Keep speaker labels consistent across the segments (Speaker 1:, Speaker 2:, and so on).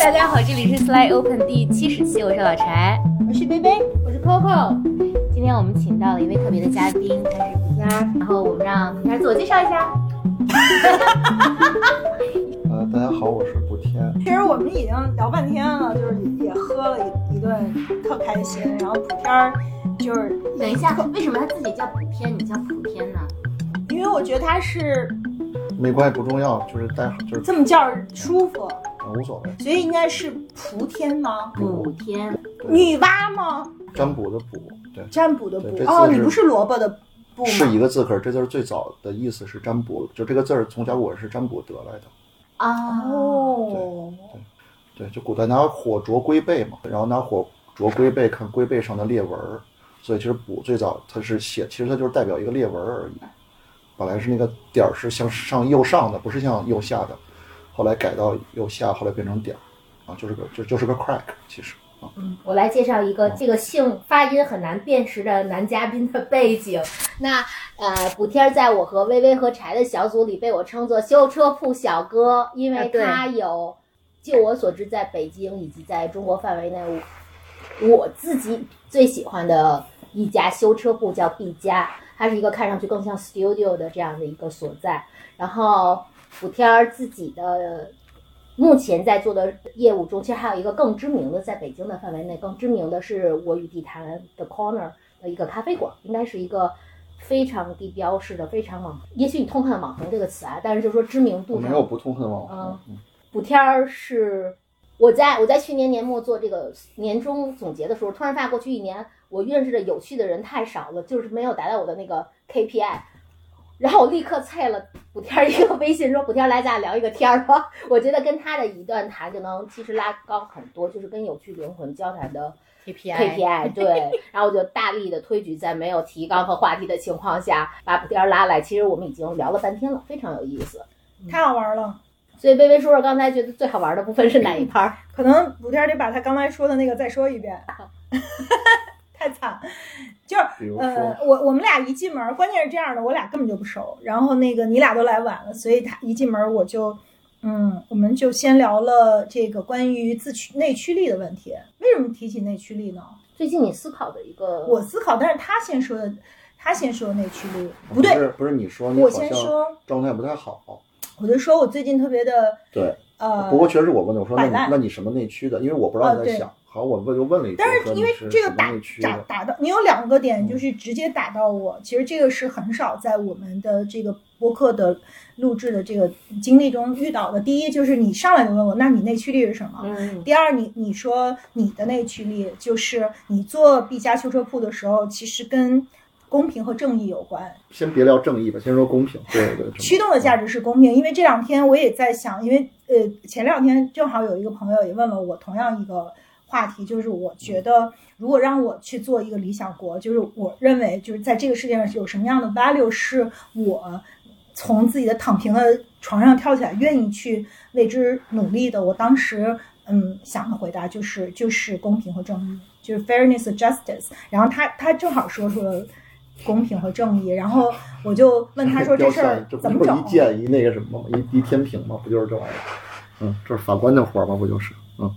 Speaker 1: 大家好，这里是 Slide Open 第七十期，我是老柴，
Speaker 2: 我是贝贝，
Speaker 3: 我是 Coco。
Speaker 1: 今天我们请到了一位特别的嘉宾，他是皮儿，然后我们让皮儿自我介绍一下。
Speaker 4: 呃，大家好，我是补天。
Speaker 2: 其实我们已经聊半天了，就是也喝了一一顿，特开心。然后普天儿就是
Speaker 1: 等一下，为什么他自己叫普天，你叫普天呢？
Speaker 2: 因为我觉得他是
Speaker 4: 没关系，不重要，就是待会儿就是、
Speaker 2: 这么叫儿舒服，
Speaker 4: 呃无所谓。
Speaker 2: 所以应该是普天吗？
Speaker 1: 普天，
Speaker 2: 女娲吗？
Speaker 4: 占卜的卜，对，
Speaker 2: 占卜的卜
Speaker 4: 对这。
Speaker 2: 哦，
Speaker 4: 字
Speaker 2: 你
Speaker 4: 是
Speaker 2: 不是萝卜的卜
Speaker 4: 是
Speaker 2: 吗？
Speaker 4: 一个字根儿，这字儿最早的意思是占卜，就这个字儿从甲骨文是占卜得来的。
Speaker 1: 哦，
Speaker 2: 哦，
Speaker 4: 对，就古代拿火灼龟背嘛，然后拿火灼龟背看龟背上的裂纹儿，所以其实卜最早它是写，其实它就是代表一个裂纹儿而已。本来是那个点儿是向上右上的，不是向右下的，后来改到右下，后来变成点儿，啊，就是个就就是个 crack，其实啊，
Speaker 3: 我来介绍一个这个姓发音很难辨识的男嘉宾的背景。那呃，补天儿在我和微微和柴的小组里被我称作修车铺小哥，因
Speaker 1: 哎
Speaker 3: 为
Speaker 1: 对
Speaker 3: 他有，就我所知，在北京以及在中国范围内，我我自己最喜欢的一家修车铺叫毕加，它是一个看上去更像 studio 的这样的一个所在。然后补天儿自己的目前在做的业务中，其实还有一个更知名的，在北京的范围内更知名的是《我与地坛》的 Corner 的一个咖啡馆，应该是一个非常地标式的、非常网，也许你痛恨“网红”这个词啊，但是就说知名
Speaker 4: 我
Speaker 3: 度
Speaker 4: 没
Speaker 3: 上，
Speaker 4: 有不痛恨网
Speaker 3: 嗯
Speaker 4: 红。嗯
Speaker 3: 补天儿是我在我在去年年末做这个年终总结的时候，突然发现过去一年我认识的有趣的人太少了，就是没有达到我的那个 KPI。然后我立刻菜了补天儿一个微信，说补天儿来咱俩聊一个天儿吧。我觉得跟他的一段谈就能其实拉高很多，就是跟有趣灵魂交谈的
Speaker 1: KPI，
Speaker 3: KPI 对，然后我就大力的推举，在没有提纲和话题的情况下把补天儿拉来。其实我们已经聊了半天了，非常有意思。
Speaker 2: 太好玩了。
Speaker 3: 所以微微说说刚才觉得最好玩的部分是哪 一趴儿？
Speaker 2: 可能补天儿得把他刚才说的那个再说一遍， 太惨。就是
Speaker 4: 比如
Speaker 2: 呃
Speaker 4: 说，
Speaker 2: 我我们俩一进门儿，关键是这样的，我俩根本就不熟。然后那个你俩都来晚了，所以他一进门儿我就，嗯，我们就先聊了这个关于自驱内驱力的问题。为什么提起内驱力呢？
Speaker 3: 最近你思考的一个，
Speaker 2: 我思考，但是他先说的，他先说的内驱力不
Speaker 4: 不
Speaker 2: 对，
Speaker 4: 是不是你说你好
Speaker 2: 我先
Speaker 4: 像
Speaker 2: 说，
Speaker 4: 状态不太好，
Speaker 2: 我就说我最近特别的
Speaker 4: 对。
Speaker 2: 呃
Speaker 4: 不，过确实我问的，我说那
Speaker 2: 摆
Speaker 4: 你
Speaker 2: 烂
Speaker 4: 那你什么内驱的？因为我不知道
Speaker 2: 哦
Speaker 4: 你
Speaker 2: 对
Speaker 4: 在想。好，我问就问了一句，
Speaker 2: 但
Speaker 4: 我
Speaker 2: 是
Speaker 4: 说
Speaker 2: 因为
Speaker 4: 你是
Speaker 2: 这个
Speaker 4: 什
Speaker 2: 打
Speaker 4: 么内驱
Speaker 2: 打
Speaker 4: 的？
Speaker 2: 打到你有两个
Speaker 4: 嗯
Speaker 2: 点，就是直接打到我。其实这个是很少在我们的这个播客的录制的这个经历中遇到的。第一就是你上来就问我，那你内驱力是什么？
Speaker 3: 嗯，
Speaker 2: 第二，你你说你的内驱力就是你做 B 加修车铺的时候，其实跟公平和正义有关。
Speaker 4: 先别聊正义吧，先说公平。对对对，
Speaker 2: 驱动的价值是公平，因为这两天我也在想，因为呃前两天正好有一个朋友也问了我同样一个话题，就是我觉得如果让我去做一个理想国，就是我认为就是在这个世界上有什么样的 value 是我从自己的躺平的床上跳起来愿意去为之努力的，我当时嗯想的回答就是就是公平和正义，就是 fairness and justice，然后他他正好说出了。公平和正义，然后我就问他说：“这
Speaker 4: 标
Speaker 2: 事儿
Speaker 4: 签这
Speaker 2: 怎么
Speaker 4: 不是
Speaker 2: 整？”啊
Speaker 4: 一剑一那个什么吗？一一天平吗？不就是这玩意儿？嗯，这是法官的活儿吗？不就是？嗯，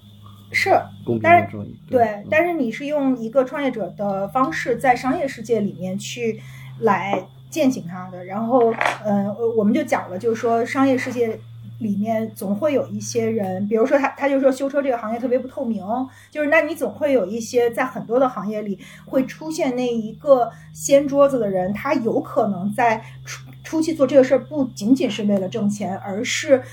Speaker 2: 是
Speaker 4: 公平
Speaker 2: 但
Speaker 4: 和
Speaker 2: 是
Speaker 4: 正义。
Speaker 2: 对
Speaker 4: 嗯，
Speaker 2: 但是你是用一个创业者的方式在商业世界里面去来践行它的。然后，呃，我们就讲了，就是说商业世界里面总会有一些人，比如说他他就说修车这个行业特别不透明，就是那你总会有一些在很多的行业里会出现那一个掀桌子的人，他有可能在初初期做这个事儿不仅仅是为了挣钱，而是。呃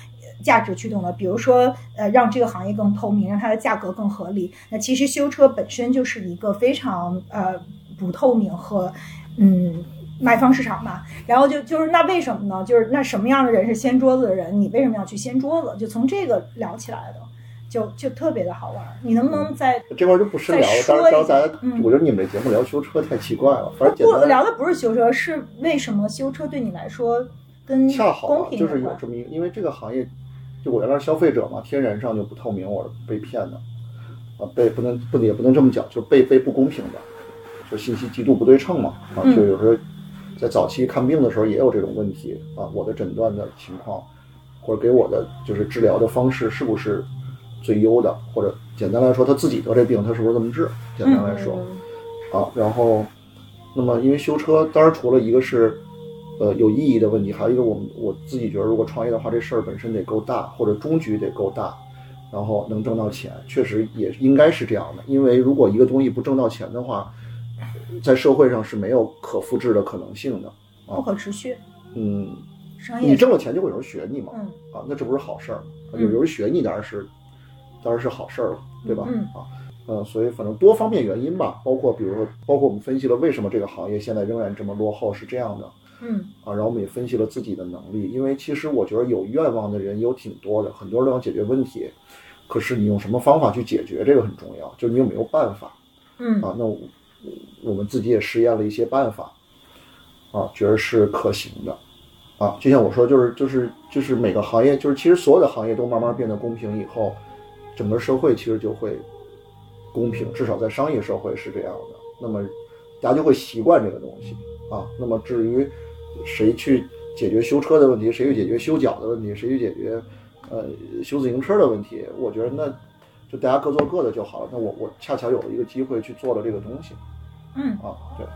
Speaker 2: 价值驱动的，比如说，呃，让这个行业更透明，让它的价格更合理。那其实修车本身就是一个非常呃不透明和嗯卖方市场吧。然后就就是那为什么呢？就是那什么样的人是掀桌子的人？你为什么要去掀桌子？就从这个聊起来的，就就特别的好玩儿。你能不
Speaker 4: 嗯
Speaker 2: 能再
Speaker 4: 这块儿就不深聊了。
Speaker 2: 再
Speaker 4: 当
Speaker 2: 说
Speaker 4: 然，当
Speaker 2: 一
Speaker 4: 然，
Speaker 2: 下
Speaker 4: 咱
Speaker 2: 嗯
Speaker 4: 我觉得你们这节目聊修车太奇怪了，反正简
Speaker 2: 不
Speaker 4: 单
Speaker 2: 聊的不是修车，是为什么修车对你来说跟
Speaker 4: 恰好
Speaker 2: 公
Speaker 4: 啊
Speaker 2: 平
Speaker 4: 就
Speaker 2: 有
Speaker 4: 是有
Speaker 2: 关？
Speaker 4: 这么一个，因为这个行业，就我原来是消费者嘛，天然上就不透明，我是被骗的，啊，被不能不也不能这么讲，就是被被不公平的，就信息极度不对称嘛，啊，
Speaker 2: 嗯
Speaker 4: 就有时候在早期看病的时候也有这种问题啊，我的诊断的情况或者给我的就是治疗的方式是不是最优的，或者简单来说，他自己得这病，他是不是这么治？简单
Speaker 2: 嗯
Speaker 4: 来说，
Speaker 3: 嗯
Speaker 4: 啊，然后，那么因为修车，当然除了一个是，呃，有意义的问题，还有一个我们我自己觉得，如果创业的话，这事儿本身得够大，或者中局得够大，然后能挣到钱，确实也应该是这样的。因为如果一个东西不挣到钱的话，在社会上是没有可复制的可能性的。
Speaker 2: 不可持续，
Speaker 4: 嗯，
Speaker 2: 商业
Speaker 4: 你挣了钱就会有人学你嘛，
Speaker 2: 嗯
Speaker 4: 啊，那这不是好事儿吗？啊
Speaker 2: 嗯
Speaker 4: 有人学你当然是，当然是好事儿了，对吧？
Speaker 2: 嗯
Speaker 4: 啊，呃，所以反正多方面原因吧，包括比如说，包括我们分析了为什么这个行业现在仍然这么落后是这样的
Speaker 2: 嗯
Speaker 4: 啊，然后我们也分析了自己的能力，因为其实我觉得有愿望的人有挺多的，很多人都想解决问题，可是你用什么方法去解决这个很重要，就是你有没有办法。
Speaker 2: 嗯
Speaker 4: 啊，那我我们自己也试验了一些办法，啊，觉得是可行的，啊，就像我说，就是就是就是每个行业，就是其实所有的行业都慢慢变得公平以后，整个社会其实就会公平，至少在商业社会是这样的。那么大家就会习惯这个东西啊。那么至于谁去解决修车的问题，谁去解决修脚的问题，谁去解决呃修自行车的问题，我觉得那就大家各做各的就好了。那我我恰巧有了一个机会去做了这个东西
Speaker 2: 嗯，
Speaker 4: 啊，对，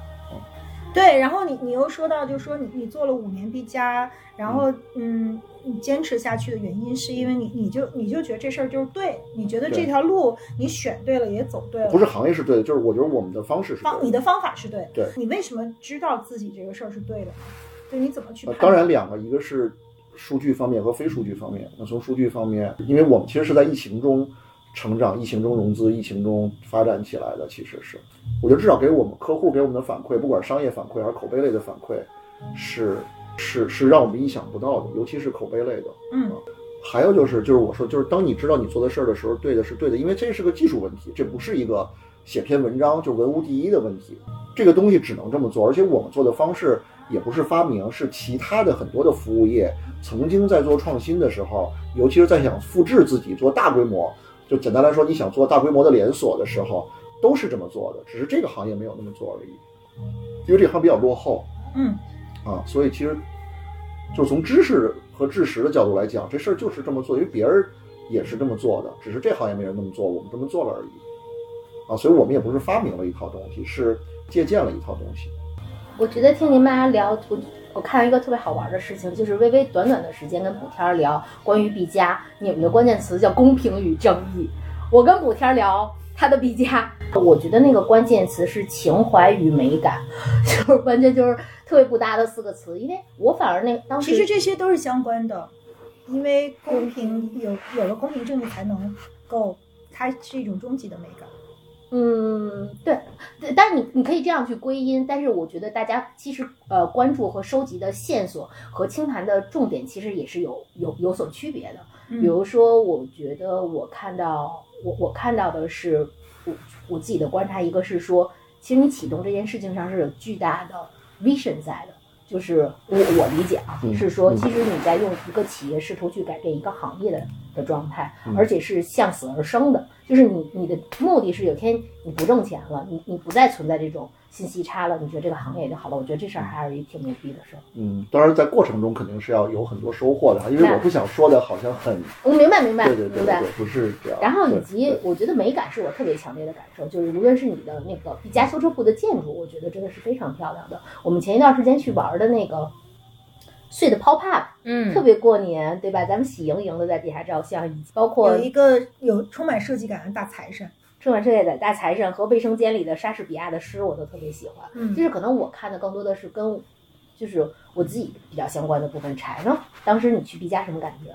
Speaker 2: 对。然后你你又说到，就说你你做了五年 B 加，然后嗯，你坚持下去的原因是因为你你就你就觉得这事儿就是对，你觉得
Speaker 4: 对
Speaker 2: 这条路你选对了，也走对了，
Speaker 4: 不是行业是对的，就是我觉得我们的方式是
Speaker 2: 方
Speaker 4: 对
Speaker 2: 你的方法是对，
Speaker 4: 对
Speaker 2: 你为什么知道自己这个事儿是对的呢？对，你怎么去
Speaker 4: 呃
Speaker 2: 判，断？
Speaker 4: 当然两个，一个是数据方面和非数据方面。那从数据方面，因为我们其实是在疫情中成长、疫情中融资、疫情中发展起来的，其实是，我觉得至少给我们客户给我们的反馈，不管是商业反馈还是口碑类的反馈，是是是让我们意想不到的，尤其是口碑类的。
Speaker 2: 嗯
Speaker 4: 还有就是，就是我说，就是当你知道你做的事儿的时候，对的是对的，因为这是个技术问题，这不是一个写篇文章就文无第一的问题。这个东西只能这么做，而且我们做的方式也不是发明，是其他的很多的服务业曾经在做创新的时候，尤其是在想复制自己做大规模，就简单来说，你想做大规模的连锁的时候，都是这么做的，只是这个行业没有那么做而已，因为这行比较落后。
Speaker 2: 嗯
Speaker 4: 啊，所以其实就从知识和知识的角度来讲，这事儿就是这么做，因为别人也是这么做的，只是这行业没人那么做，我们这么做了而已。啊，所以我们也不是发明了一套东西，是借鉴了一套东西。
Speaker 3: 我觉得听您妈聊，我我看到一个特别好玩的事情，就是微微短短的时间跟补天儿聊关于 B 加，你们的关键词叫公平与正义。我跟补天儿聊他的 B 加，我觉得那个关键词是情怀与美感， 就是完全就是特别不搭的四个词。因为我反而那当时
Speaker 2: 其实这些都是相关的，因为公平有有了公平正义才能够，它是一种终极的美感。
Speaker 3: 嗯，对，对但是你你可以这样去归因，但是我觉得大家其实呃关注和收集的线索和清谈的重点其实也是有有有所区别的。
Speaker 2: 嗯
Speaker 3: 比如说，我觉得我看到我我看到的是我我自己的观察，一个是说，其实你启动这件事情上是有巨大的 vision 在的，就是我我理解啊，
Speaker 4: 嗯
Speaker 3: 是说
Speaker 4: 嗯
Speaker 3: 其实你在用一个企业试图去改变一个行业的的状态
Speaker 4: 嗯，
Speaker 3: 而且是向死而生的，就是你你的目的是有天你不挣钱了，你你不再存在这种信息差了，你觉得这个行业也就好了，我觉得这事儿还是一挺牛逼的事儿。
Speaker 4: 嗯，当然在过程中肯定是要有很多收获的啊，因为
Speaker 3: 那
Speaker 4: 我不想说的好像很
Speaker 3: 我嗯明白明白
Speaker 4: 对对对
Speaker 3: 明
Speaker 4: 对
Speaker 3: 白
Speaker 4: 对，，不是这样。
Speaker 3: 然后以
Speaker 4: 对
Speaker 3: 及
Speaker 4: 对
Speaker 3: 我觉得美感是我特别强烈的感受，就是无论是你的那个一家修车铺的建筑，我觉得真的是非常漂亮的。我们前一段时间去玩的那个碎的 pop up，
Speaker 1: 嗯
Speaker 3: 特别过年，对吧？咱们喜盈盈的在底下照相，以及包括
Speaker 2: 有一个有充满设计感的大财神，
Speaker 3: 春晚盛宴的大财神和卫生间里的莎士比亚的诗，我都特别喜欢。
Speaker 2: 嗯
Speaker 3: 就是可能我看的更多的是跟就是我自己比较相关的部分。柴呢，当时你去 B 家什么感觉？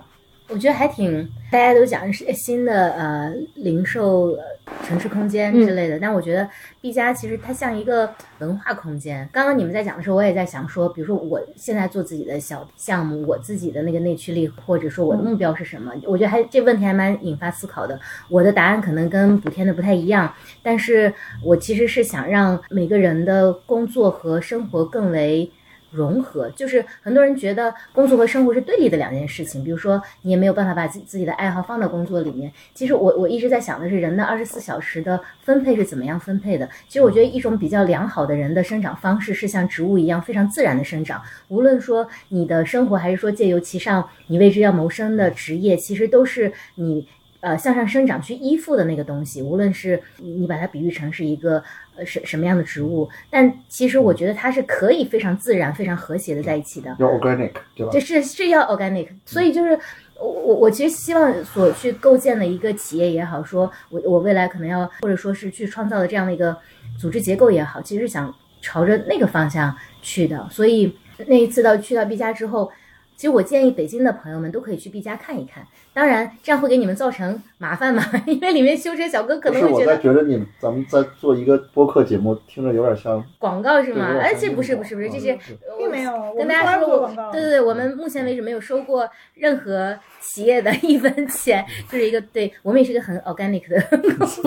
Speaker 1: 我觉得还挺，大家都讲是新的呃零售、呃城市空间之类的，但我觉得 B 加其实它像一个文化空间。刚刚你们在讲的时候，我也在想说，比如说我现在做自己的小项目，我自己的那个内驱力，或者说我的目标是什么？我觉得还这问题还蛮引发思考的。我的答案可能跟补天的不太一样，但是我其实是想让每个人的工作和生活更为融合。就是很多人觉得工作和生活是对立的两件事情，比如说你也没有办法把自自己的爱好放到工作里面。其实我我一直在想的是，人的二十四小时的分配是怎么样分配的？其实我觉得一种比较良好的人的生长方式是像植物一样非常自然的生长，无论说你的生活还是说借由其上你为之要谋生的职业，其实都是你。
Speaker 3: 呃向上生长去依附的那个东西，无论是你你把它比喻成是一个呃什什么样的植物，但其实我觉得它是可以非常自然、非常和谐的在一起的。
Speaker 4: 要 organic 对吧
Speaker 3: 这？是是要 organic，所以就是我我我其实希望所去构建的一个企业也好，说我我未来可能要或者说是去创造的这样的一个组织结构也好，其实是想朝着那个方向去的。所以那一次到去到 B 加之后，其实我建议北京的朋友们都可以去 B 加看一看，当然这样会给你们造成麻烦嘛， 因为里面修车小哥可
Speaker 4: 不
Speaker 3: 能
Speaker 4: 是，
Speaker 3: 会
Speaker 4: 我
Speaker 3: 觉
Speaker 4: 在
Speaker 3: 得
Speaker 4: 觉得你咱们在做一个播客节目，听着有点像
Speaker 3: 广告是吗
Speaker 4: 对有？点
Speaker 3: 哎，
Speaker 4: 像
Speaker 3: 这不是
Speaker 4: 那种
Speaker 3: 不是不是，
Speaker 4: 嗯
Speaker 3: 这是
Speaker 2: 并没有，我
Speaker 3: 跟
Speaker 2: 们
Speaker 3: 大
Speaker 2: 从
Speaker 3: 家
Speaker 2: 来不
Speaker 3: 说过
Speaker 2: 做广告。嗯
Speaker 3: 对对对，我们目前为止没有收过任何企业的一分钱，
Speaker 2: 嗯
Speaker 3: 就是一个对我们也是一个很 organic 的 公司。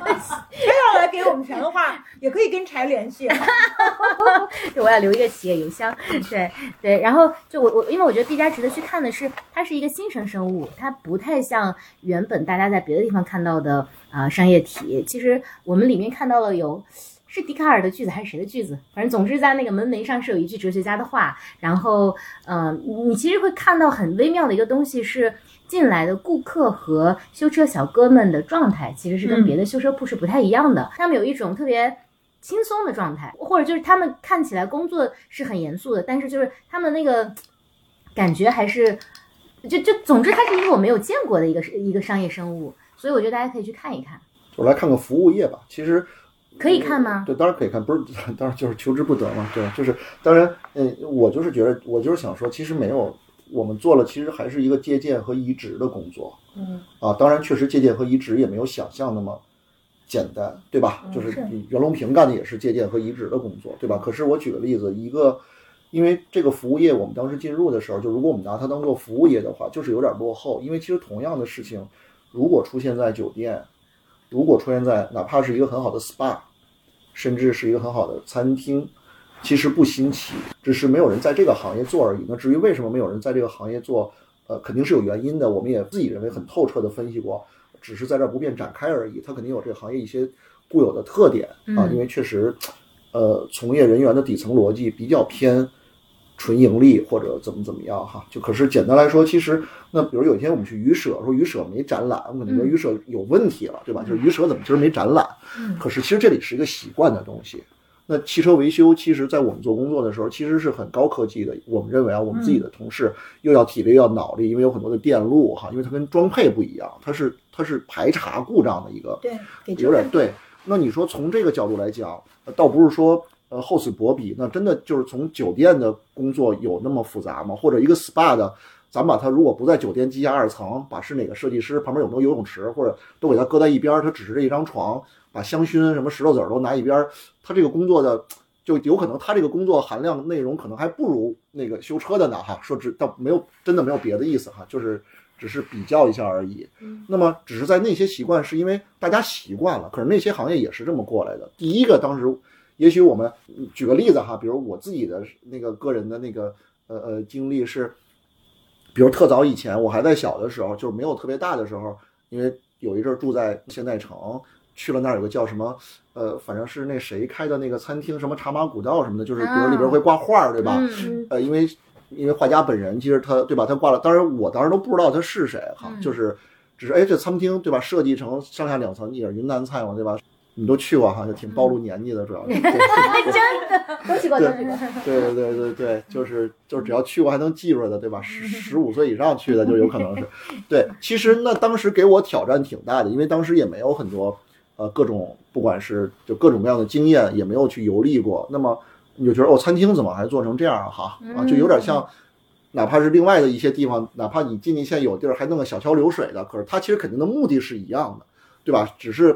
Speaker 2: 要来给我们钱的话， 也可以跟柴联 系。
Speaker 3: 就我要留一个企业邮箱，对对。然后就我我，因为我觉得 B 加值得去看的是，它是一个新生生物，它不太像
Speaker 1: 嗯
Speaker 3: 原本大家在别的地方看到的啊、呃商业体。其实我们里面看到了有。是笛卡尔的句子还是谁的句子？反正总之在那个门楣上是有一句哲学家的话。然后，嗯、你其实会看到很微妙的一个东西是进来的顾客和修车小哥们的状态，其实是跟
Speaker 2: 嗯
Speaker 3: 别的修车铺是不太一样的。他们有一种特别轻松的状态，或者就是他们看起来工作是很严肃的，但是就是他们那个感觉还是，就就总之它是一个我没有见过的一个一个商业生物，所以我觉得大家可以去看一看，
Speaker 4: 就是来看看服务业吧。其实
Speaker 3: 可以看吗？
Speaker 4: 对，当然可以看，不是， 当然就是求之不得嘛。对，就是当然，嗯，我就是觉得，我就是想说，其实没有，我们做了，其实还是一个借鉴和移植的工作。
Speaker 5: 嗯，
Speaker 4: 啊，当然确实借鉴和移植也没有想象那么简单，对吧？就是
Speaker 2: 是
Speaker 4: 你袁隆平干的也是借鉴和移植的工作，对吧？可是我举个例子，一个。因为这个服务业，我们当时进入的时候，就如果我们拿它当做服务业的话，就是有点落后。因为其实同样的事情，如果出现在酒店，如果出现在哪怕是一个很好的 SPA，甚至是一个很好的餐厅，其实不新奇，只是没有人在这个行业做而已。那至于为什么没有人在这个行业做，呃，肯定是有原因的。我们也自己认为很透彻的分析过，只是在这儿不便展开而已。它肯定有这个行业一些固有的特点啊，
Speaker 3: 嗯
Speaker 4: 因为确实，呃，从业人员的底层逻辑比较偏。纯盈利或者怎么怎么样哈，就可是简单来说，其实那比如有一天我们去鱼舍，说鱼舍没展览，我们可能觉得
Speaker 3: 嗯
Speaker 4: 鱼舍有问题了，对吧？就是鱼舍怎么今儿没展览？
Speaker 3: 嗯
Speaker 4: 可是其实这里是一个习惯的东西。那汽车维修，其实在我们做工作的时候，其实是很高科技的。我们认为啊，我们自己的同事又要体力又要脑力，因为有很多的电路哈，因为它跟装配不一样，它是它是排查故障的一个
Speaker 2: 对，给
Speaker 4: 有点 对。那你说从这个角度来讲，呃倒不是说呃厚此薄彼，那真的就是从酒店的工作有那么复杂吗？或者一个 SPA 的，咱们把它如果不在酒店地下二层，把是哪个设计师旁边有没有游泳池，或者都给它搁在一边儿，它只是这一张床，把香薰什么石头子儿都拿一边儿，它这个工作的。就有可能他这个工作含量内容可能还不如那个修车的呢哈，说只倒没有真的没有别的意思哈，就是只是比较一下而已。那么只是在那些习惯，是因为大家习惯了，可是那些行业也是这么过来的。第一个，当时也许我们嗯举个例子哈，比如我自己的那个个人的那个呃呃经历是，比如特早以前我还在小的时候，就是没有特别大的时候，因为有一阵儿住在现代城，去了那儿有个叫什么呃，反正是那谁开的那个餐厅，什么茶马古道什么的，就是比如里边会挂画儿，对吧？
Speaker 3: 嗯
Speaker 4: 呃，因为因为画家本人其实他对吧，他挂了，当然我当时都不知道他是谁哈，
Speaker 3: 嗯
Speaker 4: 就是只是哎这餐厅对吧，设计成上下两层也是云南菜嘛对吧？你都去过哈，就挺暴
Speaker 3: 嗯
Speaker 4: 露年纪的，主要 是。对
Speaker 5: 都去过，都
Speaker 4: 对
Speaker 5: 去过。
Speaker 4: 对对对对对，就是就是只要去过还能记住的，对吧？十十五岁以上去的就有可能是，对。其实那当时给我挑战挺大的，因为当时也没有很多呃各种不管是就各种各样的经验，也没有去游历过。那么你就觉得哦，餐厅怎么还做成这样啊哈啊，就有点像。哪怕是另外的一些地方，哪怕你进去现在有地儿还弄个小桥流水的，可是它其实肯定的目的是一样的，对吧？只是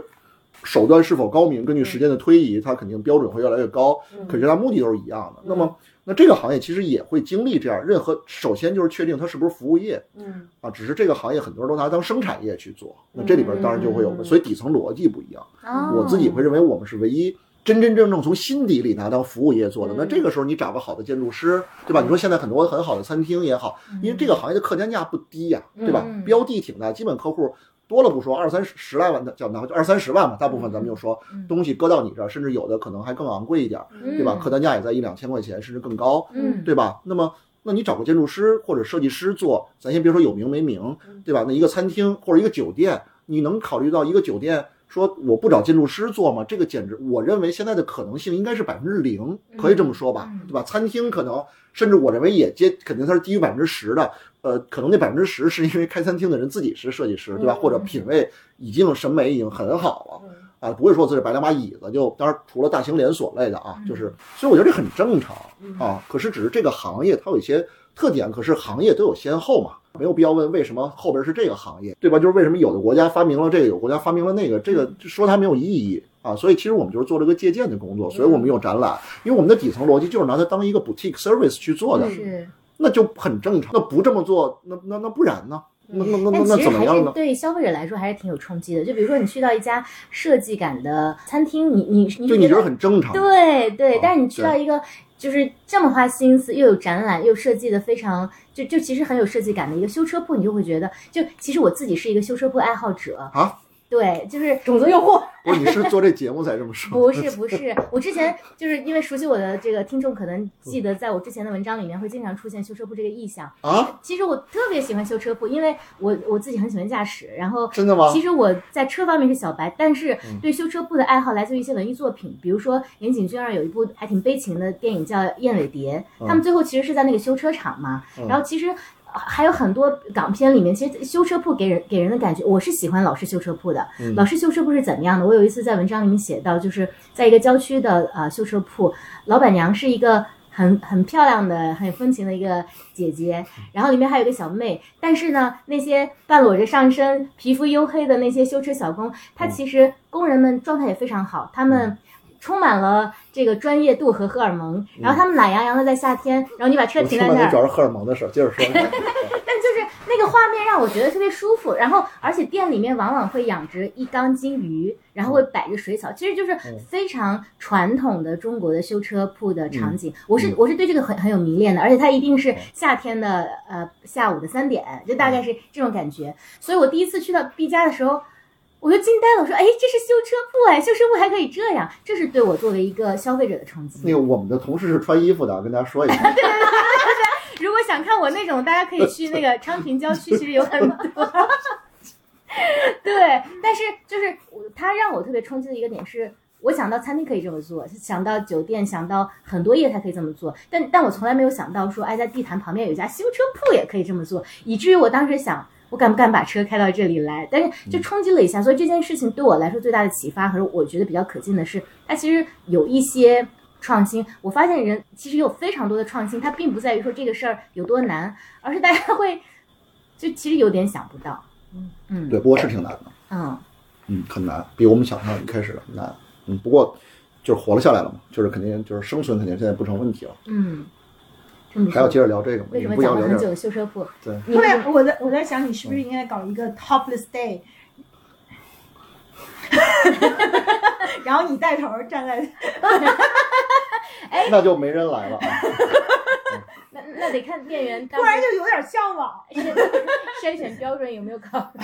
Speaker 4: 手段是否高明，根据时间的推移，它肯定标准会越来越高。可是它目的都是一样的。那么，那这个行业其实也会经历这样，任何首先就是确定它是不是服务业
Speaker 5: 嗯
Speaker 4: 啊，只是这个行业很多人都拿它当生产业去做，那这里边当然就会有
Speaker 5: 嗯嗯嗯，嗯
Speaker 4: 所以底层逻辑不一样。
Speaker 3: 哦
Speaker 4: 我自己会认为我们是唯一。真真正正从心底里拿当服务业做的，
Speaker 5: 嗯
Speaker 4: 那这个时候你找个好的建筑师，对吧？你说现在很多很好的餐厅也好，因为这个行业的客单价不低呀、对吧
Speaker 3: 嗯？
Speaker 4: 标的挺大，基本客户多了不说，二三十十来万的叫哪就二三十万吧，大部分咱们就说
Speaker 3: 嗯
Speaker 4: 东西搁到你这儿，甚
Speaker 1: 哦
Speaker 4: 至有的可能还更昂贵一点儿，对吧？
Speaker 3: 嗯
Speaker 4: 客单价也在一两千块钱，甚至更高，
Speaker 3: 嗯
Speaker 4: 对吧？那么那你找个建筑师或者设计师做，咱先别说有名没名，
Speaker 6: 嗯
Speaker 4: 对吧？那一个餐厅或者一个酒店，你能考虑到一个酒店说我不找建筑师做吗？这个简直，我认为现在的可能性应该是百分之零，
Speaker 6: 嗯
Speaker 4: 可以这么说吧，对吧？餐厅可能甚至我认为也接，肯定它是低于百分之十的。呃，可能那百分之十是因为开餐厅的人自己是设计师，对吧？
Speaker 6: 嗯
Speaker 4: 或者品味已经审美已经很好了。
Speaker 3: 嗯
Speaker 4: 啊，不会说自己摆两把椅子就，当然除了大型连锁类的
Speaker 3: 嗯
Speaker 4: 啊，就是，所以我觉得这很正常啊。可是只是这个行业它有一些特点，可是行业都有先后嘛，没有必要问为什么后边是这个行业，对吧？就是为什么有的国家发明了这个，有国家发明了那个，这
Speaker 3: 嗯
Speaker 4: 个说它没有意义啊。所以其实我们就是做了个借鉴的工作，所以我
Speaker 3: 嗯
Speaker 4: 们有展览，因为我们的底层逻辑就是拿它当一个 boutique service 去做的，
Speaker 3: 是。
Speaker 4: 那就很正常。那不这么做，那那那不然呢？那那那那那
Speaker 3: 嗯但其实
Speaker 4: 怎么
Speaker 3: 还
Speaker 4: 样
Speaker 3: 是
Speaker 4: 呢？
Speaker 3: 对消费者来说还是挺有冲击的。就比如说你去到一家设计感的餐厅，你你你
Speaker 4: 就你觉得很正常，
Speaker 3: 对对
Speaker 4: 哦，
Speaker 3: 但是你去
Speaker 4: 对
Speaker 3: 到一个就是这么花心思，又有展览，又设计的非常就就其实很有设计感的一个修车铺，你就会觉得，就其实我自己是一个修车铺爱好者
Speaker 4: 啊，
Speaker 3: 对，就是
Speaker 6: 种子用户，
Speaker 4: 不是你是做这节目才这么说。
Speaker 3: 不是不是，我之前就是因为熟悉我的这个听众，可能记得在我之前的文章里面会经常出现修车铺这个意象。
Speaker 4: 啊，
Speaker 3: 其实我特别喜欢修车铺，因为我我自己很喜欢驾驶，然后
Speaker 4: 真的吗嗯
Speaker 3: 其实我在车方面是小白，但是对修车铺的爱好来自于一些文艺作品，比如说岩井俊二有一部还挺悲情的电影叫《燕尾蝶》，
Speaker 4: 嗯
Speaker 3: 他们最后其实是在那个修车厂嘛，然后其实。呃还有很多港片里面，其实修车铺给人给人的感觉，我是喜欢老式修车铺的。
Speaker 4: 嗯
Speaker 3: 老式修车铺是怎么样的？我有一次在文章里面写到，就是在一个郊区的呃修车铺，老板娘是一个很很漂亮的、很有风情的一个姐姐，然后里面还有一个小妹。但是呢，那些半裸着上身、皮肤黝黑的那些修车小工，他其实工人们状态也非常好，他们。充满了这个专业度和荷尔蒙，然后他们懒洋洋的在夏天，然后你把车
Speaker 4: 我听
Speaker 3: 停在
Speaker 4: 半
Speaker 3: 那
Speaker 4: 天
Speaker 3: 儿
Speaker 4: 主，要是荷尔蒙的事儿，接着说。
Speaker 3: 但就是那个画面让我觉得特别舒服，然后而且店里面往往会养殖一缸金鱼，然后会摆着水草，其实就是非常传统的中国的修车铺的场景。我是我是对这个很很有迷恋的，而且它一定是夏天的呃下午的三点，就大概是这种感觉。所以我第一次去到毕家的时候。我就惊呆了，我说：“哎，这是修车铺哎，修车铺还可以这样，这是对我作为一个消费者的冲击。
Speaker 4: 那个我们的同事是穿衣服的，跟大家说一下。
Speaker 3: 如果想看我那种，大家可以去那个昌平郊区，其实有很多。对，但是就是我它让我特别冲击的一个点是，我想到餐厅可以这么做，想到酒店，想到很多业态可以这么做，但但我从来没有想到说，哎，在地坛旁边有一家修车铺也可以这么做，以至于我当时想。我敢不敢把车开到这里来？但是就冲击了一下，所以这件事情对我来说最大的启发，和我觉得比较可敬的是，它其实有一些创新。我发现人其实有非常多的创新，它并不在于说这个事儿有多难，而是大家会就其实有点想不到。嗯
Speaker 4: 对，不过是挺难的，
Speaker 3: 嗯，
Speaker 4: 嗯，很难，比我们想象一开始难。嗯，不过就是活了下来了嘛，就是肯定就是生存肯定现在不成问题了。
Speaker 3: 嗯，这么
Speaker 4: 还要
Speaker 3: 说
Speaker 4: 接着聊这个吗？
Speaker 3: 为
Speaker 4: 你
Speaker 3: 什
Speaker 4: 们
Speaker 3: 么
Speaker 4: 不要
Speaker 3: 讲了
Speaker 4: 聊
Speaker 3: 很
Speaker 4: 这
Speaker 3: 久
Speaker 4: 个？
Speaker 3: 的修车铺？
Speaker 4: 对，
Speaker 3: 你
Speaker 2: 对，我在我在想，你是不是应该搞一个 topless day？然后你带头站 在，
Speaker 4: 那就没人来了啊。
Speaker 3: 那那得看店员当
Speaker 2: 突然
Speaker 3: 时
Speaker 2: 就有点向往。
Speaker 3: 筛选标准有没有考虑。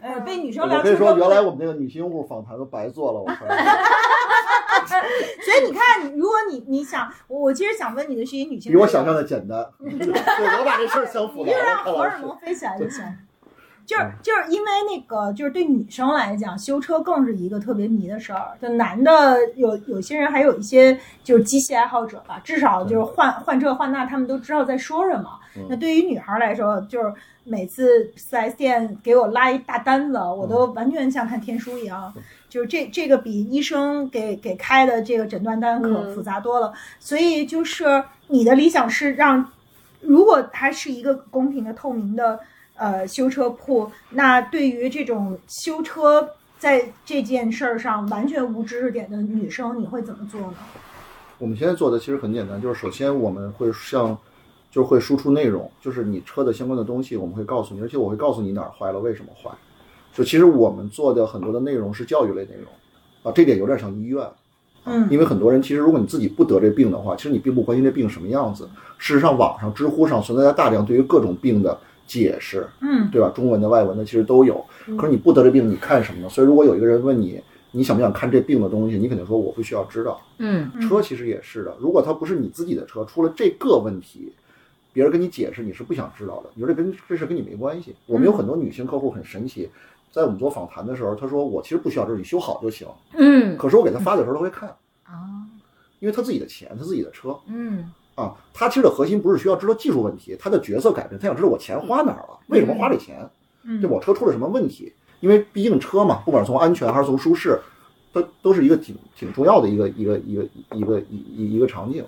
Speaker 2: 呃，被女生
Speaker 4: 我
Speaker 2: 聊
Speaker 4: 可以
Speaker 2: 车
Speaker 4: 说，原来
Speaker 2: 车，
Speaker 4: 我们那个女性用户访谈都白做了，我靠。
Speaker 2: 所以你看，如果你你想，我我其实想问你的是一女性，
Speaker 4: 比我想象的简单。 对，我把这事儿想复
Speaker 2: 你
Speaker 4: 杂
Speaker 2: 就
Speaker 4: 了，
Speaker 2: 让
Speaker 4: 看
Speaker 2: 荷
Speaker 4: 老
Speaker 2: 尔
Speaker 4: 师。嗯
Speaker 2: 蒙飞起来就行。就是就是因为那个，就是对女生来讲，修车更是一个特别迷的事儿。就男的有有些人还有一些就是机械爱好者吧，至少就是换换这换那，他们都知道在说什么。
Speaker 4: 嗯
Speaker 2: 那对于女孩来说，就是每次 4S 店给我拉一大单子，
Speaker 4: 嗯
Speaker 2: 我都完全像看天书一样。就是这这个比医生给给开的这个诊断单可
Speaker 6: 嗯
Speaker 2: 复杂多了。所以就是你的理想是让，如果它是一个公平的、透明的呃修车铺，那对于这种修车在这件事儿上完全无知识点的女生，你会怎么做呢？
Speaker 4: 啊我们现在做的其实很简单，就是首先我们会像，就是会输出内容，就是你车的相关的东西，我们会告诉你，而且我会告诉你哪儿坏了，为什么坏。就其实我们做的很多的内容是教育类内容，啊，这点有点像医院，
Speaker 2: 嗯
Speaker 4: 因为很多人其实如果你自己不得这病的话，其实你并不关心这病什么样子。事实上，网上、知乎上存在着大量对于各种病的解释，
Speaker 2: 嗯
Speaker 4: 对吧？中文的、外文的其实都有。可是你不得这病，你看什么呢？所以如果有一个人问你，你想不想看这病的东西，你肯定说我不需要知道。
Speaker 1: 嗯
Speaker 2: 嗯
Speaker 4: 车其实也是的，如果它不是你自己的车，出了这个问题，别人跟你解释你是不想知道的，你说这跟这事跟你没关系。我们有很多女性客户很神奇，在我们做访谈的时候，她说我其实不需要这，你修好就行。
Speaker 1: 嗯
Speaker 4: 可是我给她发的时候，她会看，
Speaker 1: 啊
Speaker 4: 因为她自己的钱，她自己的车
Speaker 1: 嗯
Speaker 4: 啊，她其实的核心不是需要知道技术问题，她的角色改变，她想知道我钱花哪儿了，为什么花这钱。
Speaker 2: 嗯
Speaker 4: 就我车出了什么问题？因为毕竟车嘛，不管是从安全还是从舒适，它都是一个挺挺重要的一个一个一个一个一一一个场景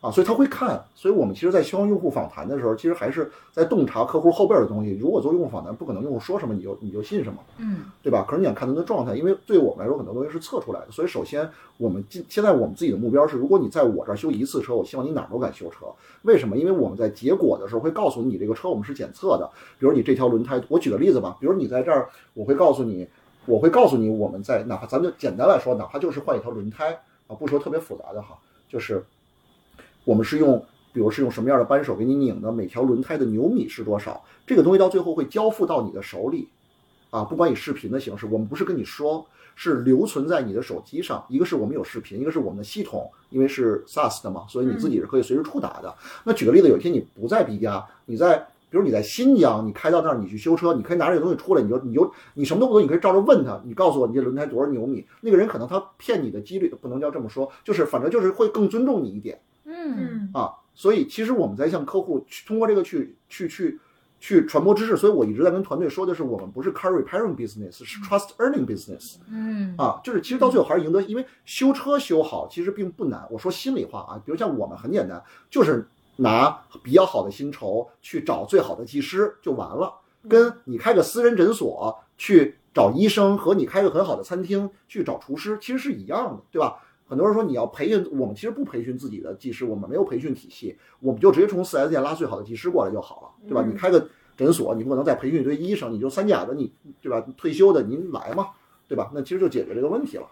Speaker 4: 啊，所以他会看。所以我们其实，在希望用户访谈的时候，其实还是在洞察客户后边的东西。如果做用户访谈，不可能用户说什么你就你就信什么，
Speaker 1: 嗯
Speaker 4: 对吧？可是你想看他的状态，因为对我们来说，很多东西是测出来的。所以首先，我们今现在我们自己的目标是，如果你在我这儿修一次车，我希望你哪儿都敢修车。为什么？因为我们在结果的时候会告诉你，这个车我们是检测的。比如你这条轮胎，我举个例子吧，比如你在这儿，我会告诉你，我会告诉你，我们在哪怕咱们就简单来说，哪怕就是换一条轮胎啊，不说特别复杂的哈，就是我们是用，比如是用什么样的扳手给你拧的，每条轮胎的牛米是多少，这个东西到最后会交付到你的手里。啊，不管以视频的形式，我们不是跟你说，是留存在你的手机上。一个是我们有视频，一个是我们的系统，因为是 SaaS 的嘛，所以你自己是可以随时触达的。那举个例子，有一天你不在 B 家，你在比如你在新疆，你开到那儿你去修车，你可以拿这个东西出来，你就你就你什么都不懂，你可以照着问他，你告诉我你这轮胎多少牛米，那个人可能他骗你的几率不能叫这么说，就是反正就是会更尊重你一点。
Speaker 1: 嗯
Speaker 2: 嗯
Speaker 4: 啊，所以其实我们在向客户去通过这个去去去去传播知识，所以我一直在跟团队说的是，我们不是 car repairing business，是 trust earning business
Speaker 1: 嗯
Speaker 4: 啊，就是其实到最后还是赢得，因为修车修好其实并不难。我说心里话啊，比如像我们很简单，就是拿比较好的薪酬去找最好的技师就完了，跟你开个私人诊所去找医生和你开个很好的餐厅去找厨师其实是一样的，对吧？很多人说你要培训，我们其实不培训自己的技师，我们没有培训体系，我们就直接从四 S 店拉最好的技师过来就好了，对吧？
Speaker 2: 嗯
Speaker 4: 你开个诊所，你不可能再培训一堆医生，你就三甲的你，对吧？退休的您来嘛，对吧？那其实就解决这个问题了。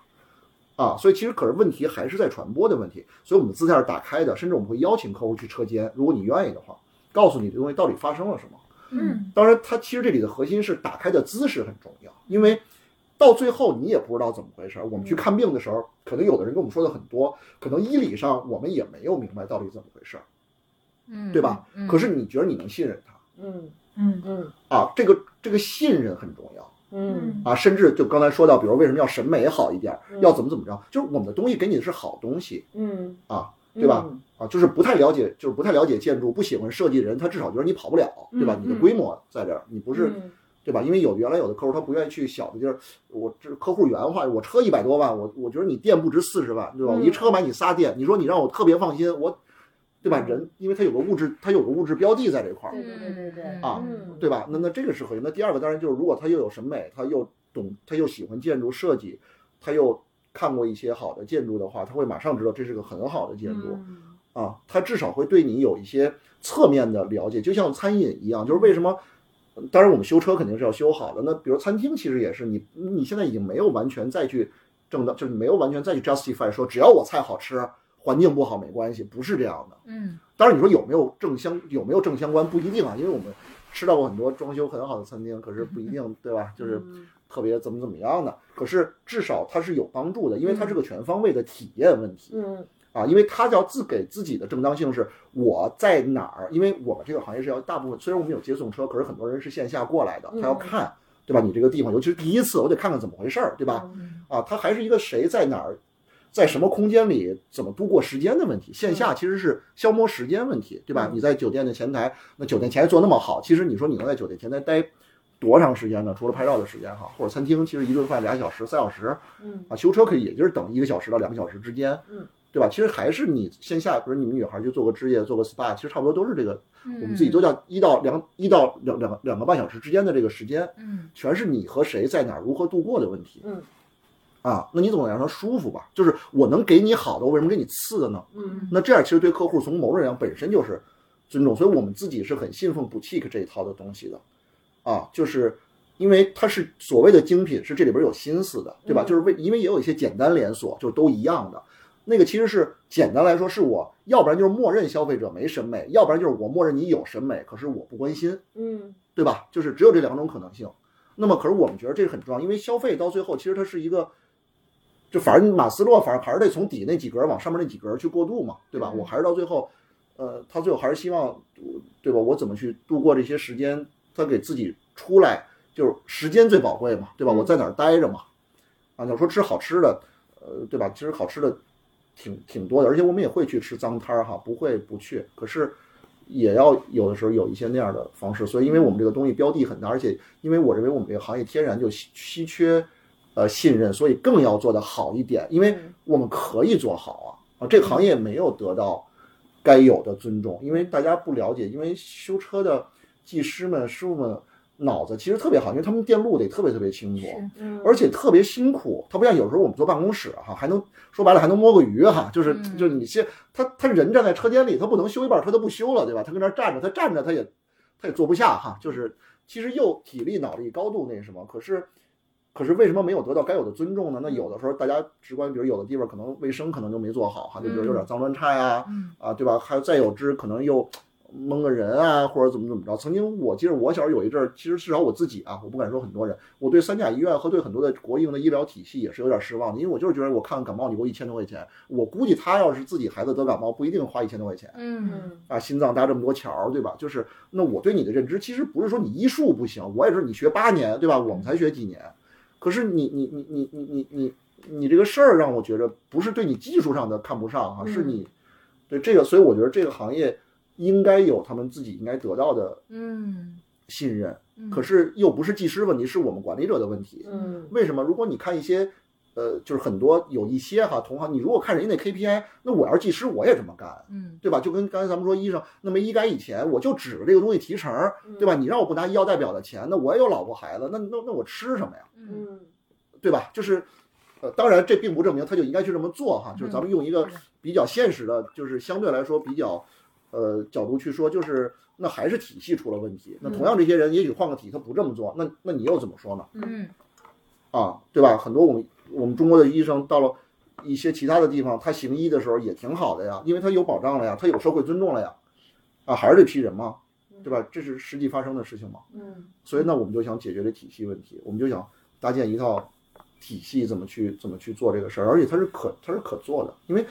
Speaker 4: 啊，所以其实可是问题还是在传播的问题，所以我们的姿态是打开的，甚至我们会邀请客户去车间，如果你愿意的话，告诉你这东西到底发生了什么。
Speaker 2: 嗯
Speaker 4: 当然，它其实这里的核心是打开的姿势很重要，因为到最后你也不知道怎么回事儿。我们去看病的时候，可能有的人跟我们说的很多，可能医理上我们也没有明白到底怎么回事儿，
Speaker 1: 嗯，
Speaker 4: 对吧？
Speaker 1: 嗯
Speaker 4: 可是你觉得你能信任他
Speaker 3: 嗯
Speaker 2: 嗯
Speaker 3: 嗯
Speaker 4: 啊？这个这个信任很重要。
Speaker 3: 嗯
Speaker 2: 嗯
Speaker 4: 啊，甚至就刚才说到，比如为什么要审美好一点儿，
Speaker 3: 嗯
Speaker 4: 要怎么怎么着，就是我们的东西给你的是好东西
Speaker 3: 嗯
Speaker 4: 啊，对吧？啊，就是不太了解，就是不太了解建筑，不喜欢设计的人，他至少觉得你跑不了，对吧？
Speaker 3: 嗯
Speaker 4: 你的
Speaker 2: 嗯
Speaker 4: 规模在这儿，你不
Speaker 3: 不
Speaker 4: 是对吧？因为有原来有的客户他不愿意去小的地儿，我这客户原话，我车一百多万，我我觉得你店不值四十万，对吧？
Speaker 3: 嗯
Speaker 4: 我一车买你仨店，你说你让我特别放心，我，对吧？
Speaker 3: 嗯
Speaker 4: 人因为他有个物质，他有个物质标的在这块儿，
Speaker 3: 对对对对对
Speaker 1: 嗯
Speaker 4: 啊
Speaker 3: 嗯
Speaker 4: 对吧？那那这个是核心。那第二个当然就是，如果他又有审美，他又懂，他又喜欢建筑设计，他又看过一些好的建筑的话，他会马上知道这是个很好的建筑。
Speaker 3: 嗯
Speaker 4: 啊，他至少会对你有一些侧面的了解，就像餐饮一样，就是为什么？呃当然，我们修车肯定是要修好的。那比如餐厅，其实也是你，你现在已经没有完全再去正当，就是没有完全再去 justify 说只要我菜好吃，环境不好没关系，不是这样的。
Speaker 1: 嗯
Speaker 4: 当然，你说有没有正相有没有正相关不一定啊，因为我们吃到过很多装修很好的餐厅，可是不一定，对吧？就是
Speaker 2: 嗯
Speaker 3: 嗯
Speaker 4: 特别怎么怎么样的，可是至少它是有帮助的，因为它是个全方位的体验问题。
Speaker 3: 嗯
Speaker 4: 啊，因为他要自给自己的正当性是我在哪儿，因为我们这个行业是要大部分，虽然我们有接送车，可是很多人是线下过来的，他要
Speaker 3: 嗯
Speaker 4: 看，对吧？你这个地方，尤其是第一次，我得看看怎么回事儿，对吧？
Speaker 3: 嗯
Speaker 4: 啊，他还是一个谁在哪儿，在什么空间里怎么度过时间的问题。线下其实是消磨时间问题，对吧？
Speaker 3: 嗯
Speaker 4: 你在酒店的前台，那酒店前台做那么好，其实你说你能在酒店前台待多长时间呢？除了拍照的时间哈，或者餐厅，其实一顿饭俩小时、三小时，
Speaker 3: 嗯
Speaker 4: 啊，修车可以也就是等一个小时到两个小时之间，
Speaker 3: 嗯，
Speaker 4: 对吧？其实还是你线下，比如你们女孩去做个置业、做个 SPA，其实差不多都是这个，
Speaker 1: 嗯，
Speaker 4: 我们自己都叫一到两、一到两两两个半小时之间的这个时间，
Speaker 1: 嗯
Speaker 4: 全是你和谁在哪儿如何度过的问题。
Speaker 3: 嗯
Speaker 4: 啊，那你总得让他舒服吧？就是我能给你好的，我为什么给你次的呢？
Speaker 3: 嗯
Speaker 4: 那这样其实对客户从某种上本身就是尊重，所以我们自己是很信奉 boutique 这一套的东西的，啊，就是因为它是所谓的精品，是这里边有心思的，对吧？
Speaker 3: 嗯
Speaker 4: 就是为因为也有一些简单连锁，就是都一样的。那个其实是简单来说，是我要不然就是默认消费者没审美，要不然就是我默认你有审美，可是我不关心，
Speaker 3: 嗯
Speaker 4: 对吧？就是只有这两种可能性。那么，可是我们觉得这个很重要，因为消费到最后其实它是一个就反正马斯洛反正还是得从底那几格往上面那几格去过渡嘛，对吧？
Speaker 1: 嗯
Speaker 4: 我还是到最后，呃，他最后还是希望，对吧？我怎么去度过这些时间？他给自己出来，就是时间最宝贵嘛，对吧？
Speaker 3: 嗯
Speaker 4: 我在哪儿待着嘛？啊，你要说吃好吃的，呃，对吧？其实好吃的挺挺多的，而且我们也会去吃脏摊儿哈，不会不去。可是也要有的时候有一些那样的方式，所以因为我们这个东西标的很大，而且因为我认为我们这个行业天然就稀稀缺呃信任，所以更要做得好一点，因为
Speaker 3: 嗯
Speaker 4: 我们可以做好啊啊，这个行业没有得到该有的尊重，因为大家不了解，因为修车的技师们、师傅们脑子其实特别好，因为他们电路得特别特别清楚。
Speaker 1: 是
Speaker 3: 嗯
Speaker 4: 而且特别辛苦。他不像有时候我们坐办公室哈、还能说白了还能摸个鱼哈、就是
Speaker 1: 嗯
Speaker 4: 就是你先他他人站在车间里，他不能修一半车他不修了，对吧？他跟那儿站着，他站着他也他也坐不下哈、就是其实又体力、脑力、高度那什么，可是。可是为什么没有得到该有的尊重呢？那有的时候大家直观，比如有的地方可能卫生可能就没做好哈，就比如有点脏乱差呀、
Speaker 2: 嗯
Speaker 4: 啊，对吧？还有再有之可能又蒙个人啊，或者怎么怎么着。曾经我记得我小时候有一阵儿，其实至少我自己啊，我不敢说很多人，我对三甲医院和对很多的国营的医疗体系也是有点失望的，因为我就是觉得我看感冒你给我一千多块钱，我估计他要是自己孩子得感冒，不一定花一千多块钱。
Speaker 1: 嗯
Speaker 3: 嗯
Speaker 4: 啊，心脏搭这么多桥儿，对吧？就是那我对你的认知，其实不是说你医术不行，我也是你学八年，对吧？我们才学几年，可是你你你你你你你你这个事儿让我觉着不是对你技术上的看不上啊，是
Speaker 1: 嗯
Speaker 4: 你对这个，所以我觉得这个行业应该有他们自己应该得到的
Speaker 1: 嗯
Speaker 4: 信任，
Speaker 1: 嗯，
Speaker 4: 可是又不是技师问题，是我们管理者的问题。
Speaker 3: 嗯
Speaker 4: 为什么？如果你看一些，呃，就是很多有一些哈同行，你如果看人家那 KPI，那我要是技师我也这么干，
Speaker 1: 嗯
Speaker 4: 对吧？就跟刚才咱们说医生，那么医改以前我就指着这个东西提成儿，对吧？你让我不拿医药代表的钱，那我也有老婆孩子，那那那我吃什么呀？
Speaker 1: 嗯
Speaker 3: 嗯
Speaker 4: 对吧？就是，呃，当然这并不证明他就应该去这么做哈，就是咱们用一个
Speaker 1: 是的
Speaker 4: 比较现实的，就是相对来说比较，呃，角度去说，就是那还是体系出了问题。那同样这些人也许换个体，他不这么做，那那你又怎么说呢？
Speaker 1: 嗯
Speaker 4: 啊，对吧？很多我们我们中国的医生到了一些其他的地方，他行医的时候也挺好的呀，因为他有保障了呀，他有社会尊重了呀，啊，还是这批人嘛，对吧？这是实际发生的事情嘛。
Speaker 3: 嗯
Speaker 4: 所以呢，我们就想解决这体系问题，我们就想搭建一套体系，怎么去怎么去做这个事儿，而且它是可它是可做的，因为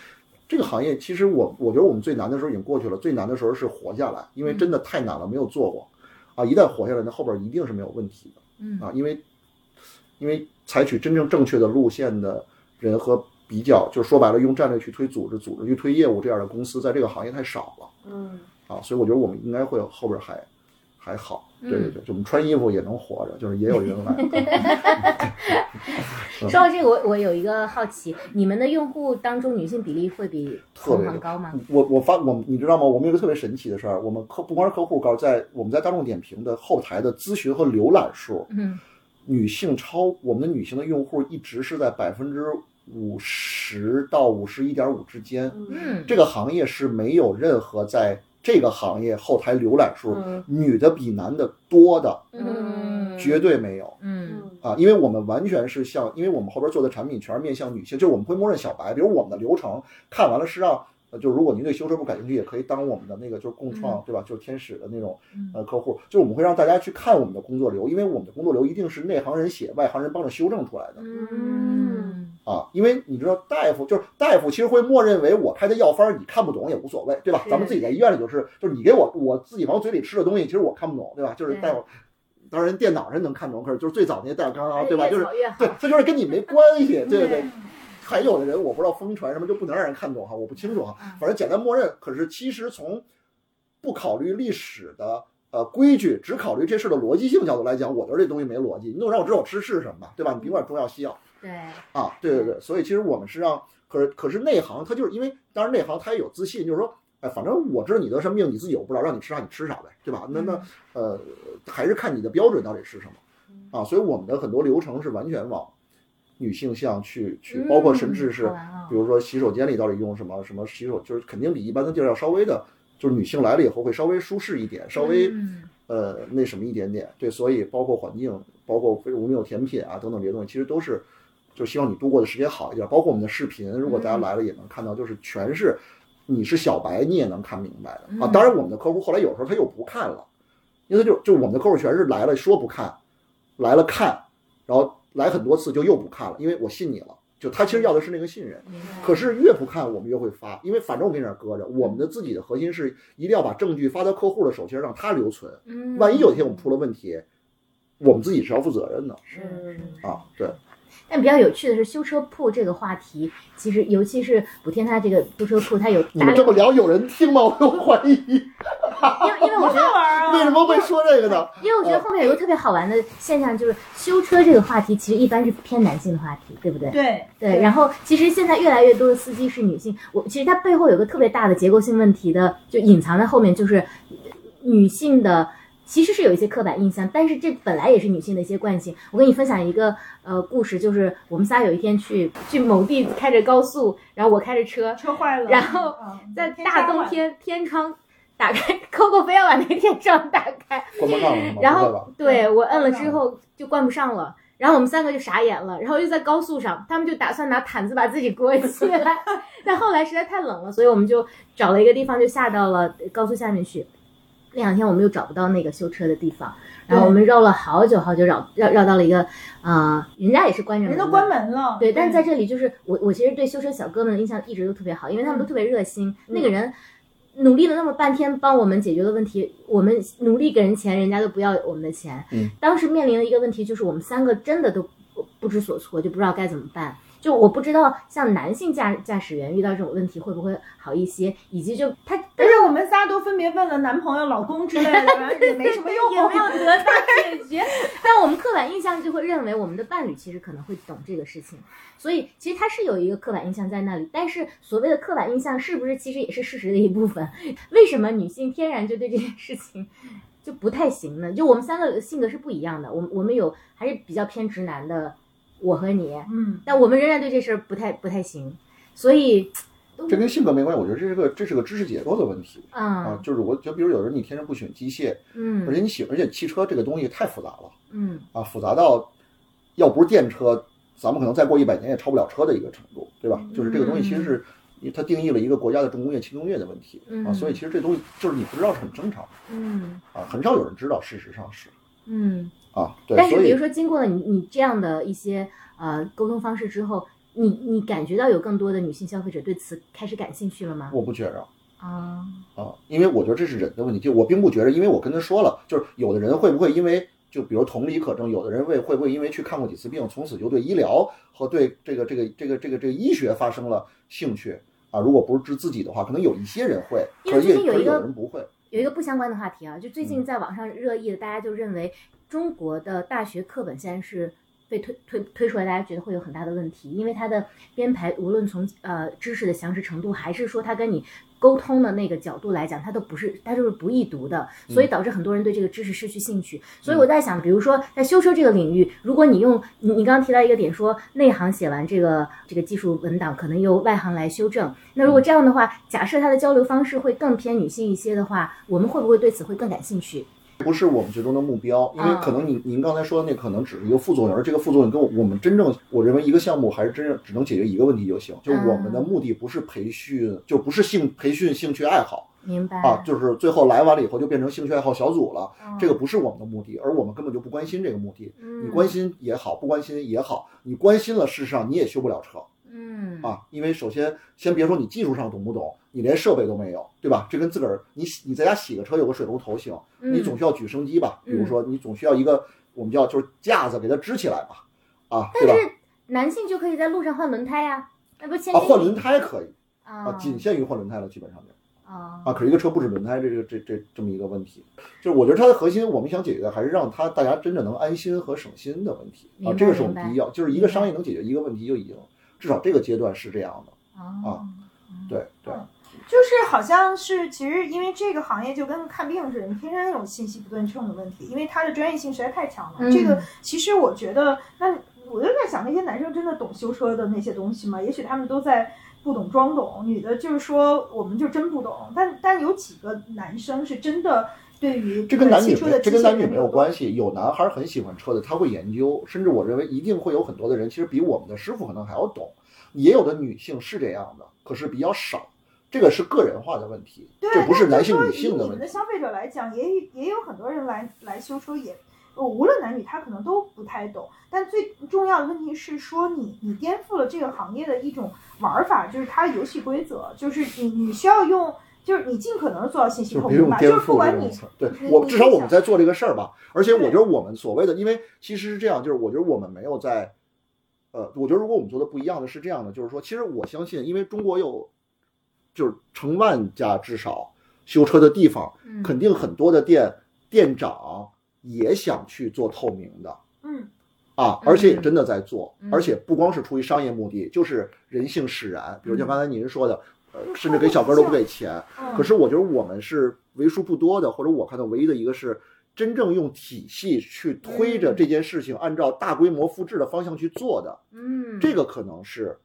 Speaker 4: 这个行业其实我我觉得我们最难的时候已经过去了，最难的时候是活下来，因为真的太难了，没有做过，啊，一旦活下来，那后边一定是没有问题的。
Speaker 1: 嗯
Speaker 4: 啊，因为因为采取真正正确的路线的人和比较，就是说白了，用战略去推组织、组织去推业务这样的公司，在这个行业太少了
Speaker 3: 嗯
Speaker 4: 啊，所以我觉得我们应该会后边还还好。对对
Speaker 1: 嗯
Speaker 4: 对，就我们穿衣服也能活着，就是也有人来。
Speaker 1: 说到这个，我我有一个好奇，你们的用户当中女性比例会比
Speaker 4: 特
Speaker 1: 同
Speaker 4: 别
Speaker 1: 行高吗？
Speaker 4: 我我发我们你知道吗？我们有一个特别神奇的事儿，我们客不光是客户高，在我们在大众点评的后台的咨询和浏览数，
Speaker 1: 嗯
Speaker 4: 女性超我们的女性的用户一直是在百分之五十到五十一点五之间。
Speaker 3: 嗯
Speaker 1: 嗯，
Speaker 4: 这个行业是没有任何在这个行业后台浏览数、
Speaker 3: 嗯
Speaker 4: 女的比男的多的，
Speaker 1: 嗯
Speaker 4: 绝对没有
Speaker 1: 嗯
Speaker 3: 嗯
Speaker 4: 啊！因为我们完全是向，因为我们后边做的产品全是面向女性，就是我们会默认小白，比如我们的流程看完了是让。呃就是如果您对修车不感兴趣，也可以当我们的那个就是共创，对吧？就是天使的那种
Speaker 1: 嗯
Speaker 4: 呃客户，就是我们会让大家去看我们的工作流，因为我们的工作流一定是内行人写，外行人帮着修正出来的。
Speaker 1: 嗯
Speaker 4: 啊，因为你知道大夫就是大夫，其实会默认为我开的药方你看不懂也无所谓，对吧？
Speaker 1: 是
Speaker 4: 咱们自己在医院里就是，就是你给我我自己往嘴里吃的东西，其实我看不懂，对吧？就是
Speaker 1: 对
Speaker 4: 大夫，当然电脑上能看懂，可是就是最早那些大夫
Speaker 1: 哎
Speaker 4: 刚刚啊对吧？就是
Speaker 3: 越好
Speaker 4: 对，他就是跟你没关 系，
Speaker 1: 嗯
Speaker 4: 对对
Speaker 2: 对。
Speaker 4: 还有的人我不知道疯传什么就不能让人看懂哈，我不清楚哈
Speaker 1: 嗯，
Speaker 4: 反正简单默认。可是其实从不考虑历史的呃规矩，只考虑这事儿的逻辑性角度来讲，我觉得这东西没逻辑。你总让我知道我吃是什么吧，对
Speaker 1: 嗯
Speaker 4: 吧？你甭管中药西药。
Speaker 1: 对，
Speaker 4: 啊，对对对，所以其实我们是让，可是可是内行他就是因为，当然内行他也有自信，就是说，哎，反正我知道你得什么病，你自己我不知道，让你吃啥你吃啥呗，对吧？那那呃，还是看你的标准到底是什么啊，所以我们的很多流程是完全往女性向去去，包括甚
Speaker 7: 嗯
Speaker 4: 至是
Speaker 1: 好玩哦
Speaker 4: 比如说洗手间里到底用什么什么洗手，就是肯定比一般的地儿要稍微的，就是女性来了以后会稍微舒适一点，稍微。
Speaker 1: 嗯
Speaker 4: 呃那什么一点点，对，所以包括环境，包括我们有甜品啊等等这些东西，其实都是就希望你度过的时间好一点。包括我们的视频，如果大家来了也能看到，就是全是你是小白，你也能看明白的啊。当然，我们的客户后来有时候他又不看了，因为他就就我们的客户全是来了说不看，来了看，然后来很多次就又不看了，因为我信你了，就他其实要的是那个信任。
Speaker 8: 明白
Speaker 3: 嗯
Speaker 4: 可是越不看，我们越会发，因为反正我跟你那儿搁着。我们的自己的核心是一定要把证据发到客户的手心，让他留存。
Speaker 3: 嗯
Speaker 4: 万一有一天我们出了问题，我们自己是要负责任的
Speaker 3: 是是
Speaker 4: 啊。对，
Speaker 3: 但比较有趣的是，修车铺这个话题，其实尤其是补天他这个修车铺，他有
Speaker 4: 你
Speaker 3: 大
Speaker 4: 们这
Speaker 3: 量，
Speaker 4: 么聊有人听吗？我有怀疑，
Speaker 3: 因为因为我觉得，
Speaker 2: 啊
Speaker 4: 为什么会说这个 呢？
Speaker 3: 因为我觉得后面有个特别好玩的现象，就是修车这个话题其实一般是偏男性的话题，对不对？
Speaker 2: 对
Speaker 3: 对，然后其实现在越来越多的司机是女性，我其实它背后有个特别大的结构性问题的，就隐藏在后面，就是呃女性的其实是有一些刻板印象，但是这本来也是女性的一些惯性。我跟你分享一个呃故事，就是我们仨有一天去去某地开着高速，然后我开着车，
Speaker 2: 车坏了，
Speaker 3: 然后
Speaker 2: 嗯
Speaker 3: 在大冬，
Speaker 2: 天
Speaker 3: 天天窗打开，Coco 非要把那个天窗打开，
Speaker 4: 关门上了吗？
Speaker 3: 然
Speaker 4: 不会吧
Speaker 3: 后对我摁了
Speaker 2: 关不
Speaker 3: 之
Speaker 2: 上
Speaker 3: 后就关不上了，然后我们三个就傻眼了，然后又在高速上，他们就打算拿毯子把自己裹起来， 但后来实在太冷了，所以我们就找了一个地方就下到了高速下面去。那两天我们又找不到那个修车的地方，然后我们绕了好久好久绕绕绕到了一个，呃，人家也是关着
Speaker 2: 坏了人
Speaker 3: 门的，
Speaker 2: 都关门了，
Speaker 3: 对，但是在这里就是我，我其实对修车小哥们的印象一直都特别好，因为他们都特别热心。那个人努力了那么半天帮我们解决了问题，我们努力给人钱，人家都不要我们的钱。
Speaker 4: 嗯
Speaker 3: 当时面临的一个问题就是我们三个真的都不不知所措，就不知道该怎么办。就我不知道像男性驾驾驶员遇到这种问题会不会好一些，以及就他
Speaker 2: 而且我们仨都分别问了男朋友、老公之类 的，反正也没什么用。
Speaker 3: 也没 有得到解决。但我们刻板印象就会认为我们的伴侣其实可能会懂这个事情，所以其实它是有一个刻板印象在那里。但是所谓的刻板印象是不是其实也是事实的一部分？ 为什么女性天然就对这件事情？就不太行呢，就我们三个性格是不一样的，我们我们有还是比较偏直男的，我和你，
Speaker 2: 嗯，
Speaker 3: 但我们仍然对这事儿不太不太行，所以，
Speaker 4: 这跟性格没关系，我觉得这是个这是个知识结构的问题啊
Speaker 3: 嗯。
Speaker 4: 就是我就比如有人你天生不喜欢机械，而
Speaker 3: 嗯
Speaker 4: 且你喜而且汽车这个东西太复杂了
Speaker 3: 嗯
Speaker 4: 啊，复杂到要不是电车，咱们可能再过一百年也超不了车的一个程度，对吧？就是这个东西其实是。因为它定义了一个国家的重工业、轻工业的问题啊，
Speaker 3: 嗯
Speaker 4: 所以其实这东西就是你不知道是很正常
Speaker 3: 嗯
Speaker 4: 啊，很少有人知道，事实上是
Speaker 3: 嗯，
Speaker 4: 啊，对，
Speaker 3: 但是
Speaker 4: 所
Speaker 3: 比
Speaker 4: 以
Speaker 3: 如说，经过了你你这样的一些呃沟通方式之后，你你感觉到有更多的女性消费者对此开始感兴趣了吗？
Speaker 4: 我不觉着
Speaker 3: 啊、
Speaker 4: 啊，因为我觉得这是人的问题，就我并不觉着，因为我跟他说了，就是有的人会不会因为就比如同理可证，有的人会会不会因为去看过几次病，从此就对医疗和对这个这个这个这个这个医学发生了兴趣啊？如果不是治自己的话，可能有一些人会，
Speaker 3: 因
Speaker 4: 可
Speaker 3: 为
Speaker 4: 是也
Speaker 3: 最近有
Speaker 4: 可是
Speaker 3: 一个
Speaker 4: 有人不会。
Speaker 3: 有一个不相关的话题啊，就最近在网上热议的，大家就认为中国的大学课本现在是被推推推出来，大家觉得会有很大的问题，因为它的编排无论从呃知识的详实程度，还是说它跟你沟通的那个角度来讲，它都不是，它就是不易读的，所以导致很多人对这个知识失去兴趣。所以我在想，比如说在修车这个领域，如果你用你你刚刚提到一个点说，内行写完这个这个技术文档，可能由外行来修正。那如果这样的话，假设他的交流方式会更偏女性一些的话，我们会不会对此会更感兴趣？
Speaker 4: 不是我们最终的目标，因为
Speaker 3: 啊
Speaker 4: 可能您您刚才说的那可能只是一个副作用，而这个副作用跟我我们真正我认为一个项目还是真正只能解决一个问题就行，就我
Speaker 3: 啊
Speaker 4: 们的目的不是培训，就不是兴培训兴趣爱好，
Speaker 3: 明白
Speaker 4: 啊，就是最后来完了以后就变成兴趣爱好小组了，
Speaker 3: 嗯
Speaker 4: 这个不是我们的目的，而我们根本就不关心这个目的。
Speaker 3: 嗯
Speaker 4: 你关心也好，不关心也好，你关心了，事实上你也修不了车
Speaker 3: 嗯
Speaker 4: 啊，因为首先先别说你技术上懂不懂，你连设备都没有，对吧？这跟自个儿你洗你在家洗个车有个水龙头行，
Speaker 3: 嗯
Speaker 4: 你总需要举升机吧？比如说你总需要一个我们叫就是架子给它支起来吧，啊，对吧？
Speaker 3: 男性就可以在路上换轮胎呀、那不是千
Speaker 4: 啊，
Speaker 3: 金
Speaker 4: 换轮胎可以啊
Speaker 3: 啊，
Speaker 4: 仅限于换轮胎了，基本上就。
Speaker 3: 啊
Speaker 4: 啊，可是一个车不止轮胎，这个这这这么一个问题，就是我觉得它的核心，我们想解决的还是让它大家真正能安心和省心的问题
Speaker 3: 明
Speaker 4: 啊
Speaker 3: 白，
Speaker 4: 这个是我
Speaker 3: 明
Speaker 4: 们
Speaker 3: 白
Speaker 4: 第一要，就是一个商业能解决一个问题就已经，至少这个阶段是这样的，
Speaker 3: 啊
Speaker 4: 对对，
Speaker 2: 就是好像是，其实因为这个行业就跟看病似的，你天生有信息不对称的问题，因为它的专业性实在太强了。
Speaker 3: 嗯
Speaker 2: 这个其实我觉得，那我就在想，那些男生真的懂修车的那些东西吗？也许他们都在不懂装懂，女的就是说我们就真不懂。但但有几个男生是真的对于
Speaker 4: 这跟男女
Speaker 2: 汽车的
Speaker 4: 没这跟男女没有
Speaker 2: 系。
Speaker 4: 关系，有男孩很喜欢车的，他会研究，甚至我认为一定会有很多的人，其实比我们的师傅可能还要懂，也有的女性是这样的，可是比较少，这个是个人化的问题，
Speaker 2: 对，
Speaker 4: 这不是
Speaker 2: 但
Speaker 4: 男性
Speaker 2: 就说
Speaker 4: 女性
Speaker 2: 以
Speaker 4: 的
Speaker 2: 你
Speaker 4: 问
Speaker 2: 们
Speaker 4: 题
Speaker 2: 的。消费者来讲，也也有很多人来来修车也，呃无论男女，他可能都不太懂。但最重要的问题是说你，你颠覆了这个行业的一种玩法，就是它的游戏规则，就是你你需要用，就是你尽可能地做到信息
Speaker 4: 就是
Speaker 2: 透
Speaker 4: 别
Speaker 2: 明
Speaker 4: 用
Speaker 2: 吧，
Speaker 4: 颠
Speaker 2: 就是不
Speaker 4: 覆这
Speaker 2: 管
Speaker 4: 种
Speaker 2: 你
Speaker 4: 词儿。对
Speaker 2: 你
Speaker 4: 我，
Speaker 2: 你
Speaker 4: 至少
Speaker 2: 可以
Speaker 4: 我们在做这个事儿吧。而且我
Speaker 2: 对
Speaker 4: 觉得我们所谓的，因为其实是这样，就是我觉得我们没有在，呃，我觉得如果我们做的不一样的是这样的，就是说，其实我相信，因为中国有就是成万家至少修车的地方，
Speaker 1: 嗯
Speaker 4: 肯定很多的店店长也想去做透明的。
Speaker 2: 嗯，
Speaker 4: 啊，而且也
Speaker 1: 嗯
Speaker 4: 真的在做，
Speaker 1: 嗯
Speaker 4: 而且不光是出于商业目的，就是人性使然。比如像
Speaker 1: 嗯
Speaker 4: 刚才您说的，呃，
Speaker 2: 嗯
Speaker 4: 甚至给小哥都不
Speaker 2: 像
Speaker 4: 给钱。
Speaker 2: 嗯
Speaker 4: 可是我觉得我们是为数不多的，或者我看到唯一的一个是真正用体系去推着
Speaker 1: 嗯
Speaker 4: 这件事情，按照大规模复制的方向去做的，
Speaker 1: 嗯，
Speaker 4: 这个可能是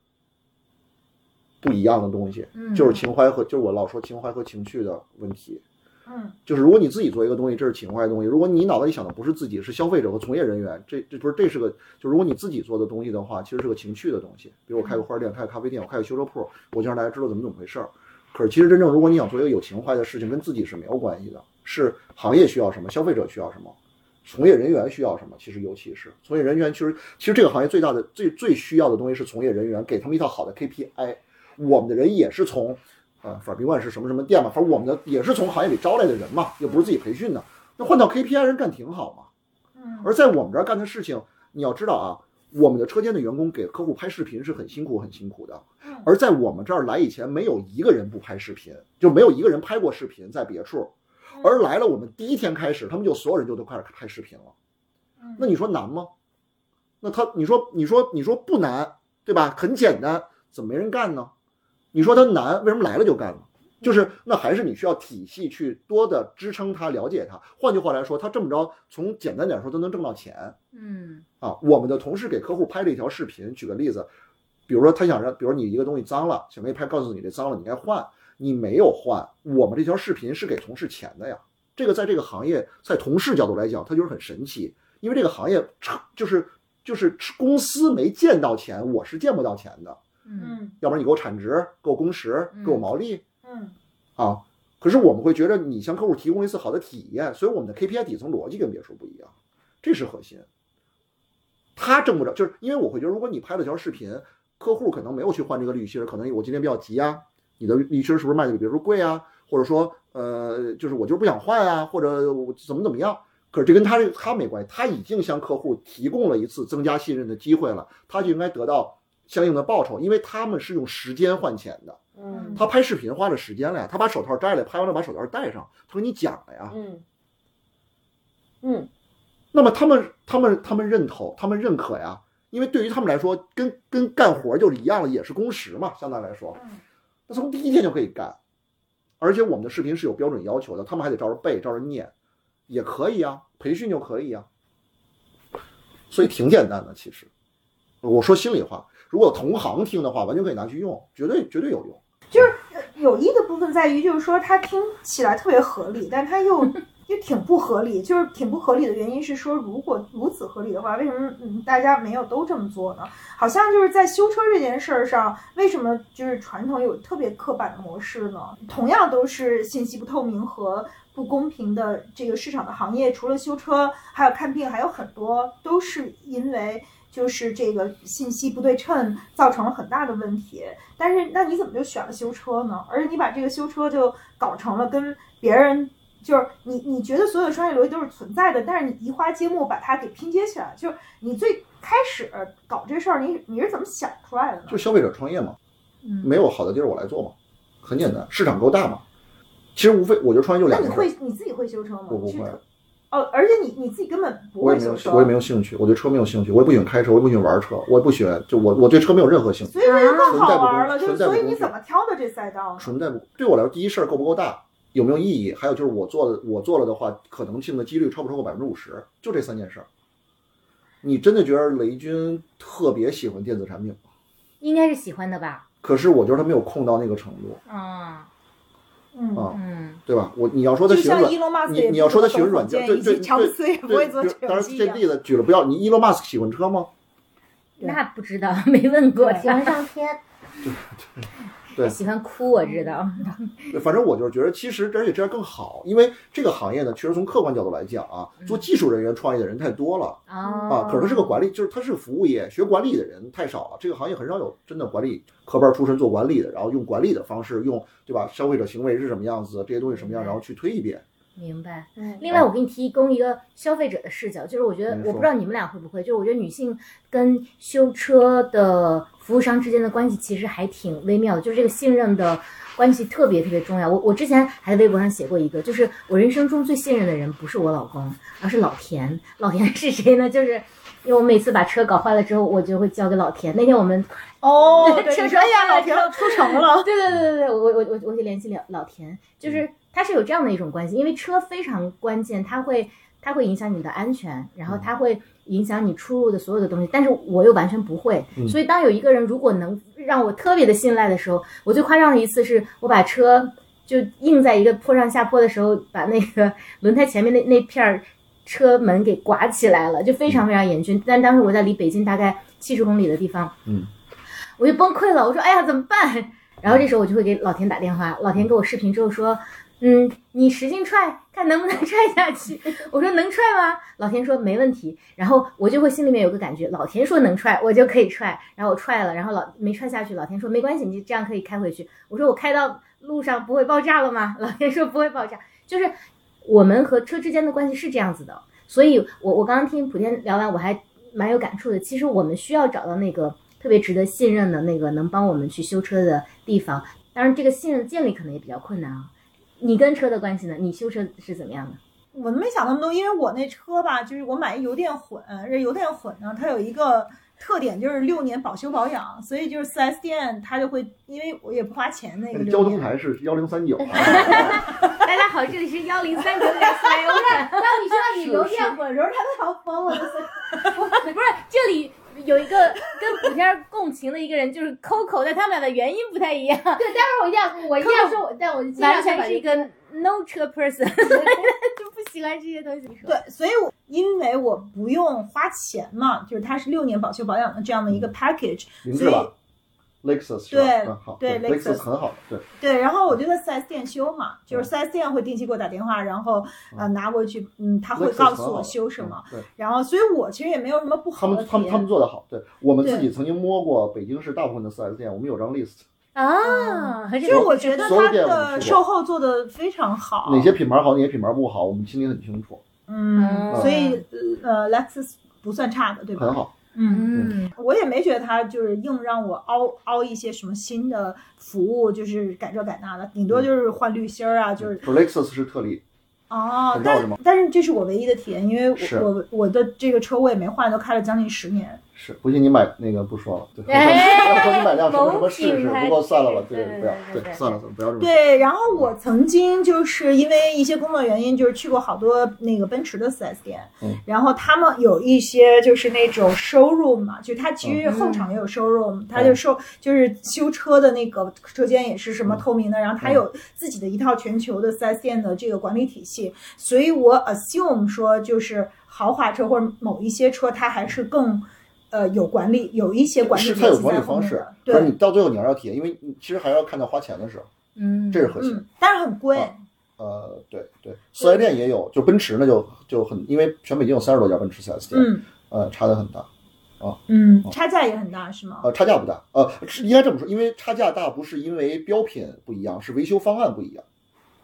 Speaker 4: 不一样的东西，
Speaker 1: 嗯
Speaker 4: 就是情怀和就是我老说情怀和情绪的问题。
Speaker 2: 嗯
Speaker 4: 就是如果你自己做一个东西，这是情怀的东西；如果你脑袋里想的不是自己，是消费者和从业人员，这这不是这是个就如果你自己做的东西的话，其实是个情绪的东西。比如我开个花店，开个咖啡店，我开个修车铺，我就让大家知道怎么怎么回事儿。可是其实真正如果你想做一个有情怀的事情，跟自己是没有关系的，是行业需要什么，消费者需要什么，从业人员需要什么。其实尤其是从业人员，其实其实这个行业最大的最最需要的东西是从业人员，给他们一套好的 KPI。我们的人也是从呃，反正甭管是什么什么店嘛，反正我们的也是从行业里招来的人嘛，又不是自己培训的。那换到 KPI 人干挺好嘛。
Speaker 2: 嗯
Speaker 4: 而在我们这儿干的事情，你要知道啊，我们的车间的员工给客户拍视频是很辛苦很辛苦的
Speaker 2: 嗯。
Speaker 4: 而在我们这儿来以前，没有一个人不拍视频，就没有一个人拍过视频在别处。而来了，我们第一天开始，他们就所有人就都开始拍视频了。
Speaker 2: 嗯
Speaker 4: 那你说难吗？那他你说你说你说不难，对吧？很简单，怎么没人干呢？你说它难，为什么来了就干呢？就是那还是你需要体系去多的支撑它，了解它。换句话来说，它这么着，从简单点说，它能挣到钱
Speaker 1: 嗯
Speaker 4: 啊。我们的同事给客户拍了一条视频，举个例子，比如说他想让，比如你一个东西脏了，想给你拍，告诉你这脏了，你该换，你没有换，我们这条视频是给同事钱的呀。这个在这个行业，在同事角度来讲，它就是很神奇，因为这个行业就是就是公司没见到钱，我是见不到钱的。
Speaker 1: 嗯
Speaker 2: 嗯
Speaker 4: 要不然你给我产值，给我工时，给我毛利、
Speaker 2: 嗯
Speaker 4: 啊。可是我们会觉得你向客户提供一次好的体验，所以我们的 KPI 底层逻辑跟别处不一样，这是核心。他挣不着，就是因为我会觉得，如果你拍了条视频，客户可能没有去换这个滤芯儿，可能我今天比较急啊，你的滤芯儿是不是卖的比别处贵啊？或者说，呃，就是我就是不想换啊，或者我怎么怎么样？可是这跟他这他没关系，他已经向客户提供了一次增加信任的机会了，他就应该得到相应的报酬，因为他们是用时间换钱的。
Speaker 3: 嗯
Speaker 4: 他拍视频花了时间了呀，他把手套摘了，拍完了把手套戴上，他跟你讲了呀。
Speaker 3: 嗯嗯
Speaker 4: 那么他们他们他们认同，他们认可呀，因为对于他们来说，跟跟干活就是一样了，也是工时嘛，相对来说，
Speaker 2: 嗯
Speaker 4: 那从第一天就可以干。而且我们的视频是有标准要求的，他们还得照着背，照着念，也可以啊，培训就可以啊。所以挺简单的，其实，我说心里话，如果同行听的话，完全可以拿去用，绝对绝对有用。
Speaker 2: 有意的部分在于，就是说它听起来特别合理，但它又又挺不合理。就是挺不合理的原因是说，如果如此合理的话，为什么嗯大家没有都这么做呢？好像就是在修车这件事儿上，为什么就是传统有特别刻板的模式呢？同样都是信息不透明和不公平的这个市场的行业，除了修车，还有看病，还有很多都是因为就是这个信息不对称造成了很大的问题。但是那你怎么就选了修车呢？而且你把这个修车就搞成了跟别人。就是你，你觉得所有的商业逻辑都是存在的，但是你移花接木把它给拼接起来，就是你最开始搞这事儿，你你是怎么想出来的呢？
Speaker 4: 就消费者创业嘛，
Speaker 1: 嗯
Speaker 4: 没有好的地儿我来做嘛，很简单，市场够大嘛。其实无非我觉得创业就
Speaker 2: 那
Speaker 4: 两
Speaker 2: 你
Speaker 4: 个事
Speaker 2: 会
Speaker 4: 儿，
Speaker 2: 你自己会修车吗？
Speaker 4: 我不
Speaker 2: 去
Speaker 4: 会
Speaker 2: 哦，而且你你自己根本不
Speaker 4: 我
Speaker 2: 会
Speaker 4: 也没有
Speaker 2: 修车，
Speaker 4: 我也没有兴趣，我对车没有兴趣，我也不喜欢开车，我也不喜欢玩车，我也不喜欢就我我对车没有任何兴趣，
Speaker 2: 所以说就更好玩了。
Speaker 4: 纯代
Speaker 2: 就是
Speaker 4: 步纯代步
Speaker 2: 所以
Speaker 4: 工
Speaker 2: 你
Speaker 4: 具
Speaker 2: 怎么挑的这赛道呢？
Speaker 4: 纯在乎对我来说，第一事儿够不够大，有没有意义，还有就是我做的我做了的话，可能性的几率超不超过百分之五十，就这三件事儿。你真的觉得雷军特别喜欢电子产品吗？
Speaker 1: 应该是喜欢的吧？
Speaker 4: 可是我觉得他没有空到那个程度
Speaker 1: 啊，
Speaker 2: 嗯，
Speaker 4: 啊，
Speaker 1: 嗯
Speaker 4: 对吧？我你要说他
Speaker 2: 就
Speaker 4: 喜欢
Speaker 2: 像
Speaker 4: 软
Speaker 2: Elon Musk
Speaker 4: 你
Speaker 2: 也
Speaker 4: 你要
Speaker 2: 不
Speaker 4: 说他
Speaker 2: 会
Speaker 4: 喜欢
Speaker 2: 做
Speaker 4: 软
Speaker 2: 火箭
Speaker 4: 件，对
Speaker 2: 以
Speaker 4: 对
Speaker 2: 及
Speaker 4: 对，
Speaker 2: 乔布斯也不会
Speaker 4: 对
Speaker 2: 做
Speaker 4: 比如
Speaker 2: 拳
Speaker 4: 当然
Speaker 2: 击
Speaker 4: 这
Speaker 2: 一样
Speaker 4: 例子举了不要，你伊隆马斯克喜欢车吗？
Speaker 1: 那不知道，没问过。
Speaker 3: 喜欢上天，
Speaker 4: 对
Speaker 7: 喜欢哭，我知道。
Speaker 4: 对反正我就是觉得，其实而且这样更好，因为这个行业呢，确实从客观角度来讲啊，
Speaker 2: 嗯
Speaker 4: 做技术人员创业的人太多了
Speaker 7: 哦
Speaker 4: 啊，，可是他是个管理，就是他是服务业，学管理的人太少了，这个行业很少有真的管理科班出身做管理的，然后用管理的方式，用对吧，消费者行为是什么样子，这些东西什么样，然后去推一遍。
Speaker 7: 明白。
Speaker 3: 嗯
Speaker 7: 另外，我给你提供一个消费者的视角，就是我觉得
Speaker 4: 您说
Speaker 7: 我不知道你们俩会不会，就是我觉得女性跟修车的服务商之间的关系其实还挺微妙的，就是这个信任的关系特别特别重要。我我之前还在微博上写过一个，就是我人生中最信任的人不是我老公，而是老田。老田是谁呢？就是。因为我每次把车搞坏了之后，我就会交给老田。那天我们
Speaker 2: 哦，
Speaker 7: 对
Speaker 2: 对，
Speaker 7: 车
Speaker 2: 你说哎呀，
Speaker 7: 上
Speaker 2: 老田要出城了。
Speaker 7: 对对对对对，我我我我就联系了老田，
Speaker 4: 嗯
Speaker 7: 就是他是有这样的一种关系，因为车非常关键，它会它会影响你的安全，然后
Speaker 4: 嗯
Speaker 7: 它会影响你出入的所有的东西，但是我又完全不会，
Speaker 4: 嗯
Speaker 7: 所以当有一个人如果能让我特别的信赖的时候，我最夸张的一次是我把车就硬在一个坡上下坡的时候，把那个 轮胎前面那那片儿车门给刮起来了，就非
Speaker 4: 嗯
Speaker 7: 常非常严峻。但当时我在离北京大概七十公里的地方，
Speaker 4: 嗯，
Speaker 7: 我就崩溃了，我说哎呀怎么办？然后这时候我就会给老田打电话，老田给我视频之后说，嗯，你使劲踹，看能不能踹下去。我说能踹吗？老田说没问题。然后我就会心里面有个感觉，老田说能踹，我就可以踹。然后我踹了，然后老没踹下去，老田说没关系，你这样可以开回去。我说我开到路上不会爆炸了吗？老田说不会爆炸，就是我们和车之间的关系是这样子的。所以我我刚刚听普天聊完，我还蛮有感触的。其实我们需要找到那个特别值得信任的那个能帮我们去修车的地方。当然，这个信任建立可能也比较困难啊。你跟车的关系呢？你修车是怎么样的？
Speaker 2: 我没想那么多，因为我那车吧，就是我买一油电混，这油电混呢，它有一个特点就是六年保修保养，所以就是四 S 店它就会，因为我也不花钱那个
Speaker 4: 那
Speaker 2: 六
Speaker 4: 交通
Speaker 2: 年
Speaker 4: 台是幺零三九啊，
Speaker 7: 大家好，这里是幺零三九点四零
Speaker 3: 当你说到你留电混的时候，他们要疯了。
Speaker 7: 不是这里。有一个跟普天儿共情的一个人，就是 Coco，但他们俩的原因不太一 样，
Speaker 3: 对，待会儿我一定要，我一定要说我，但我尽量
Speaker 7: 完
Speaker 3: 先
Speaker 7: 全
Speaker 3: 把
Speaker 7: 是
Speaker 3: 这
Speaker 7: 一
Speaker 3: 个
Speaker 7: 个 no 车 person，就不喜欢这些东西。你说
Speaker 2: 对，所以我因为我不用花钱嘛，就是它是六年保修保养的这样的一个 package，
Speaker 4: 嗯明 智吧？Lexus 是吧？
Speaker 2: 对
Speaker 4: 嗯好，
Speaker 2: 对
Speaker 4: Lexus
Speaker 2: Lexus
Speaker 4: 很好，对，
Speaker 2: 对，然后我就在4 S 店修嘛，
Speaker 4: 嗯
Speaker 2: 就是4 S 店会定期给我打电话，然后呃拿过去，嗯，他会
Speaker 4: Lexus
Speaker 2: 告诉
Speaker 4: 很好
Speaker 2: 我修什么，
Speaker 4: 嗯对。
Speaker 2: 然后所以我其实也没有什么不
Speaker 4: 他
Speaker 2: 好的
Speaker 4: 们
Speaker 2: 体
Speaker 4: 他们
Speaker 2: 验
Speaker 4: 他们做的好，对我们
Speaker 2: 对
Speaker 4: 自己曾经摸过北京市大部分的四 S 店，我们有张 list，
Speaker 7: 啊，还是
Speaker 2: 就是我觉得
Speaker 4: 所有
Speaker 2: 它
Speaker 4: 店我们
Speaker 2: 的
Speaker 4: 去过
Speaker 2: 售后做的非常好，
Speaker 4: 哪些品牌好，哪些品牌不好，我们心里很清楚，
Speaker 2: 嗯，
Speaker 7: 嗯
Speaker 2: 所以呃，Lexus 不算差的，对吧？
Speaker 4: 很好。
Speaker 2: 嗯，
Speaker 7: 嗯，
Speaker 2: 我也没觉得它就是硬让我凹凹一些什么新的服务，就是改这改那的，顶
Speaker 4: 嗯
Speaker 2: 多就是换滤芯儿啊，就是
Speaker 4: 可 Lexus 是特例，
Speaker 2: 哦
Speaker 4: 嗯很，绕是
Speaker 2: 但
Speaker 4: 吗
Speaker 2: 但是这是我唯一的体验，因为
Speaker 4: 是
Speaker 2: 我我我的这个车我也没换，都开了将近十年。
Speaker 4: 是不信你买那个不说了，对，
Speaker 7: 哎
Speaker 4: 不信你买辆什么什么试
Speaker 7: 某
Speaker 4: 试，
Speaker 7: 品牌
Speaker 4: 不够算了吧，
Speaker 7: 对对
Speaker 4: 不要，
Speaker 7: 对对
Speaker 4: 对，
Speaker 7: 对
Speaker 4: 算了算了，不要这么说。
Speaker 2: 对，然后我曾经就是因为一些工作原因，就是去过好多那个奔驰的 4S 店，
Speaker 4: 嗯
Speaker 2: 然后他们有一些就是那种 showroom 嘛，就它其实
Speaker 7: 嗯
Speaker 2: 后场也有 showroom，、它
Speaker 4: 嗯
Speaker 2: 就收就是修车的那个车间也是什
Speaker 4: 嗯
Speaker 2: 么透明的，然后它有自己的一套全球的 4S 店的这个管理体系，所以我 assume 说就是豪华车或者某一些车，它还是更。呃，有管理，有一些管理
Speaker 4: 是
Speaker 2: 体
Speaker 4: 它有
Speaker 2: 系
Speaker 4: 管
Speaker 2: 在
Speaker 4: 理
Speaker 2: 后
Speaker 4: 方
Speaker 2: 面
Speaker 4: 式
Speaker 2: 的，，
Speaker 4: 但是你
Speaker 2: 对，
Speaker 4: 到最后你还要体验，因为你其实还要看到花钱的时候，
Speaker 7: 嗯
Speaker 4: 这是核心。
Speaker 2: 嗯，但是很贵，
Speaker 4: 啊呃，对对，四 S 店也有，就奔驰那就就很，因为全北京有三十多家奔驰四 S 店，
Speaker 2: 嗯。
Speaker 4: 呃，差的很大。
Speaker 2: 嗯，
Speaker 4: 哦
Speaker 2: 差价也很大，是吗？
Speaker 4: 呃，差价不大，呃，是应该这么说，因为差价大不是因为标品不一样，是维修方案不一样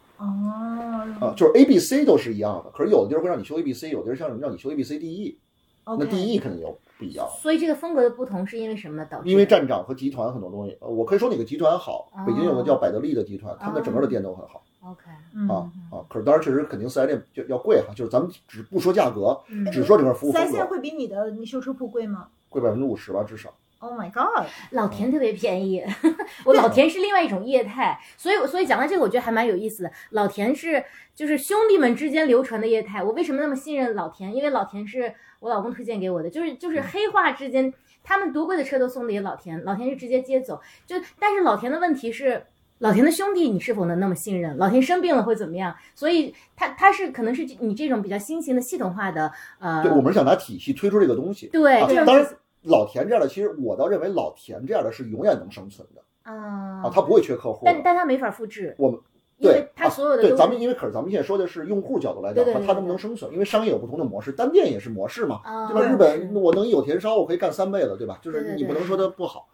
Speaker 4: 呃啊、
Speaker 2: 哦，
Speaker 4: 就是 A、B、C 都是一样的，可是有的地儿会让你修 A、B、C，有的地儿像让你修 A、B、C、D、E，那
Speaker 2: OK，
Speaker 4: D、E 肯定有不一样，
Speaker 7: 所以这个风格的不同是因为什么导致的？
Speaker 4: 因为站长和集团很多东西，呃，我可以说哪个集团好，北京有个叫百得利的集团，他们的整个的店都很好
Speaker 7: OK，
Speaker 4: 啊
Speaker 2: 嗯，
Speaker 4: 啊，可是当然确实肯定四 S 店就要贵哈，就是咱们只不说价格，
Speaker 7: 嗯
Speaker 4: 只说整个服务
Speaker 2: 三
Speaker 4: 风
Speaker 2: 线
Speaker 4: 格，
Speaker 2: 会比你的你修车铺贵吗
Speaker 4: 贵百分之五十吧至少，
Speaker 2: ？Oh my
Speaker 4: 呃
Speaker 2: god！
Speaker 7: 老田特别便宜， 我老田是另外一种业态，所以所以讲到这个，我觉得还蛮有意思的。老田是就是兄弟们之间流传的业态，我为什么那么信任老田？因为老田是我老公推荐给我的，就是
Speaker 4: 嗯
Speaker 7: 就是黑话之间，他们多贵的车都送给老田，老田是直接接走。就但是老田的问题是。老田的兄弟，你是否能那么信任？老田生病了会怎么样？所以他他是可能是你这种比较新型的系统化的呃，
Speaker 4: 对，我们是想拿体系推出这个东西，
Speaker 7: 对
Speaker 4: 啊
Speaker 7: 这种
Speaker 4: 当然老田这样的，其实我倒认为老田这样的是永远能生存的，
Speaker 1: 啊
Speaker 7: 哦
Speaker 4: 啊，它不会缺客户的。
Speaker 1: 但但它没法复制，
Speaker 4: 我们
Speaker 1: 因
Speaker 4: 对
Speaker 1: 为它
Speaker 4: 啊
Speaker 1: 所有的
Speaker 4: 对，
Speaker 1: 都
Speaker 4: 咱们因为可是咱们现在说的是用户角度来讲，
Speaker 1: 对对
Speaker 4: 它
Speaker 1: 对
Speaker 4: 它能不能生存？因为商业有不同的模式，单店也是模式嘛，
Speaker 1: 啊
Speaker 4: 对吧？
Speaker 2: 对
Speaker 4: 日本我能有甜烧，我可以干三辈子，对吧？就
Speaker 1: 对对对
Speaker 4: 是你不能说它不好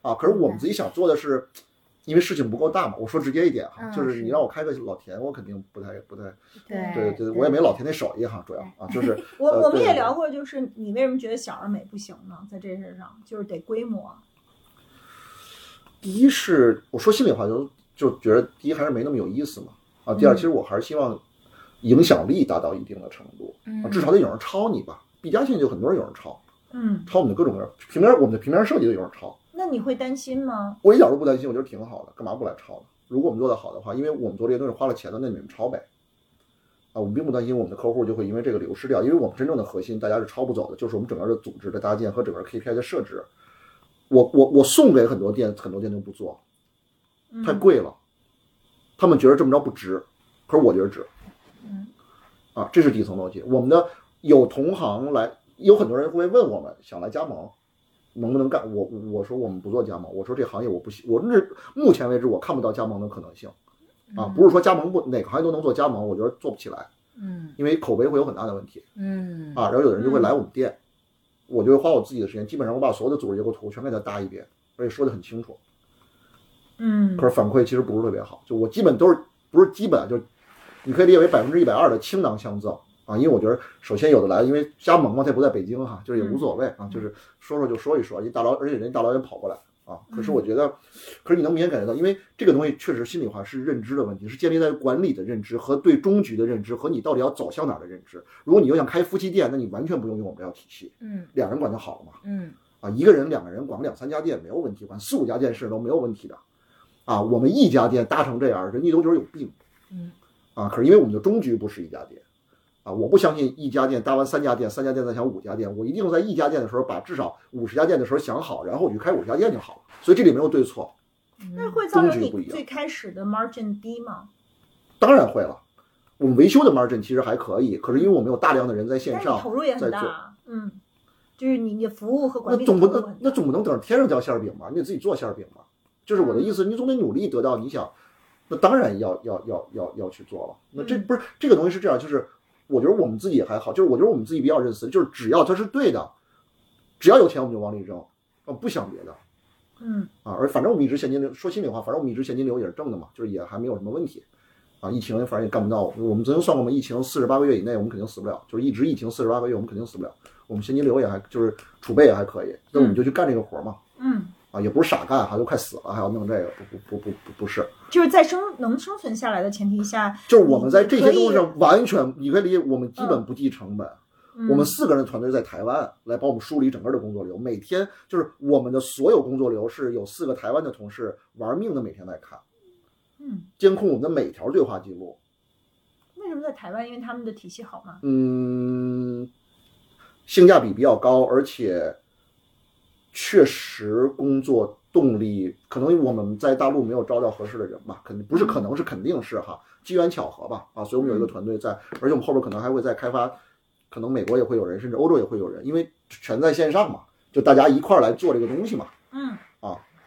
Speaker 4: 啊。可是我们自己想做的是，因为事情不够大嘛。我说直接一点哈，
Speaker 1: 嗯
Speaker 4: 就是
Speaker 1: 是哎
Speaker 4: 你让我开个老田，我肯定不太不太
Speaker 1: 对哎
Speaker 4: 对对，我也没老田那手艺哈，主要啊就是
Speaker 2: 我
Speaker 4: 呃
Speaker 2: 我们
Speaker 4: 对
Speaker 2: 也聊过，就是你为什么觉得小而美不行呢？在这事上，就是得规模。
Speaker 4: 第一是我说心里话就就觉得第一还是没那么有意思嘛啊。第二，
Speaker 2: 嗯
Speaker 4: 其实我还是希望影响力达到一定的程度，啊
Speaker 1: 嗯
Speaker 4: 至少得有人抄你吧。毕加现在就很多人有人抄，
Speaker 2: 嗯，
Speaker 4: 抄我们的各种各样平面，我们的平面设计都有人抄，
Speaker 2: 那你会担心吗？
Speaker 4: 我一点都不担心，我觉得挺好的，干嘛不来抄呢？如果我们做得好的话，因为我们做这些东西花了钱的，那你们抄呗。啊，我们并不担心我们的客户就会因为这个流失掉，因为我们真正的核心大家是抄不走的，就是我们整个的组织的搭建和整个 KPI 的设置。我我我送给很多店，很多店都不做，
Speaker 2: 嗯
Speaker 4: 太贵了，他们觉得这么着不值，可是我觉得值。
Speaker 2: 嗯，
Speaker 4: 啊，这是底层逻辑。我们的有同行来，有很多人会问我们想来加盟，能不能干？我我我说我们不做加盟，我说这行业我不喜，我日目前为止我看不到加盟的可能性。啊，不是说加盟不哪个行业都能做加盟，我觉得做不起来，
Speaker 1: 嗯
Speaker 4: 因为口碑会有很大的问题
Speaker 1: 嗯
Speaker 4: 啊。然后有的人就会来我们店，我就会花我自己的时间，基本上我把所有的组织结构图全给他搭一遍，而且说的很清楚。
Speaker 2: 嗯
Speaker 4: 可是反馈其实不是特别好，就我基本都是不是基本啊就，你可以理解为百分之一百二的倾囊相赠啊，因为我觉得首先有的来，因为加盟嘛，他也不在北京哈、就是也无所谓啊，就是说说就说一说，一大老而且人家大老远跑过来啊，可是我觉得，可是你能明显感觉到，因为这个东西确实心里话是认知的问题，是建立在管理的认知和对终局的认知和你到底要走向哪儿的认知。如果你又想开夫妻店，那你完全不用用我们这套体系，
Speaker 1: 嗯
Speaker 4: 两人管就好了嘛。
Speaker 1: 嗯
Speaker 4: 啊，一个人、两个人管两三家店没有问题，管四五家店是都没有问题的。啊，我们一家店搭成这样，人家都觉得有病。
Speaker 1: 嗯，
Speaker 4: 啊，可是因为我们的终局不是一家店，啊，我不相信一家店搭完三家店，三家店再想五家店，我一定在一家店的时候把至少五十家店的时候想好，然后我去开五十家店就好了。所以这里没有对错，
Speaker 1: 嗯
Speaker 2: 那会造成
Speaker 4: 宗旨不
Speaker 2: 你
Speaker 4: 一样
Speaker 2: 最开始的 margin 低吗？
Speaker 4: 当然会了。我们维修的 margin 其实还可以，可是因为我们有大量的人在线
Speaker 2: 但是你
Speaker 4: 上
Speaker 2: 投入也很
Speaker 4: 在
Speaker 2: 大
Speaker 4: 做，
Speaker 2: 啊，嗯，就是你你服务和
Speaker 4: 那
Speaker 2: 管理的投
Speaker 4: 总不
Speaker 2: 入
Speaker 4: 能
Speaker 2: 很大。
Speaker 4: 那总不能等着天上掉馅儿饼吧？你得自己做馅儿饼吧？就是我的意思，你总得努力得到你想，那当然要要要要要去做了。那这
Speaker 2: 嗯
Speaker 4: 不是这个东西是这样，就是我觉得我们自己还好，就是我觉得我们自己比较认死，就是只要它是对的，只要有钱我们就往里扔，啊不想别的
Speaker 2: 嗯
Speaker 4: 啊。而反正我们一直现金流，说心里话，反正我们一直现金流也是正的嘛，就是也还没有什么问题。啊，疫情反正也干不到。我们曾经算过嘛，疫情四十八个月以内，我们肯定死不了，就是一直疫情四十八个月，我们肯定死不了。我们现金流也还就是储备也还可以，那我们就去干这个活儿嘛。
Speaker 2: 嗯，
Speaker 4: 啊，也不是傻干哈，都快死了还要弄这个，不不不不不不是，
Speaker 2: 就是在生能生存下来的前提下，
Speaker 4: 就是我们在这些东西
Speaker 2: 你
Speaker 4: 上完全，你可以理解，我们基本不计成本。
Speaker 2: 嗯
Speaker 4: 我们四个人团队在台湾来帮我们梳理整个的工作流，每天就是我们的所有工作流是有四个台湾的同事玩命的每天在看，
Speaker 2: 嗯，
Speaker 4: 监控我们的每条对话记录。
Speaker 2: 为什么在台湾？因为他们的体系好嘛。
Speaker 4: 嗯，性价比比较高，而且确实工作动力，可能我们在大陆没有招到合适的人吧，肯定不是，可能是肯定是哈，机缘巧合吧，啊，所以我们有一个团队在，而且我们后边可能还会再开发，可能美国也会有人，甚至欧洲也会有人，因为全在线上嘛，就大家一块儿来做这个东西嘛，
Speaker 2: 嗯，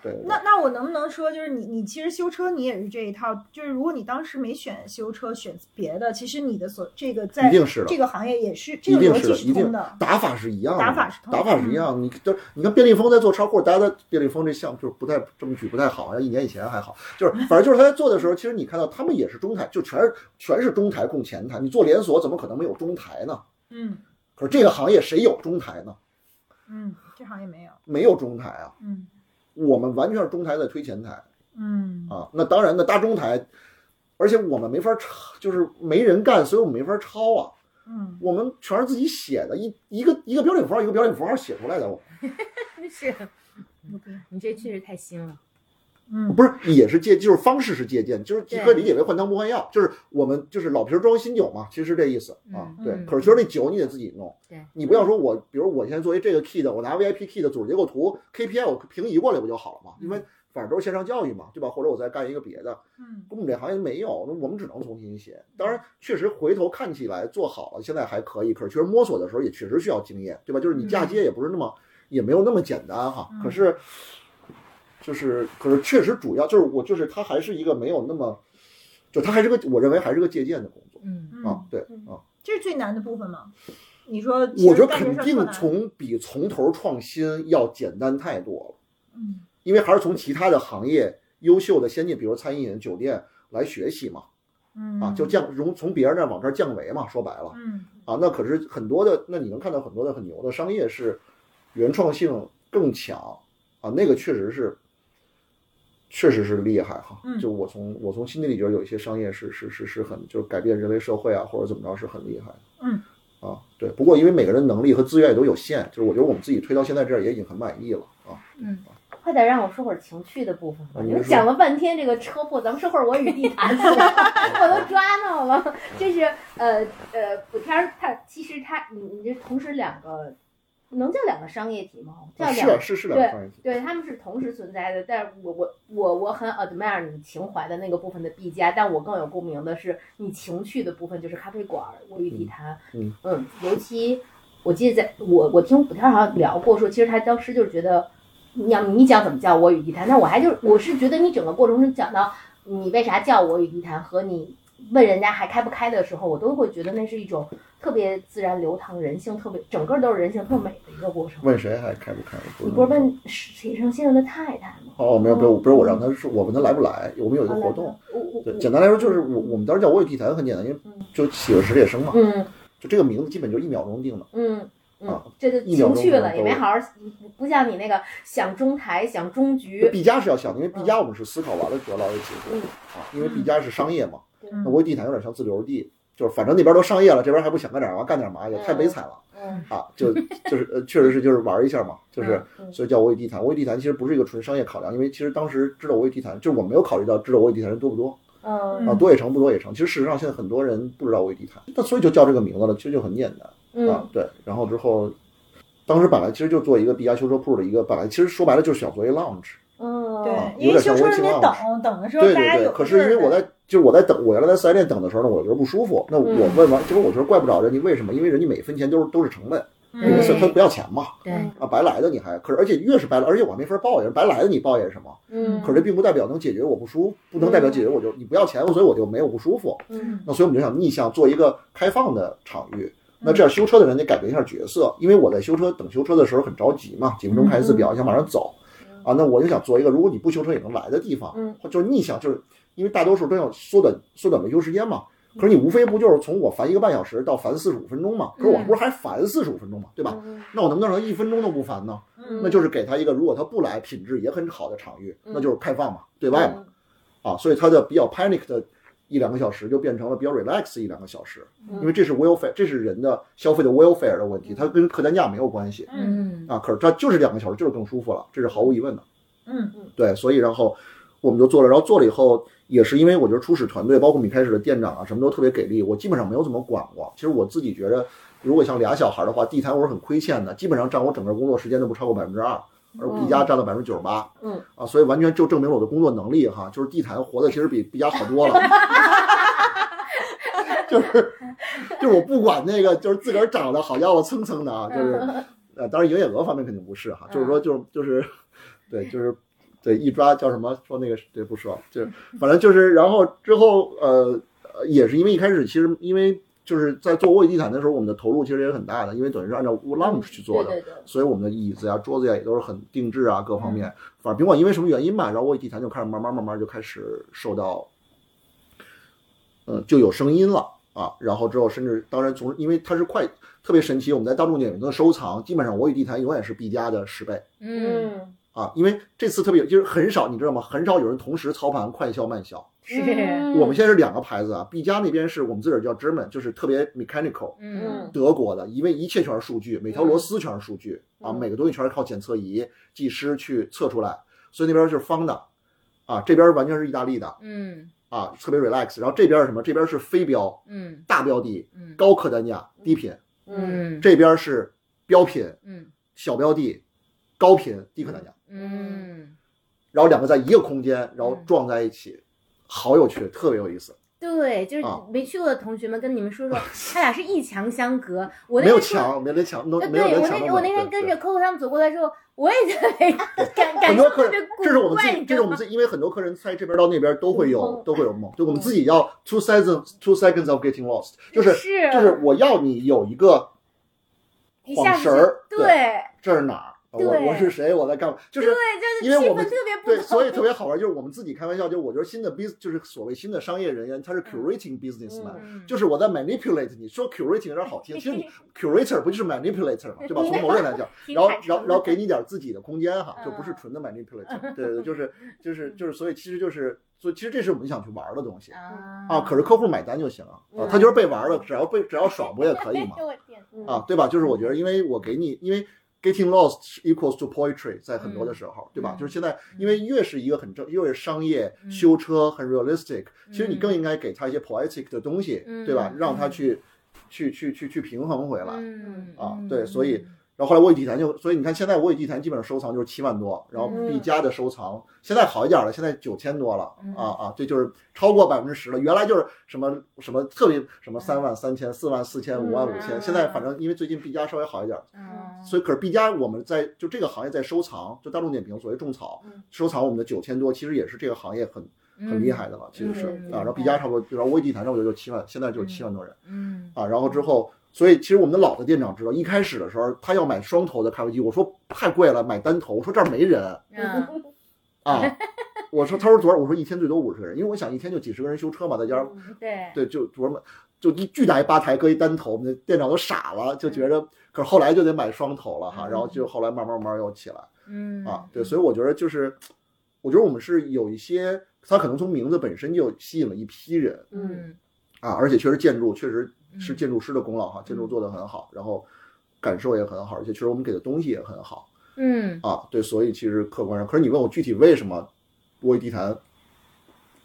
Speaker 4: 对，
Speaker 2: 那那我能不能说，就是你你其实修车你也是这一套，就是如果你当时没选修车，选别的，其实你的所这个在
Speaker 4: 一定是的
Speaker 2: 这个行业也是这
Speaker 4: 一
Speaker 2: 个
Speaker 4: 定
Speaker 2: 逻
Speaker 4: 是
Speaker 2: 辑
Speaker 4: 的，一
Speaker 2: 是
Speaker 4: 定
Speaker 2: 通的。
Speaker 4: 打法是一样的，
Speaker 2: 打法是通的
Speaker 4: 打法是一样的。你就是你看便利蜂在做超货，大家在便利蜂这项目就是不太这么举不太好，像一年以前还好，就是反正就是他在做的时候，其实你看到他们也是中台，就全是全是中台控前台。你做连锁怎么可能没有中台呢？
Speaker 2: 嗯
Speaker 4: 可是这个行业谁有中台呢？
Speaker 2: 嗯，这行业没有。
Speaker 4: 没有中台啊，
Speaker 2: 嗯
Speaker 4: 我们完全是中台在推前台
Speaker 2: 嗯
Speaker 4: 啊。那当然呢，搭中台，而且我们没法抄，就是没人干，所以我们没法抄啊。
Speaker 2: 嗯，
Speaker 4: 我们全是自己写的，一一个一个标点符号一个标点符号写出来的。我
Speaker 1: 是
Speaker 2: 牛逼。
Speaker 1: 你这确实太新了，
Speaker 2: 嗯，
Speaker 4: 不是，也是借，就是方式是借鉴，就是你
Speaker 1: 对
Speaker 4: 可以理解为换汤不换药，就是我们就是老瓶装新酒嘛，其实是这意思啊。
Speaker 1: 嗯
Speaker 4: 对，
Speaker 2: 嗯
Speaker 4: 可是其实那酒你得自己弄，
Speaker 1: 对
Speaker 4: 你不要说我，比如我现在作为这个 key 的，我拿 VIP key 的组织结构图 KPI 我平移过来不就好了嘛？
Speaker 1: 嗯
Speaker 4: 因为反正都是线上教育嘛，对吧？或者我再干一个别的，
Speaker 2: 嗯
Speaker 4: 我们这行业没有，那我们只能重新写。当然，确实回头看起来做好了，现在还可以，可是确实摸索的时候也确实需要经验，对吧？就是你嫁接也不是那么，也没有那么简单哈。
Speaker 2: 嗯
Speaker 4: 可是就是可是确实主要就是我就是它还是一个没有那么，就它还是个我认为还是个借鉴的工作
Speaker 1: 嗯
Speaker 2: 嗯
Speaker 4: 啊，对
Speaker 2: 嗯
Speaker 4: 啊，
Speaker 2: 这是最难的部分吗？你说，
Speaker 4: 我觉得肯定从比从头创新要简单太多了。
Speaker 2: 嗯
Speaker 4: 因为还是从其他的行业优秀的先进，比如餐饮、酒店来学习嘛，
Speaker 2: 嗯
Speaker 4: 啊，就降从从别人那儿往这儿降维嘛，说白了
Speaker 2: 嗯
Speaker 4: 啊，那可是很多的，那你能看到很多的很牛的商业是原创性更强啊，那个确实是，确实是厉害哈
Speaker 2: 嗯。
Speaker 4: 就我从我从心底里觉得有一些商业是是是是很就是改变人类社会啊或者怎么着是很厉害的。
Speaker 2: 嗯。
Speaker 4: 啊，对，不过因为每个人能力和资源也都有限，就是我觉得我们自己推到现在这儿也已经很满意了啊。
Speaker 1: 嗯，
Speaker 3: 快点让我说会儿情趣的部分
Speaker 4: 啊
Speaker 3: 吧！
Speaker 4: 你
Speaker 3: 你们
Speaker 4: 说
Speaker 3: 讲了半天这个车祸，咱们说会儿我与 地坛吧，我都抓到了。这是呃呃，补天儿他其实他你你这同时两个能叫两个商业体吗？叫两
Speaker 4: 是
Speaker 3: 个
Speaker 4: 啊是是两个创业体。
Speaker 3: 对，他们是同时存在的，但是我我我我很 admire 你情怀的那个部分的 B 加，但我更有共鸣的是你情趣的部分，就是咖啡馆儿、我与地坛，
Speaker 4: 嗯
Speaker 3: 尤其我记得在我我听补天儿好像聊过说，其实他当时就是觉得，你要你讲怎么叫我与地坛，但我还就是我是觉得你整个过程中讲到你为啥叫我与地坛和你问人家还开不开的时候，我都会觉得那是一种特别自然流淌、人性特别整个都是人性特美的一个过程。
Speaker 4: 问谁还开不开？
Speaker 3: 你不是问嗯谁上先生的太太吗？
Speaker 4: 哦，没有，不是，不是我让他说，我问他来不来，我们有一个活动。
Speaker 3: 我我
Speaker 4: 对，
Speaker 3: 我
Speaker 4: 简单来说就是我我们当时叫我有地坛很简单，因为
Speaker 3: 嗯
Speaker 4: 就喜欢石铁生嘛，
Speaker 3: 嗯
Speaker 4: 就这个名字基本就一秒钟定的。
Speaker 3: 嗯嗯
Speaker 4: 啊，
Speaker 3: 这就
Speaker 4: 一秒
Speaker 3: 情
Speaker 4: 钟
Speaker 3: 趣
Speaker 4: 就
Speaker 3: 了，
Speaker 4: 能
Speaker 3: 也没
Speaker 4: 够
Speaker 3: 好好，不像你那个想中台想中
Speaker 4: 就
Speaker 3: 局，
Speaker 4: 毕加是要想的，因为毕加我们是思考完了得到的结果
Speaker 3: 嗯
Speaker 4: 啊，因为毕加是商业嘛，
Speaker 2: 嗯
Speaker 4: 那我有地坛有点像自留地，就是反正那边都商业了，这边还不想干点嘛，干点嘛也太悲惨了
Speaker 3: 嗯，
Speaker 4: 啊，就就是呃 确实是就是玩一下嘛，就是
Speaker 3: 嗯
Speaker 4: 所以叫我有地坛。我有地坛其实不是一个纯商业考量，因为其实当时知道我有地坛，就是我没有考虑到知道我有地坛人多不多。
Speaker 3: 嗯
Speaker 4: 啊，多也成，不多也成。其实事实上，现在很多人不知道魏地坛，那所以就叫这个名字了，其实就很简单啊
Speaker 3: 嗯。
Speaker 4: 对，然后之后，当时本来其实就做一个地下修车铺的一个，本来其实说白了就是想做一 lounge。
Speaker 3: 嗯，
Speaker 2: 对，
Speaker 4: 啊有
Speaker 2: 因为修
Speaker 4: 点像
Speaker 2: 车
Speaker 4: 微
Speaker 2: 人
Speaker 4: 信
Speaker 2: 得
Speaker 4: 浪
Speaker 2: 等等的时候，
Speaker 4: 对
Speaker 2: 大家
Speaker 4: 对对。
Speaker 2: 有
Speaker 4: 可是因为我在就是我在等，我原来在四 S 店等的时候呢，我觉得不舒服。那我
Speaker 3: 嗯
Speaker 4: 问完，结果我觉得怪不着人家为什么，因为人家每一分钱都是都是成本，
Speaker 2: 嗯
Speaker 4: 人家是他
Speaker 3: 嗯
Speaker 4: 不要钱嘛
Speaker 1: 对，
Speaker 4: 啊，白来的你还可是，而且越是白来，而且我还没法抱怨，白来的你抱怨什么？
Speaker 3: 嗯，
Speaker 4: 可是这并不代表能解决我不舒服，不能代表解决我就你不要钱，所以我就没有不舒服。
Speaker 3: 嗯
Speaker 4: 那所以我们就想逆向做一个开放的场域。那
Speaker 3: 嗯
Speaker 4: 这样修车的人得改变一下角色，因为我在修车等修车的时候很着急嘛，几分钟看一次
Speaker 3: 嗯
Speaker 4: 表，想马上走啊。那我就想做一个，如果你不修车也能来的地方
Speaker 3: 嗯，
Speaker 4: 或就是逆向，就是因为大多数都要缩短缩短维修时间嘛。可是你无非不就是从我烦一个半小时到烦四十五分钟嘛？可是我不是还烦四十五分钟嘛，对吧？
Speaker 3: 嗯
Speaker 4: 那我能不能让他一分钟都不烦呢？
Speaker 2: 嗯
Speaker 4: 那就是给他一个，如果他不来，品质也很好的场域，
Speaker 3: 嗯
Speaker 4: 那就是开放嘛，对外嘛。啊，所以它的比较 panic 的一两个小时就变成了比较 relax 一两个小时，
Speaker 3: 嗯
Speaker 4: 因为这是 welfare，这是人的消费的 welfare 的问题，它跟客单价没有关系
Speaker 1: 嗯
Speaker 2: 嗯
Speaker 4: 啊。可是它就是两个小时，就是更舒服了，这是毫无疑问的。
Speaker 2: 嗯
Speaker 4: 对，所以然后我们就做了，然后做了以后，也是因为我觉得初始团队，包括我们一开始的店长啊，什么都特别给力，我基本上没有怎么管过。其实我自己觉着，如果像俩小孩的话，地摊我是很亏欠的，基本上占我整个工作时间的不超过百分之二，而毕加占了百分之九十八。
Speaker 3: 嗯，
Speaker 4: 啊，所以完全就证明了我的工作能力哈，就是地摊活的其实比毕加好多了。 就是，就是我不管那个，就是自个儿长得好家伙蹭蹭的啊，就是，
Speaker 3: 嗯
Speaker 4: 呃，当然营业额方面肯定不是哈，就是说就是就是，对，就是对一抓叫什么说那个对不说，就是反正就是，然后之后呃呃也是因为一开始其实因为就是在做卧底地毯的时候，我们的投入其实也很大的，因为等于是按照 lounge 去做的，
Speaker 3: 对嗯对对，
Speaker 4: 所以我们的椅子呀、桌子呀也都是很定制啊，各方面。反正甭管因为什么原因吧，然后我地毯就开始慢慢慢慢就开始受到，嗯，就有声音了啊。然后之后甚至当然从因为它是快特别神奇，我们在大众点评的收藏，基本上我与地毯永远是毕加的十倍。
Speaker 1: 嗯，
Speaker 3: 嗯，
Speaker 4: 啊，因为这次特别有就是很少，你知道吗？很少有人同时操盘快销慢销。
Speaker 1: 是，
Speaker 3: 嗯
Speaker 4: 我们现在 是两个牌子啊，毕加那边是我们自个儿叫 German，就是特别 mechanical，
Speaker 1: 嗯
Speaker 4: 德国的，因为一切全是数据，每条螺丝全是数据啊，
Speaker 3: 嗯
Speaker 4: 每个东西全是靠检测仪、技师去测出来，所以那边就是方的，啊，这边完全是意大利的
Speaker 1: 嗯
Speaker 4: 啊，特别 relax。然后这边是什么？这边是非标、
Speaker 1: 嗯
Speaker 4: 大标的、
Speaker 1: 嗯
Speaker 4: 高客单价、低品，
Speaker 3: 嗯
Speaker 1: 嗯
Speaker 4: 这边是标品、
Speaker 1: 嗯
Speaker 4: 小标的、高品、低客单价，
Speaker 1: 嗯，
Speaker 4: 然后两个在一个空间，然后撞在一起，好有趣，特别有意思。
Speaker 1: 对，就是
Speaker 4: 啊
Speaker 1: 没去过的同学们，跟你们说 说，他俩是一墙相隔。我那
Speaker 4: 没有
Speaker 1: 天说
Speaker 4: 墙，没连墙，都
Speaker 1: 呃
Speaker 4: 没有
Speaker 1: 对
Speaker 4: 连
Speaker 1: 我
Speaker 4: 墙都
Speaker 1: 那
Speaker 4: 没有。
Speaker 1: 我那天跟
Speaker 4: 对对
Speaker 1: 着 Coco 他们走过来之后，我也在那里 感感
Speaker 4: 很
Speaker 1: 受
Speaker 4: 多客
Speaker 1: 特别
Speaker 4: 人，
Speaker 1: 古
Speaker 4: 这是我们自
Speaker 1: 怪，
Speaker 4: 己，
Speaker 1: 你知
Speaker 4: 这是
Speaker 1: 道
Speaker 4: 我们
Speaker 1: 吗？
Speaker 4: 自己，因为很多客人猜这边到那边都会有
Speaker 3: 嗯
Speaker 4: 都会有梦，就我们自己要 two seconds two seconds of getting lost，就是
Speaker 1: 是
Speaker 4: 就是我要你有一个
Speaker 1: 一
Speaker 4: 晃
Speaker 1: 下子
Speaker 4: 神儿，
Speaker 1: 就
Speaker 4: 对
Speaker 1: 对
Speaker 4: 这是哪儿？呃我
Speaker 1: 对
Speaker 4: 我是谁？我在干嘛？就是
Speaker 1: 对，就是
Speaker 4: 因为
Speaker 1: 气
Speaker 4: 我
Speaker 1: 氛
Speaker 4: 们
Speaker 1: 特别不
Speaker 4: 对，
Speaker 1: 同
Speaker 4: 所以特别好玩。就是我们自己开玩笑，就是我觉得新的 bus 就是所谓新的商业人员，他是 curating businessman，、
Speaker 1: 嗯
Speaker 4: 就是我在 manipulate 你。说 curating 有点好听，其实你 curator 不就是 manipulator 嘛，对吧？从某论来 讲，
Speaker 1: 挺
Speaker 4: 然后
Speaker 1: 坦诚
Speaker 4: 然后
Speaker 1: 的
Speaker 4: 然后给你点自己的空间哈，就不是
Speaker 1: 嗯
Speaker 4: 纯的 manipulator。对对，就是就是就是，所以其实就是所以其实这是我们想去玩的东西啊。
Speaker 1: 啊，
Speaker 4: 可是客户买单就行啊，他就是被玩了，只要被只要爽不也 可以嘛？
Speaker 2: 我天，
Speaker 3: 嗯
Speaker 4: 啊，，对吧？就是我觉得，因为我给你，因为 getting lost equals to poetry，在很多的时候，对吧？
Speaker 1: 嗯
Speaker 4: 就是现在，因为越是一个很正，越是商业、
Speaker 1: 嗯
Speaker 4: 修车很 realistic，、其实你
Speaker 1: 嗯
Speaker 4: 更应该给他一些 poetic 的东西，
Speaker 1: 嗯
Speaker 4: 对吧？
Speaker 1: 嗯
Speaker 4: 让他去、去去去去平衡回来。
Speaker 1: 嗯
Speaker 4: 啊
Speaker 1: 嗯
Speaker 4: 对所以
Speaker 1: 嗯
Speaker 4: 然后后来我与地坛就，所以你看现在我与地坛基本上收藏就是七万多，然后
Speaker 3: 嗯
Speaker 4: B 加的收藏、现在好一点了，现在九千多了、
Speaker 1: 嗯
Speaker 4: 啊啊，这就是超过百分之十了。原来就是什么什么特别什么三万、三千、四万、四千、五万、五千、
Speaker 1: 嗯
Speaker 4: 现在反正因为最近 B 加稍微好一点，
Speaker 1: 嗯
Speaker 4: 所以，可是 B 加我们在就这个行业在收藏，就大众点评所谓种草
Speaker 3: 嗯，
Speaker 4: 收藏我们的九千多，其实也是这个行业很嗯很厉害的了，其实是
Speaker 3: 嗯
Speaker 4: 啊。然后 B 加差不多，然后微地坛上我就就七万，现在就是七万多人
Speaker 1: 嗯，
Speaker 4: 啊。然后之后，所以其实我们的老的店长知道，一开始的时候他要买双头的咖啡机，我说太贵了，买单头，我说这儿没人
Speaker 1: 嗯
Speaker 4: 啊。我说他说多少？我说一天最多五十个人，因为我想一天就几十个人修车嘛，再
Speaker 3: 嗯
Speaker 4: 加上
Speaker 1: 对，
Speaker 4: 对，就琢磨，就一巨大一吧台搁一单头，我们的店长都傻了，就觉着，可是后来就得买双头了哈，然后就后来慢慢慢慢又起来
Speaker 1: 嗯
Speaker 4: 啊，对，所以我觉得就是，我觉得我们是有一些，他可能从名字本身就吸引了一批人
Speaker 3: 嗯，
Speaker 4: 啊，而且确实建筑确实是
Speaker 1: 嗯
Speaker 4: 建筑师的功劳哈，建筑做得很好，然后感受也很好，而且确实我们给的东西也很好
Speaker 1: 嗯
Speaker 4: 啊，对，所以其实客观上，可是你问我具体为什么我与地坛，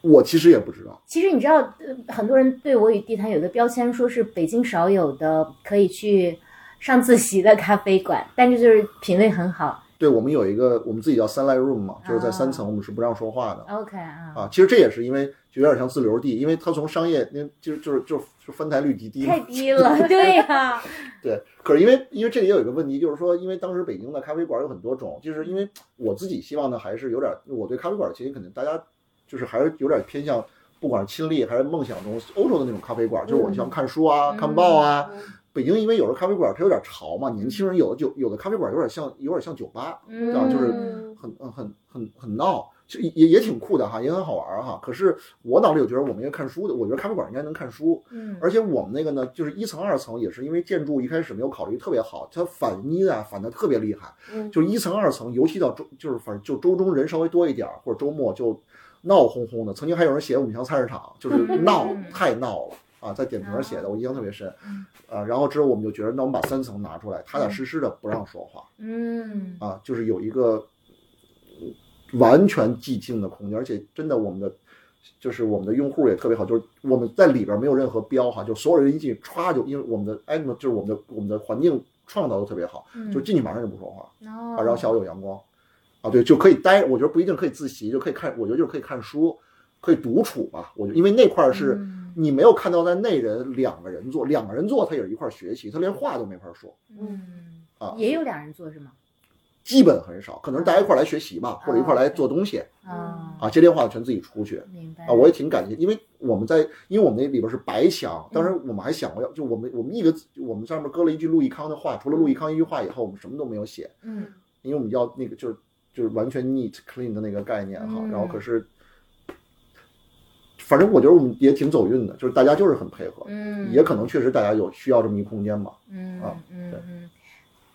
Speaker 4: 我其实也不知道。
Speaker 1: 其实你知道，呃很多人对我与地坛有一个标签，说是北京少有的可以去上自习的咖啡馆，但是就是品味很好。
Speaker 4: 对我们有一个我们自己叫三 i room 嘛，就是在
Speaker 1: 啊
Speaker 4: 三层我们是不让说话的
Speaker 1: OK 啊，
Speaker 4: 啊。其实这也是因为就有点像自留地，因为它从商业那就就是就就翻台率极低嘛
Speaker 1: 太。低 了，对啊呀、
Speaker 4: 对，可是因为因为这里也有一个问题，就是说因为当时北京的咖啡馆有很多种，就是因为我自己希望呢还是有点我对咖啡馆其实可能大家就是还是有点偏向。不管是亲历还是梦想中欧洲的那种咖啡馆，就是我喜欢看书啊、
Speaker 1: 嗯
Speaker 4: 看报啊。
Speaker 3: 嗯
Speaker 4: 北京因为有的咖啡馆它有点潮嘛，年轻人有的有有的咖啡馆有点像有点像酒吧，
Speaker 1: 嗯，
Speaker 4: 啊就是
Speaker 3: 嗯
Speaker 4: 很很很很很闹，就也也挺酷的哈，也很好玩儿哈。可是我脑里有觉得我们应该看书的，我觉得咖啡馆应该能看书，
Speaker 1: 嗯
Speaker 4: 而且我们那个呢，就是一层二层也是因为建筑一开始没有考虑特别好，它反音啊反的特别厉害，
Speaker 3: 嗯
Speaker 4: 就一层二层，尤其到周就是反正就周中人稍微多一点儿，或者周末就闹哄哄的。曾经还有人写五强菜市场，就是闹
Speaker 1: 嗯
Speaker 4: 太闹了。啊，在点评上写的，我印象特别深，啊，然后之后我们就觉得，那我们把三层拿出来，踏踏实实的不让说话，
Speaker 1: 嗯
Speaker 4: 啊，就是有一个嗯完全寂静的空间，而且真的我们的就是我们的用户也特别好，就是我们在里边没有任何标哈，就所有人一进去歘就因为我们的 animal 就是我们的我们的环境创造的特别好，
Speaker 1: 嗯，
Speaker 4: 就进去马上就不说话，
Speaker 1: 哦，
Speaker 4: 啊，然后下午有阳光，啊对，就可以待，我觉得不一定可以自习，就可以看，我觉得就是可以看书，可以独处吧，我觉得因为那块儿是。
Speaker 1: 嗯
Speaker 4: 你没有看到在内人两个人坐，两个人坐，他也是一块儿学习，他连话都没法说，
Speaker 1: 嗯
Speaker 4: 啊
Speaker 1: 也有两人坐是吗？
Speaker 4: 基本很少，可能是大家一块儿来学习吧，或者一块儿来做东西
Speaker 3: 嗯
Speaker 1: 啊，
Speaker 4: 啊，接电话全自己出去
Speaker 1: 明白
Speaker 4: 啊，我也挺感谢，因为我们在，因为我们那里边是白墙，当时
Speaker 1: 嗯
Speaker 4: 我们还想过要，就我们我们一个我们上面搁了一句陆毅康的话，除了陆毅康一句话以后，我们什么都没有写，
Speaker 1: 嗯
Speaker 4: 因为我们要那个就是就是完全 neat clean 的那个概念哈，
Speaker 1: 嗯
Speaker 4: 然后可是，反正我觉得我们也挺走运的，就是大家就是很配合，
Speaker 1: 嗯，
Speaker 4: 也可能确实大家有需要这么一空间吧，
Speaker 1: 嗯
Speaker 4: 啊
Speaker 1: 嗯
Speaker 4: 对
Speaker 1: 嗯，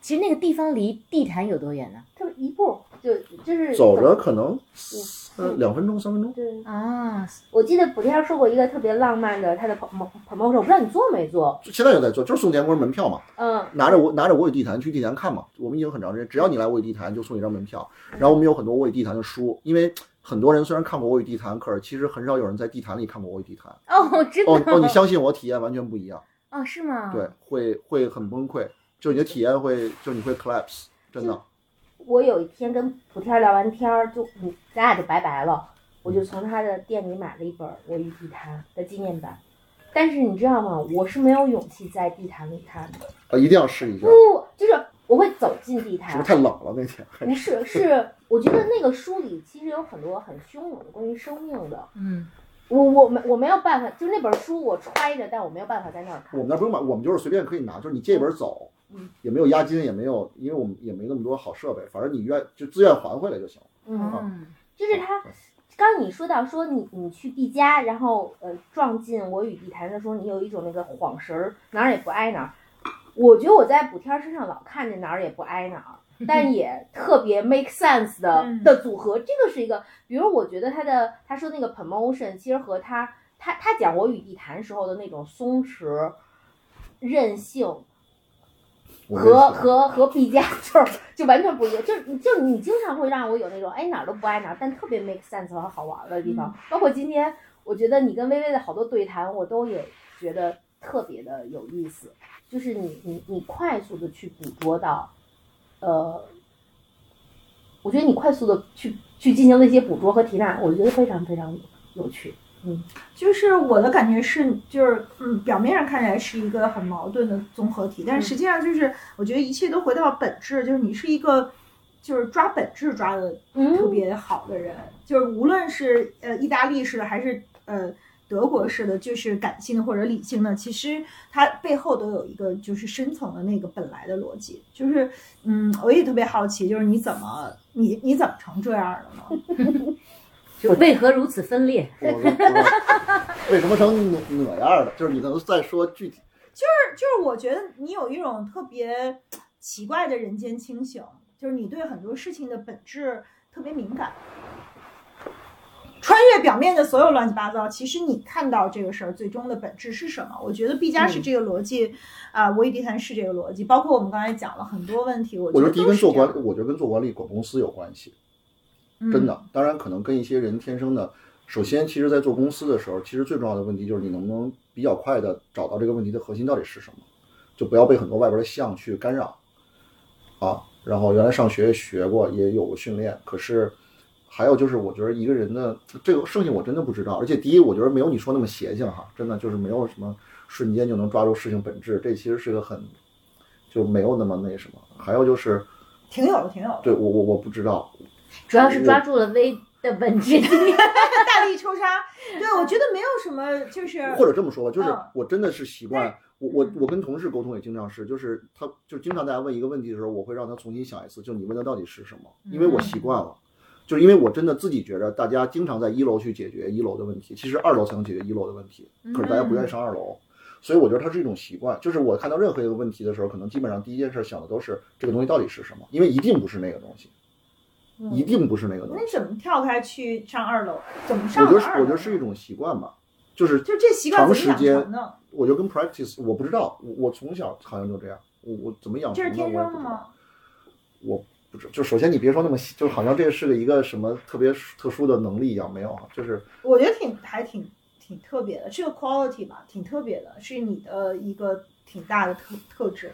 Speaker 1: 其实那个地方离地坛有多远呢？
Speaker 3: 就是一步就就是
Speaker 4: 走着可能
Speaker 3: 嗯
Speaker 4: 呃两分钟三分钟，
Speaker 3: 对，
Speaker 1: 啊，
Speaker 3: 我记得补天儿说过一个特别浪漫的他的 promo promotion，我不知道你做没做，
Speaker 4: 现在有在做，就是送年关门票嘛。
Speaker 3: 嗯，
Speaker 4: 拿着我拿着我与地坛去地坛看嘛，我们已经很长时间，只要你来我与地坛就送你一张门票。然后我们有很多我与地坛的书，因为很多人虽然看过我与地坛，可是其实很少有人在地坛里看过我与地坛。
Speaker 1: 哦，真的
Speaker 4: 哦 哦，你相信我，体验完全不一样，
Speaker 1: 哦是吗？
Speaker 4: 对，会会很崩溃，就你的体验会，就你会 collapse，真的。
Speaker 3: 我有一天跟普天儿聊完天儿，就嗯咱俩就拜拜了。我就从他的店里买了一本《我与地坛》的纪念版。但是你知道吗？我是没有勇气在地坛里看的，
Speaker 4: 啊，一定要试一下，
Speaker 3: 不，就是我会走进地
Speaker 4: 是不
Speaker 3: 坛
Speaker 4: 是，太冷了那天？哎
Speaker 3: 不是，是我觉得那个书里其实有很多很汹涌的关于生命的，
Speaker 1: 嗯，
Speaker 3: 我我没我没有办法，就那本书我揣着，但我没有办法在那儿
Speaker 4: 我
Speaker 3: 看。
Speaker 4: 们那儿不用买，我们就是随便可以拿，就是你借一本走
Speaker 3: 嗯，
Speaker 4: 也没有押金，也没有，因为我们也没那么多好设备，反正你愿就自愿还回来就行。
Speaker 3: 嗯，
Speaker 1: 嗯
Speaker 3: 就是他，刚你说到说你你去毕加，然后呃撞进《我与地坛》的时候，你有一种那个晃神儿，哪儿也不挨哪儿。我觉得我在补天儿身上老看见哪儿也不挨哪儿，但也特别 make sense 的
Speaker 2: 嗯
Speaker 3: 的组合。这个是一个，比如我觉得他的他说那个 promotion，其实和他他他讲《我与地坛》时候的那种松弛、任性，
Speaker 4: 我认
Speaker 3: 和
Speaker 4: 识
Speaker 3: 和和毕加就是就完全不一样，就是就是你经常会让我有那种哎哪儿都不爱哪儿，但特别 make sense 和好玩的地方。
Speaker 1: 嗯
Speaker 3: 包括今天，我觉得你跟薇薇的好多对谈，我都也觉得特别的有意思。就是你你你快速的去捕捉到，呃，我觉得你快速的去去进行那些捕捉和提纳，我觉得非常非常有趣。
Speaker 2: 就是我的感觉是，就是嗯，表面上看起来是一个很矛盾的综合体，但
Speaker 3: 嗯
Speaker 2: 是实际上就是，我觉得一切都回到本质，就是你是一个，就是抓本质抓的特
Speaker 3: 嗯
Speaker 2: 别好的人，就是无论是呃意大利式的还是呃德国式的，就是感性的或者理性的，其实它背后都有一个就是深层的那个本来的逻辑。就是嗯，我也特别好奇，就是你怎么你你怎么成这样的呢？
Speaker 1: 就为何如此分裂？
Speaker 4: 我我我为什么成哪哪样的？就是你能再说具体？
Speaker 2: 就是我觉得你有一种特别奇怪的人间清醒，就是你对很多事情的本质特别敏感。穿越表面的所有乱七八糟，其实你看到这个事儿最终的本质是什么？我觉得毕加
Speaker 4: 嗯
Speaker 2: 是这个逻辑，啊、我与地坛是这个逻辑，包括我们刚才讲了很多问题，我觉
Speaker 4: 我觉
Speaker 2: 得
Speaker 4: 得第一
Speaker 2: 都
Speaker 4: 跟
Speaker 2: 是这
Speaker 4: 做管
Speaker 2: 样，，
Speaker 4: 我觉得跟做管理管公司有关系，
Speaker 2: 嗯
Speaker 4: 真的。当然，可能跟一些人天生的，首先，其实，在做公司的时候，其实最重要的问题就是你能不能比较快的找到这个问题的核心到底是什么，就不要被很多外边的项去干扰啊。然后，原来上学也学过，也有过训练，可是。还有就是，我觉得一个人的这个剩下我真的不知道。而且第一，我觉得没有你说那么邪性哈，真的就是没有什么瞬间就能抓住事情本质，这其实是个很就没有那么那什么。还有就是，
Speaker 2: 挺有的，挺有的。
Speaker 4: 对我我我不知道，
Speaker 1: 主要
Speaker 3: 嗯
Speaker 1: 是抓住了 V 的本质。
Speaker 2: 大力抽杀，对我觉得没有什么，就是
Speaker 4: 或者这么说吧，就是
Speaker 2: 嗯
Speaker 4: 我真的是习惯，我我我跟同事沟通也经常是，就是他就经常大家问一个问题的时候，我会让他重新想一次，就你问的到底是什么，因为我习惯
Speaker 2: 嗯
Speaker 4: 了。就是因为我真的自己觉着，大家经常在一楼去解决一楼的问题，其实二楼才能解决一楼的问题，可是大家
Speaker 1: 嗯
Speaker 4: 不愿意上二楼，所以我觉得它是一种习惯。就是我看到任何一个问题的时候，可能基本上第一件事想的都是这个东西到底是什么，因为一定不是那个东西，一定不是那个
Speaker 2: 嗯
Speaker 4: 东
Speaker 2: 那
Speaker 4: 西。
Speaker 2: 你怎么跳开去上二楼？怎么
Speaker 4: 我
Speaker 2: 上
Speaker 4: 觉
Speaker 2: 的
Speaker 4: 得
Speaker 2: 二
Speaker 4: 是
Speaker 2: 楼？
Speaker 4: 我觉得是一种习惯吧，就是
Speaker 2: 就这习惯
Speaker 4: 长
Speaker 2: 怎么
Speaker 4: 时
Speaker 2: 养
Speaker 4: 间
Speaker 2: 成的？
Speaker 4: 我就跟 practice，我不知道，我我从小好像就这样，我我啊怎么养
Speaker 2: 这
Speaker 4: 成
Speaker 2: 是
Speaker 4: 的我
Speaker 2: 天
Speaker 4: 也
Speaker 2: 生
Speaker 4: 不
Speaker 2: 的
Speaker 4: 知道。
Speaker 2: 吗？
Speaker 4: 我不知，就首先你别说那么细，就好像这是个一个什么特别特殊的能力一样，没有，就是
Speaker 2: 我觉得挺还挺挺特别的，是个 quality 吧，挺特别的，是你的一个挺大的特特质。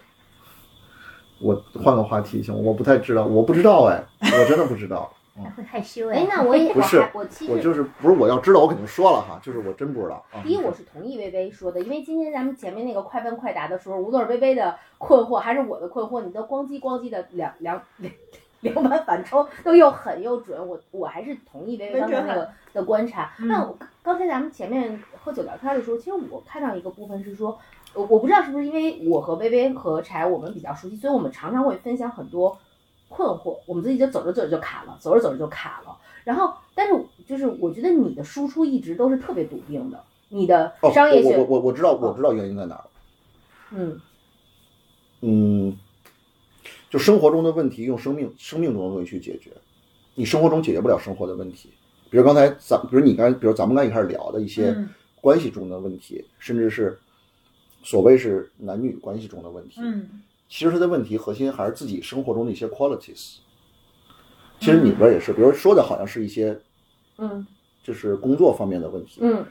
Speaker 4: 我换个话题行吗，我不太知道，我不知道哎，我真的不知道，
Speaker 1: 还会害羞
Speaker 3: 哎
Speaker 1: 哎，，
Speaker 3: 那 我也
Speaker 4: 不是
Speaker 3: 我还我其实
Speaker 4: 我就是不是我要知道我肯定说了哈，就是我真不知道啊。
Speaker 3: 第一，我是同意薇薇说的，因为今天咱们前面那个快问快答的时候，无论是薇薇的困惑还是我的困惑，你都咣叽咣叽的两两两两板反抽，都又狠又准。我我还是同意薇薇刚才那
Speaker 2: 温
Speaker 3: 个的观察。
Speaker 2: 嗯
Speaker 3: 那我刚才咱们前面喝酒聊天的时候，其实我看到一个部分是说，我我不知道是不是因为我和薇薇和柴我们比较熟悉，所以我们常常会分享很多困惑，我们自己就走着走着就卡了，走着走着就卡了。然后，但是就是我觉得你的输出一直都是特别笃定的，你的
Speaker 4: 哦，
Speaker 3: 商业
Speaker 4: 我
Speaker 3: 学，
Speaker 4: 我我我知道我知道原因在哪儿了，
Speaker 3: 嗯
Speaker 4: 嗯，就生活中的问题用生命生命中的东西去解决，你生活中解决不了生活的问题，比如刚才咱，比如你刚才，比如咱们刚一开始聊的一些
Speaker 2: 嗯
Speaker 4: 关系中的问题，甚至是所谓是男女关系中的问题，
Speaker 2: 嗯，
Speaker 4: 其实他的问题核心还是自己生活中的一些 qualities。其实你们也是，比如说的好像是一些
Speaker 3: 嗯
Speaker 4: 就是工作方面的问题，
Speaker 3: 嗯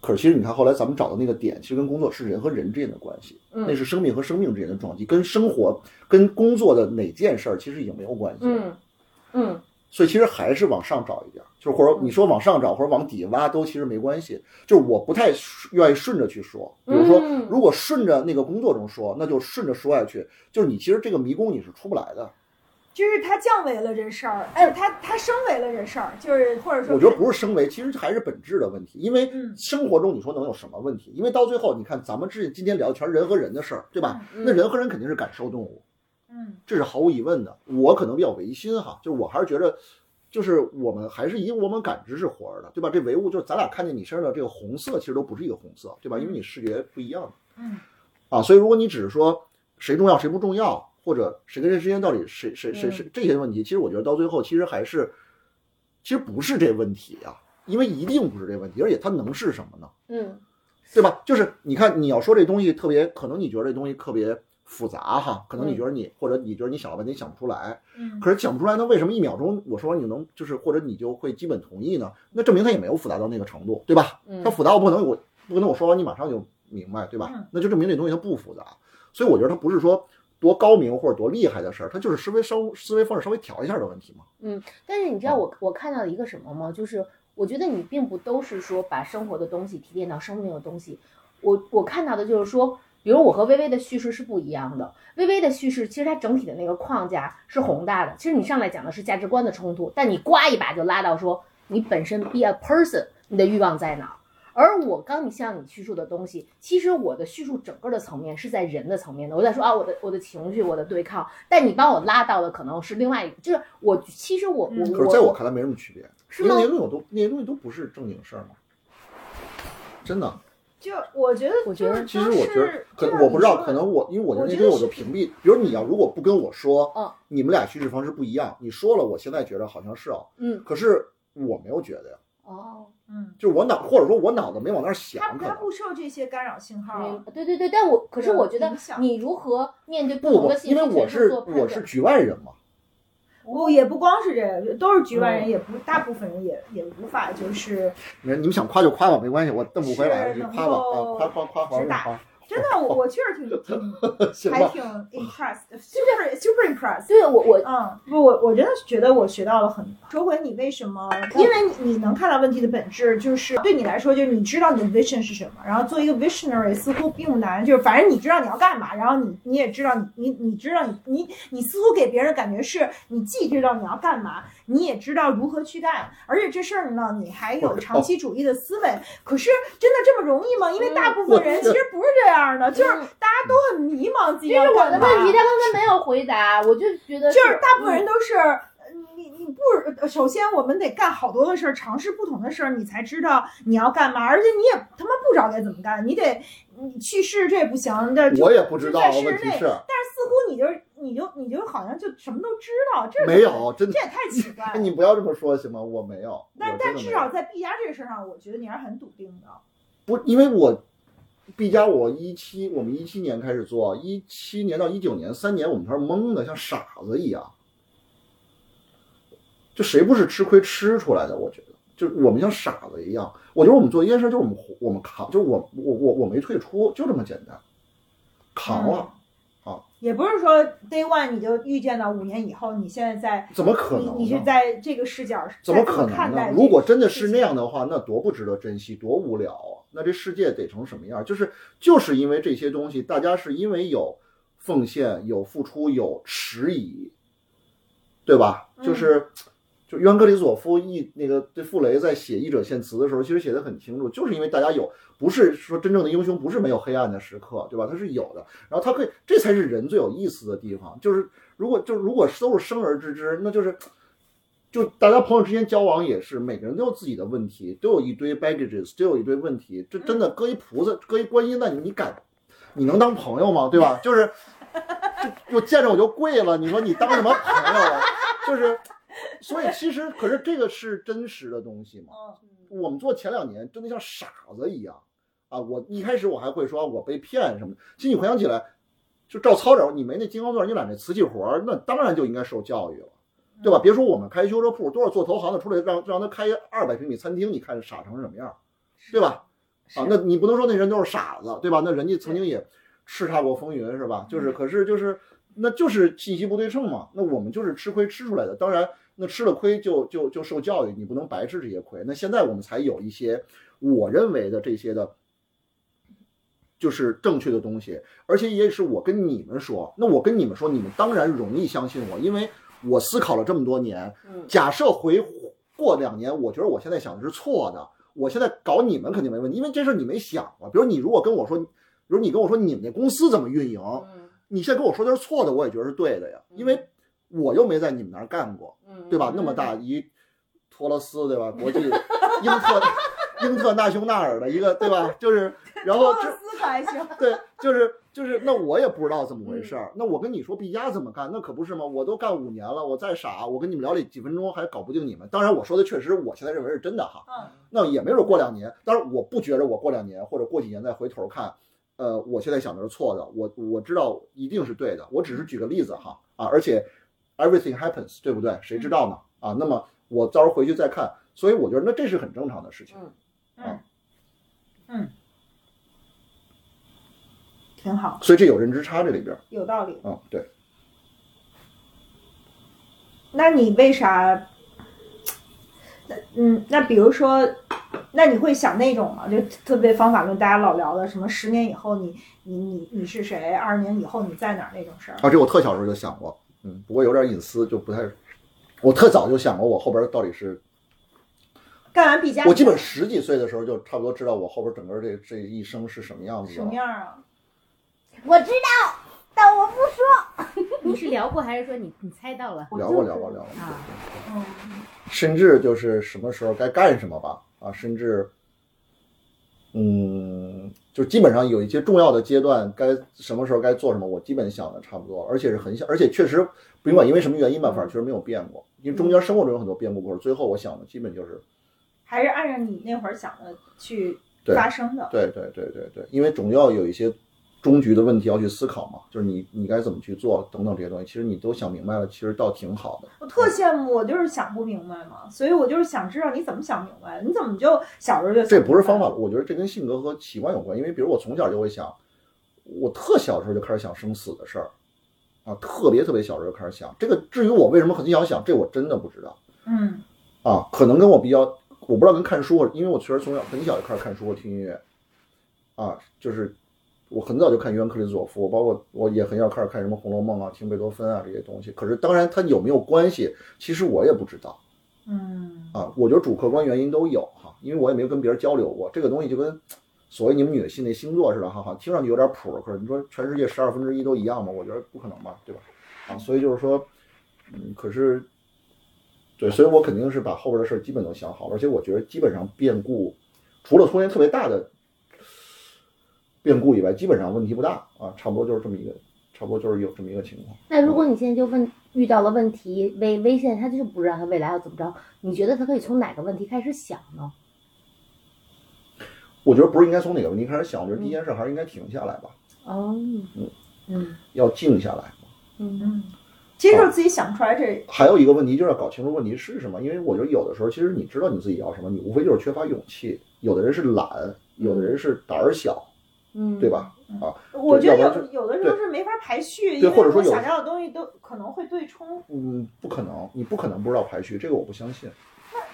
Speaker 4: 可是其实你看后来咱们找的那个点，其实跟工作是人和人之间的关系，
Speaker 3: 嗯
Speaker 4: 那是生命和生命之间的撞击，跟生活跟工作的哪件事儿其实已经没有关系了。
Speaker 3: 嗯嗯
Speaker 4: 所以其实还是往上找一点，就是或者你说往上找或者往底挖都其实没关系。就是我不太愿意顺着去说，比如说
Speaker 3: 嗯
Speaker 4: 如果顺着那个工作中说，那就顺着说下去。就是你其实这个迷宫你是出不来的，
Speaker 2: 就是他降维了这事儿，哎，他他升维了这事儿，就是或者说，
Speaker 4: 我觉得不是升维，其实还是本质的问题。因为
Speaker 2: 嗯
Speaker 4: 生活中你说能有什么问题？因为到最后你看咱们之前今天聊的全是人和人的事儿，对吧？
Speaker 3: 嗯
Speaker 4: 那人和人肯定是感受动物，
Speaker 2: 嗯
Speaker 4: 这是毫无疑问的。我可能比较违心哈，就是我还是觉得，就是我们还是以我们感知是活着的，对吧？这唯物就是咱俩看见你身上的这个红色，其实都不是一个红色，对吧？因为你视觉不一样
Speaker 2: 嗯
Speaker 4: 啊。所以如果你只是说谁重要谁不重要，或者谁跟谁之间到底谁谁谁谁这些问题，其实我觉得到最后其实还是，其实不是这问题啊，因为一定不是这问题，而且它能是什么呢？
Speaker 3: 嗯
Speaker 4: 对吧？就是你看，你要说这东西特别，可能你觉得这东西特别复杂哈，可能你觉得你、或者你觉得你想了半天想不出来，
Speaker 2: 嗯，
Speaker 4: 可是想不出来，那为什么一秒钟我说你能就是或者你就会基本同意呢？那证明它也没有复杂到那个程度，对吧？
Speaker 3: 嗯
Speaker 4: 它复杂我不能我不可能我说完你马上就明白，对吧
Speaker 2: 嗯？
Speaker 4: 那就证明这东西它不复杂，所以我觉得它不是说多高明或者多厉害的事儿，它就是思维稍思维方式稍微调一下的问题嘛。
Speaker 3: 但是你
Speaker 4: 哦
Speaker 3: 知道我我看到一个什么吗？就是我觉得你并不都是说把生活的东西提炼到生命的东西，我我看到的就是说，比如我和微微的叙事是不一样的。微微的叙事其实它整体的那个框架是宏大的，其实你上来讲的是价值观的冲突，但你刮一把就拉到说你本身 be a person，你的欲望在哪儿？而我刚你向你叙述的东西，其实我的叙述整个的层面是在人的层面的。我在说啊，我的我的情绪，我的对抗，但你帮我拉到的可能是另外一个，就是我其实我我
Speaker 2: 嗯
Speaker 4: 可是在我看来没什么区别，
Speaker 3: 是
Speaker 4: 因为
Speaker 3: 吗
Speaker 4: 那些东西我都那些东西都不是正经事儿嘛，真的。
Speaker 2: 就我觉得，
Speaker 3: 我觉得
Speaker 2: 就是
Speaker 4: 其实我觉得
Speaker 2: 是，
Speaker 4: 可
Speaker 2: 就
Speaker 4: 能
Speaker 2: 像
Speaker 4: 我不知
Speaker 2: 你
Speaker 4: 道，
Speaker 2: 说的
Speaker 4: 可能我因为我觉
Speaker 2: 我
Speaker 4: 得那
Speaker 2: 觉
Speaker 4: 东西
Speaker 2: 得
Speaker 4: 我就是屏蔽。比如你啊要如果不跟我说，
Speaker 3: 嗯
Speaker 4: 你们俩叙事方式不一样，你说了，我现在觉得好像是哦，
Speaker 3: 嗯
Speaker 4: 可是我没有觉得呀，
Speaker 3: 哦。
Speaker 2: 嗯，
Speaker 4: 就是我脑或者说我脑子没往那儿
Speaker 2: 他
Speaker 4: 想，可
Speaker 2: 他
Speaker 4: 能
Speaker 2: 不受这些干扰信号
Speaker 3: 明
Speaker 2: 啊，
Speaker 3: 对对对，但我可是
Speaker 2: 有
Speaker 3: 我觉得
Speaker 2: 影响
Speaker 3: 你如何面对不
Speaker 4: 不
Speaker 3: 同
Speaker 4: 不
Speaker 3: 的，信息
Speaker 4: 因为我
Speaker 3: 全
Speaker 4: 是
Speaker 3: 做判
Speaker 4: 我
Speaker 3: 断
Speaker 4: 是局外人嘛，
Speaker 2: 我也不光是这个，都是局外人，
Speaker 3: 嗯
Speaker 2: 也不大部分人也也无法就是
Speaker 4: 你们你们想夸就夸吧，没关系，我瞪不回来，
Speaker 2: 是
Speaker 4: 你
Speaker 2: 能
Speaker 4: 夸吧啊，
Speaker 2: 够
Speaker 4: 夸夸夸黄
Speaker 2: 直
Speaker 4: 日
Speaker 2: 达
Speaker 4: 夸，
Speaker 2: 真的，我我确实挺挺
Speaker 4: 行
Speaker 2: 还
Speaker 4: 吧，
Speaker 2: 挺 impressed，super super impressed。
Speaker 3: 对我我
Speaker 2: 嗯，不，我我真的觉得我学到了很多。说回你为什么？因为你你能看到问题的本质，就是对你来说，就是你知道你的 vision 是什么，然后做一个 visionary 似乎并不难，就是反正你知道你要干嘛，然后你你也知道你你你知道你你你似乎给别人的感觉是你既知道你要干嘛，你也知道如何去干，而且这事儿呢，你还有长期主义的思维。可是真的这么容易吗？因为大部分人其实不是这样的，就是大家都很迷茫自己
Speaker 3: 这
Speaker 2: 要
Speaker 3: 是我
Speaker 2: 干嘛。
Speaker 3: 的问题，他刚才没有回答，我就觉得
Speaker 2: 就是大部分
Speaker 3: 嗯
Speaker 2: 人都是，呃你你不，呃首先我们得干好多的事儿，尝试不同的事儿，你才知道你要干嘛，而且你也他妈不知道该怎么干，你得你去试这不行的，就
Speaker 4: 我也不知
Speaker 2: 就
Speaker 4: 道
Speaker 2: 在，室
Speaker 4: 问题
Speaker 2: 内
Speaker 4: 是
Speaker 2: 但是似乎你就你就你就好像就什么都知道，这
Speaker 4: 没，有，真的
Speaker 2: 这，也太奇怪
Speaker 4: 你
Speaker 2: 了。
Speaker 4: 不要这么说行吗？我没有，
Speaker 2: 但
Speaker 4: 我真
Speaker 2: 但
Speaker 4: 的
Speaker 2: 至
Speaker 4: 没有
Speaker 2: 少在 B 加这个事儿上，我觉得你还是很笃定的。
Speaker 4: 不，因为我 B 加我一七，我们一七年开始做，一七年到一九年三年，我们全是懵的，像傻子一样。就谁不是吃亏吃出来的？我觉得，就是我们像傻子一样。我觉得我们做一件事，就是我们我们扛，就是我我我我没退出，就这么简单，扛了，
Speaker 2: 也不是说 day one 你就预见到五年以后，你现在在
Speaker 4: 怎么可
Speaker 2: 你
Speaker 4: 能
Speaker 2: 嗯你是
Speaker 4: 呢？
Speaker 2: 在这个视角
Speaker 4: 怎么
Speaker 2: 在
Speaker 4: 可能
Speaker 2: 看待这
Speaker 4: 呢？如
Speaker 2: 个
Speaker 4: 果真的
Speaker 2: 事
Speaker 4: 是
Speaker 2: 情
Speaker 4: 那样的话，那多不值得珍惜，多无聊啊！那这世界得成什么样？就是就是因为这些东西，大家是因为有奉献、有付出、有迟疑，对吧？就是。就约翰克里斯佐夫译那个对傅雷在写《译者献词》的时候，其实写的很清楚，就是因为大家有不是说真正的英雄不是没有黑暗的时刻，对吧？它是有的，然后他可以，这才是人最有意思的地方。就是如果就如果都是生而知之，那就是就大家朋友之间交往也是，每个人都有自己的问题，都有一堆 baggages，都有一堆问题。这真的搁一菩萨，搁一观音，那你敢，你能当朋友吗？对吧？就是，就我见着我就跪了，你说你当什么朋友啊？就是，所以其实可是这个是真实的东西嘛。
Speaker 2: 嗯
Speaker 4: 我们做前两年真的像傻子一样啊！我一开始我还会说我被骗什么的，其实你回想起来，就照操着你没那金刚钻，你揽这瓷器活儿，那当然就应该受教育了。对吧？别说我们开修车铺，多少做投行的出来让让他开二百平米餐厅，你看傻成什么样，对吧？啊，那你不能说那人都是傻子，对吧？那人家曾经也叱咤过风云，是吧？就是，可是就是那就是信息不对称嘛。那我们就是吃亏吃出来的，当然那吃了亏就就就受教育，你不能白吃这些亏。那现在我们才有一些我认为的这些的，就是正确的东西，而且也是我跟你们说，那我跟你们说，你们当然容易相信我，因为我思考了这么多年。
Speaker 3: 嗯
Speaker 4: 假设回过两年，我觉得我现在想的是错的，我现在搞你们肯定没问题，因为这事儿你没想过。比如你如果跟我说，比如你跟我说你们那公司怎么运营，
Speaker 3: 嗯
Speaker 4: 你现在跟我说的是错的，我也觉得是对的呀，因为我又没在你们那儿干过，
Speaker 3: 嗯，
Speaker 4: 对吧？那么大一托勒斯，对吧？国际英特英特纳雄纳尔的一个，对吧？就是，然后
Speaker 2: 托
Speaker 4: 这
Speaker 2: 勒斯可还行，
Speaker 4: 对，就是就是，那我也不知道怎么回事儿。那我跟你说毕加怎么干，那可不是吗？我都干五年了，我再傻，我跟你们聊了几分钟还搞不定你们。当然，我说的确实，我现在认为是真的哈。
Speaker 2: 嗯，
Speaker 4: 那也没准过两年，当然我不觉着我过两年或者过几年再回头看，呃，我现在想的是错的，我我知道一定是对的，我只是举个例子哈啊，而且 everything happens，对不对？谁知道呢？啊，那么我到时候回去再看，所以我觉得那这是很正常的事情。
Speaker 2: 挺好，
Speaker 4: 所以这有认知差这里边儿
Speaker 2: 有道理。
Speaker 4: 啊，对，
Speaker 2: 那你为啥？那嗯，那比如说，那你会想那种吗？就特别方法论，大家老聊的什么十年以后你你你你是谁，二十年以后你在哪儿那种事儿？
Speaker 4: 啊，这我特小时候就想过，嗯，不过有点隐私，就不太，我特早就想过我后边到底是
Speaker 2: 干完毕加，
Speaker 4: 我基本十几岁的时候就差不多知道我后边整个这这一生是什么样子
Speaker 2: 什
Speaker 4: 的了
Speaker 2: 么。样啊？
Speaker 3: 我知道，但我不说。
Speaker 1: 你是聊过还是说你你猜到了
Speaker 4: 聊过聊过聊过，
Speaker 1: 啊？
Speaker 2: 嗯，
Speaker 4: 甚至就是什么时候该干什么吧，啊，甚至，嗯，就基本上有一些重要的阶段，该什么时候该做什么，我基本想的差不多，而且是很想，而且确实甭管因为什么原因吧，反正确实没有变过，
Speaker 2: 嗯
Speaker 4: 因为中间生活中有很多变故，或者最后我想的基本就是，
Speaker 2: 还是按照你那会儿想的去
Speaker 4: 对
Speaker 2: 发生的。
Speaker 4: 对对对对对，因为总要有一些终局的问题要去思考嘛，就是你你该怎么去做等等这些东西，其实你都想明白了，其实倒挺好的。
Speaker 2: 我特羡慕，我就是想不明白嘛，所以我就是想知道你怎么想明白，你怎么就小时候就
Speaker 4: 这不是方法
Speaker 2: 法，
Speaker 4: 论，我觉得这跟性格和习惯有关。因为比如我从小就会想，我特小时候就开始想生死的事儿，啊，特别特别小时候就开始想这个。至于我为什么很小想，这我真的不知道
Speaker 2: 嗯
Speaker 4: 啊，可能跟我比较，我不知道跟看书或，因为我确实从小很小就开始看书或听音乐，啊，就是我很早就看约翰克里斯佐夫，包括我也很小开始看什么《红楼梦》啊、听贝多芬啊这些东西。可是当然它有没有关系，其实我也不知道。
Speaker 2: 嗯
Speaker 4: 啊，我觉得主客观原因都有哈，因为我也没有跟别人交流过，这个东西就跟所谓你们女的信那星座似的，哈哈，听上去有点谱，可是你说全世界十二分之一都一样吗？我觉得不可能吧，对吧？啊，所以就是说，嗯，可是，对，所以我肯定是把后边的事儿基本都想好了，而且我觉得基本上变故，除了出现特别大的变故以外，基本上问题不大啊，差不多就是这么一个，差不多就是有这么一个情况。
Speaker 3: 那如果你现在就问遇到了问题危危险，他就是不知道他未来要怎么着，你觉得他可以从哪个问题开始想呢？
Speaker 4: 我觉得不是应该从哪个问题开始想，我觉得第一件事还是应该停下来吧，
Speaker 3: 哦，
Speaker 1: 嗯，
Speaker 4: 要静下来。
Speaker 3: 嗯
Speaker 2: 嗯，接受自己想不出来这
Speaker 4: 还有一个问题就是要搞清楚问题是什么，因为我觉得有的时候其实你知道你自己要什么，你无非就是缺乏勇气。有的人是懒，有的人是胆儿小，
Speaker 3: 嗯，
Speaker 4: 对？吧？
Speaker 2: 我觉
Speaker 4: 要
Speaker 2: 得
Speaker 4: 不然
Speaker 2: 有有的时候是没法排序，因
Speaker 4: 对
Speaker 2: 为
Speaker 4: 或者说
Speaker 2: 我
Speaker 4: 有
Speaker 2: 想要的东西都可能会对冲。
Speaker 4: 嗯，不可能，你不可能不知道排序，这个我不相信。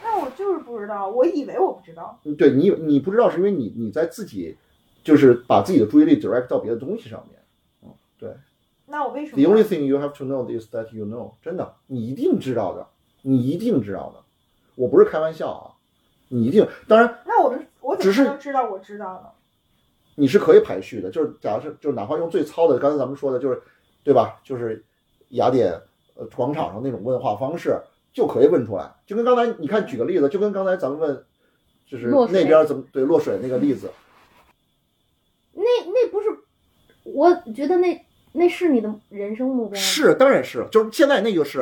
Speaker 2: 那我就是不知道，我以为我不知道。
Speaker 4: 嗯对你，你不知道是因为你你在自己，就是把自己的注意力 direct 到别的东西上面。嗯，对。
Speaker 2: 那我为什
Speaker 4: The
Speaker 2: 么
Speaker 4: only thing you have to know is that you know，真的，你一定知道的，你一定知道的，我不是开玩笑啊，你一定。当然，
Speaker 2: 那我们我怎么
Speaker 4: 只是
Speaker 2: 能知道我知道呢？
Speaker 4: 你是可以排序的，就是假设就哪怕用最糙的，刚才咱们说的就是，对吧？就是雅典呃广场上那种问话方式就可以问出来，就跟刚才你看举个例子，就跟刚才咱们问就是
Speaker 3: 落水
Speaker 4: 那边怎么对落水那个例子，
Speaker 3: 那那不是，我觉得那那是你的人生目标吗，
Speaker 4: 是当然是，就是现在那就是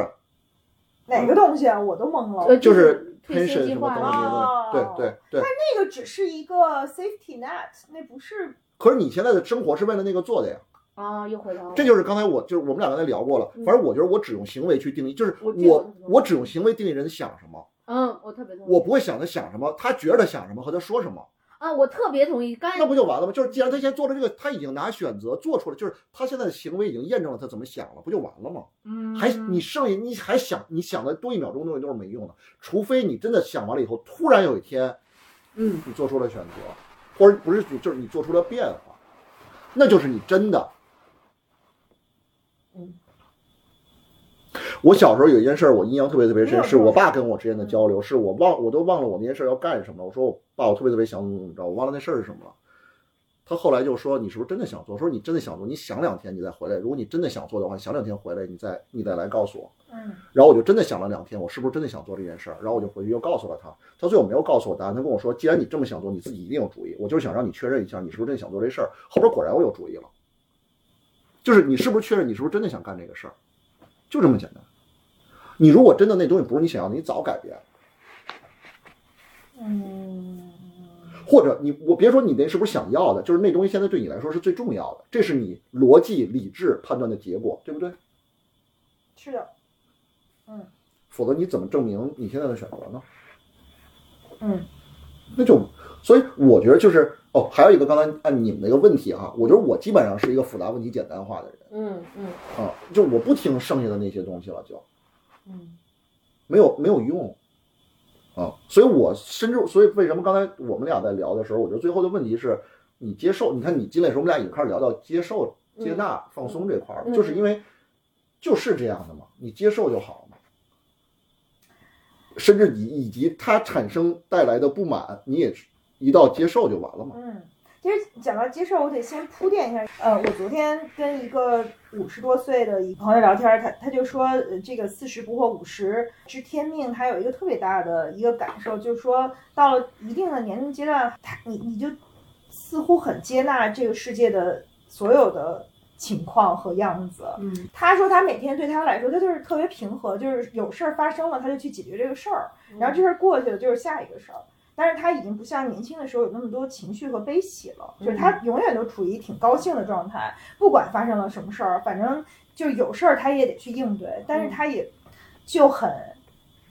Speaker 2: 哪
Speaker 4: 嗯
Speaker 2: 个东西啊？我都懵
Speaker 3: 呃
Speaker 2: 了。
Speaker 4: 就是
Speaker 3: 退休
Speaker 4: pension
Speaker 3: 计
Speaker 4: 什么
Speaker 3: 划哦
Speaker 4: 等
Speaker 2: 啊
Speaker 4: 等这些东西，对对对。
Speaker 2: 那个只是一个 safety net，那不是
Speaker 4: 可是你现在的生活是为了那个做的呀，
Speaker 3: 啊，又回到了
Speaker 4: 这就是刚才我就是我们俩刚才聊过了，反正我觉得我只用行为去定义，就是
Speaker 3: 嗯我这
Speaker 4: 我
Speaker 3: 种
Speaker 4: 我只用行为定义人想什么，
Speaker 3: 嗯，我特别同意，
Speaker 4: 我不会想他想什么，他觉得他想什么和他说什么。
Speaker 3: 啊，我特别同意。刚才
Speaker 4: 那不就完了吗？就是既然他先做了这个，他已经拿选择做出来，就是他现在的行为已经验证了他怎么想了，不就完了吗？
Speaker 2: 嗯，
Speaker 4: 还你剩下你还想你想的多一秒钟东西都是没用的，除非你真的想完了以后，突然有一天
Speaker 3: 嗯，
Speaker 4: 你做出了选择，或者不是就是你做出了变化，那就是你真的。
Speaker 3: 嗯，
Speaker 4: 我小时候有一件事儿我印象特别特别
Speaker 2: 你有嗯
Speaker 4: 深，
Speaker 2: 这
Speaker 4: 是我
Speaker 2: 种
Speaker 4: 爸跟我之间的交流，是我忘我都忘了我那件事儿要干什么了。我说我爸，我特别特别想怎么怎么着，我忘了那事儿是什么了。他后来就说：“你是不是真的想做？”我说：“你真的想做，你想两天，你再回来。如果你真的想做的话，你想两天回来，你再你再来告诉我。”
Speaker 2: 嗯
Speaker 4: 然后我就真的想了两天，我是不是真的想做这件事儿？然后我就回去又告诉了他，他最后没有告诉我答案，他跟我说，既然你这么想做，你自己一定有主意。我就是想让你确认一下，你是不是真的想做这事儿。后边果然我有主意了，就是你是不是确认你是不是真的想干这个事儿，就这么简单。你如果真的那东西不是你想要的，你早改变了。
Speaker 2: 嗯，
Speaker 4: 或者你我别说你那是不是想要的，就是那东西现在对你来说是最重要的，这是你逻辑理智判断的结果，对不对？
Speaker 2: 是的，
Speaker 4: 否则你怎么证明你现在的选择呢？
Speaker 2: 嗯
Speaker 4: 那就，所以我觉得就是哦，还有一个刚才按你们那个问题哈、我觉得我基本上是一个复杂问题简单化的人
Speaker 3: 嗯嗯
Speaker 4: 啊，就我不听剩下的那些东西了，就
Speaker 3: 嗯
Speaker 4: 没有没有用啊，所以我深究，所以为什么刚才我们俩在聊的时候，我觉得最后的问题是你接受，你看你进来的时候，我们俩已经开始聊到接受、接纳、放松这块儿了，
Speaker 3: 嗯
Speaker 4: 就是因为就是这样的嘛，你接受就好了嘛。甚至以以及它产生带来的不满，你也一道接受就完了嘛。
Speaker 2: 嗯。其实讲到接受，我得先铺垫一下。呃，我昨天跟一个五十多岁的一朋友聊天儿，他他就说，呃这个四十不惑五十知天命，他有一个特别大的一个感受，就是说到了一定的年龄阶段，他你你就似乎很接纳这个世界的所有的情况和样子。
Speaker 3: 嗯
Speaker 2: 他说他每天对他来说，他就是特别平和，就是有事儿发生了他就去解决这个事儿，然后这事儿过去了就是下一个事儿。但是他已经不像年轻的时候有那么多情绪和悲喜了，就是他
Speaker 4: 嗯
Speaker 2: 永远都处于挺高兴的状态，不管发生了什么事儿，反正就是有事儿他也得去应对，但
Speaker 4: 嗯
Speaker 2: 是他也就很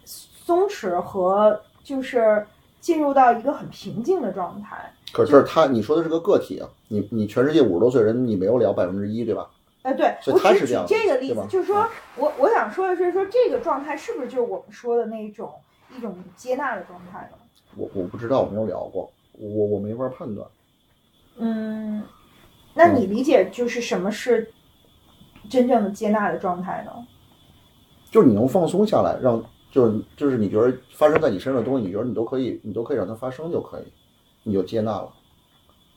Speaker 2: 松弛和就是进入到一个很平静的状态。
Speaker 4: 可是他，你说的是个个体啊，你你全世界五十多岁人，你没有聊百分之一，对吧？
Speaker 2: 哎，对，
Speaker 4: 所以
Speaker 2: 我
Speaker 4: 他
Speaker 2: 只
Speaker 4: 是
Speaker 2: 举
Speaker 4: 这
Speaker 2: 这
Speaker 4: 样的
Speaker 2: 个例
Speaker 4: 对
Speaker 2: 子
Speaker 4: 吧，嗯
Speaker 2: 就是说我我想说的是，说这个状态是不是就是我们说的那一种一种接纳的状态呢？
Speaker 4: 我我不知道，我没有聊过，我我没法判断。
Speaker 2: 嗯，那你理解就是什么是真正的接纳的状态呢？
Speaker 4: 就是你能放松下来，让就是就是你觉得发生在你身上的东西，你觉得你都可以，你都可以让它发生就可以，你就接纳了。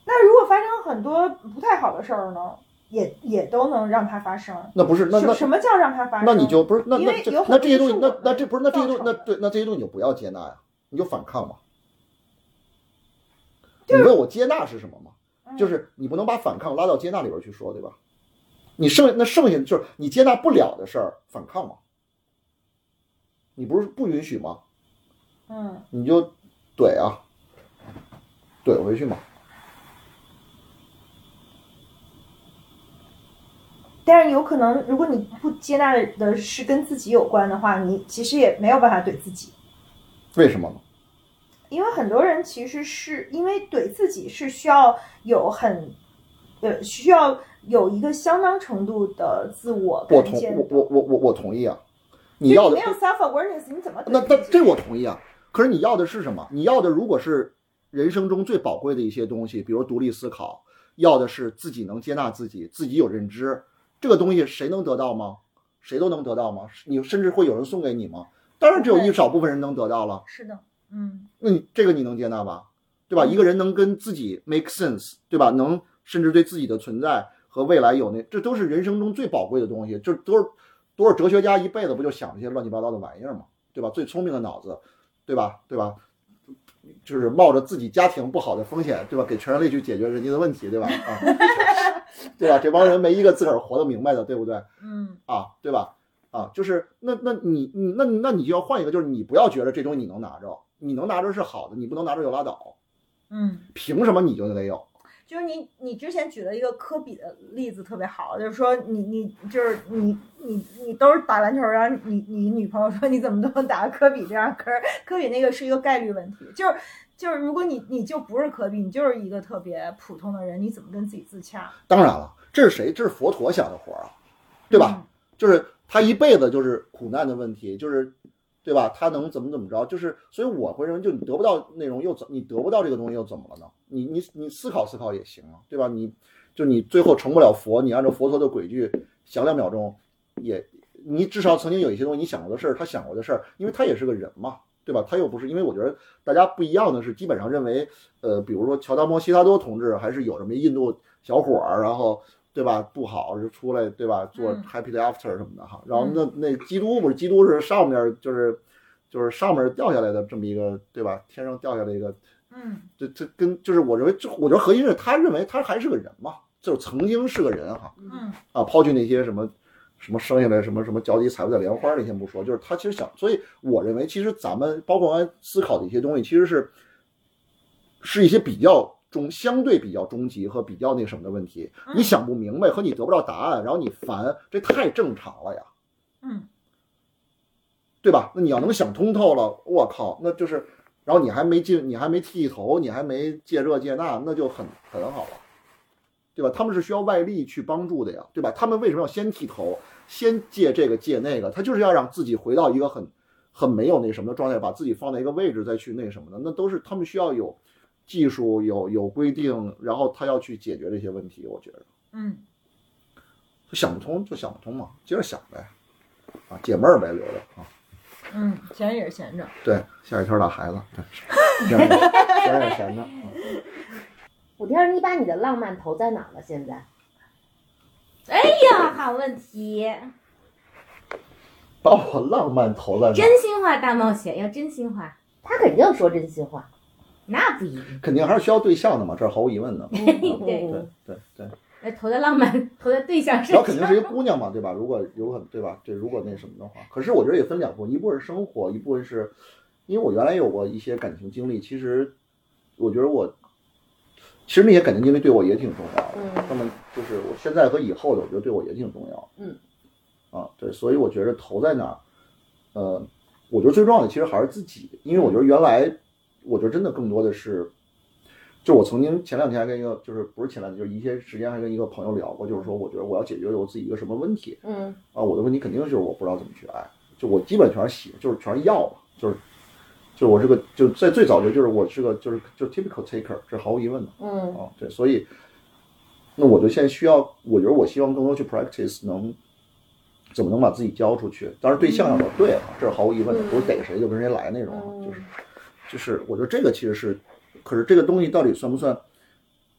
Speaker 2: 那如果发生很多不太好的事儿呢，也也都能让它发生。
Speaker 4: 那不是那
Speaker 2: 什
Speaker 4: 那
Speaker 2: 什么叫让它发生？
Speaker 4: 那你就不是那
Speaker 2: 因
Speaker 4: 那
Speaker 2: 为
Speaker 4: 这
Speaker 2: 有很多
Speaker 4: 那这些东西
Speaker 2: 是我
Speaker 4: 那
Speaker 2: 们
Speaker 4: 那这不是那这些东西
Speaker 2: 造成
Speaker 4: 那
Speaker 2: 的
Speaker 4: 对那这些东西你就不要接纳呀，你就反抗嘛。你问我接纳是什么吗？
Speaker 2: 嗯
Speaker 4: 就是你不能把反抗拉到接纳里边去说，对吧？你剩那剩下的就是你接纳不了的事儿，反抗嘛？你不是不允许吗？
Speaker 2: 嗯
Speaker 4: 你就怼啊，怼回去嘛。
Speaker 2: 但是有可能，如果你不接纳的是跟自己有关的话，你其实也没有办法怼自己。
Speaker 4: 为什么呢？
Speaker 2: 因为很多人其实是因为怼自己是需要有很，呃，需要有一个相当程度的自我
Speaker 4: 我
Speaker 2: 感
Speaker 4: 同
Speaker 2: 见
Speaker 4: 我我我我我同意啊。你
Speaker 2: 就
Speaker 4: 要的
Speaker 2: 没有 self awareness，你怎么
Speaker 4: 那
Speaker 2: 怼
Speaker 4: 那
Speaker 2: 自己
Speaker 4: 这我同意啊。可是你要的是什么？你要的如果是人生中最宝贵的一些东西，比如独立思考，要的是自己能接纳自己，自己有认知，这个东西谁能得到吗？谁都能得到吗？你甚至会有人送给你吗？当然只有一少部分人能得到了。
Speaker 2: 是的，嗯
Speaker 4: 那你这个你能接纳吧？对吧？一个人能跟自己 make sense，对吧？能甚至对自己的存在和未来有那，这都是人生中最宝贵的东西。这都是多少哲学家一辈子不就想这些乱七八糟的玩意儿嘛，对吧？最聪明的脑子，对吧？对吧？就是冒着自己家庭不好的风险，对吧？给全人类去解决人家的问题，对吧？啊， 对吧？这帮人没一个自个儿活得明白的，对不对？
Speaker 2: 嗯
Speaker 4: 啊，对吧？啊，就是那那你你那那你就要换一个，就是你不要觉得这东西你能拿着，你能拿着是好的，你不能拿着就拉倒。
Speaker 2: 嗯，
Speaker 4: 凭什么你就得有？
Speaker 9: 就是你你之前举了一个科比的例子特别好，就是说你你就是你你你都是打篮球，然后你你女朋友说你怎么都能打科比这样，可是科比那个是一个概率问题，就是就是如果你你就不是科比，你就是一个特别普通的人，你怎么跟自己自洽？
Speaker 4: 当然了，这是谁？这是佛陀想的活儿啊，对吧？就是他一辈子就是苦难的问题，就是对吧？他能怎么怎么着？就是所以我会认为，就你得不到内容又怎？你得不到这个东西又怎么了呢？你你你思考思考也行啊，对吧？你就你最后成不了佛，你按照佛陀的轨迹想两秒钟也。你至少曾经有一些东西你想过的事儿，他想过的事儿，因为他也是个人嘛，对吧？他又不是，因为我觉得大家不一样的是，基本上认为，呃，比如说乔达摩悉达多同志还是有这么一印度小伙儿，然后对吧不好就出来对吧做
Speaker 9: 嗯
Speaker 4: happy day after 什么的哈，然后那那基督不是基督是上面就是就是上面掉下来的这么一个对吧天上掉下来一个
Speaker 9: 嗯
Speaker 4: 这这跟就是我认为这我觉得核心是他认为他还是个人嘛，就是曾经是个人哈，
Speaker 9: 嗯
Speaker 4: 啊，抛去那些什么什么生下来什么什么脚底踩不了莲花那些不说，就是他其实想，所以我认为其实咱们包括刚才思考的一些东西，其实是是一些比较中相对比较终极和比较那什么的问题，你想不明白和你得不到答案，然后你烦，这太正常了呀。
Speaker 9: 嗯，
Speaker 4: 对吧？那你要能想通透了，我靠，那就是，然后你还没进，你还没剃头，你还没戒这戒那，那就很很好了，对吧？他们是需要外力去帮助的呀，对吧？他们为什么要先剃头，先戒这个戒那个？他就是要让自己回到一个很很没有那什么的状态，把自己放在一个位置再去那什么的，那都是他们需要有技术、有有规定，然后他要去解决这些问题，我觉得。
Speaker 9: 嗯
Speaker 4: 想不通就想不通嘛，接着想呗，啊，解闷儿呗，留着啊。
Speaker 9: 嗯，闲着也是闲着。
Speaker 4: 对，下雨天打孩子，对， 闲着闲着闲着。嗯
Speaker 3: 我听说你把你的浪漫投在哪儿了？现在
Speaker 1: 哎
Speaker 7: 呀，好问题，
Speaker 4: 把我浪漫投在哪儿？
Speaker 7: 真心话大冒险要真心话，
Speaker 3: 他肯定说真心话，
Speaker 7: 那不一定。
Speaker 4: 肯定还是需要对象的嘛，这是毫无疑问的。
Speaker 7: 对
Speaker 4: 对
Speaker 3: 嗯，
Speaker 4: 对对，
Speaker 7: 那投在浪漫， 投在对象身
Speaker 4: 然后
Speaker 7: 上，
Speaker 4: 肯定是一姑娘嘛，对吧？如果有可能，对吧？这如果那什么的话，可是我觉得也分两部分，一部分是生活，一部分是，因为我原来有过一些感情经历，其实我觉得我，其实那些感情经历对我也挺重要的。
Speaker 3: 嗯
Speaker 4: 那么就是我现在和以后的，我觉得对我也挺重要。
Speaker 3: 嗯，
Speaker 4: 啊，对，所以我觉得投在哪儿，呃，我觉得最重要的其实还是自己，因为我觉得原来，我觉得真的更多的是，就我曾经前两天还跟一个，就是不是前两天，就是一些时间还跟一个朋友聊过，就是说我觉得我要解决我自己一个什么问题
Speaker 3: 嗯
Speaker 4: 啊，我的问题肯定就是我不知道怎么去爱，就我基本全是喜，就是全是要嘛，就是。就是我是个，就在最早就就是我是个就是就是 typical taker，这毫无疑问的。
Speaker 3: 嗯
Speaker 4: 啊，对，所以那我就现在需要，我觉得我希望更多去 practice 能怎么能把自己交出去。当然对象要找对了，这是毫无疑问的，不是逮谁就跟谁来那种啊，就是就是我觉得这个其实是，可是这个东西到底算不算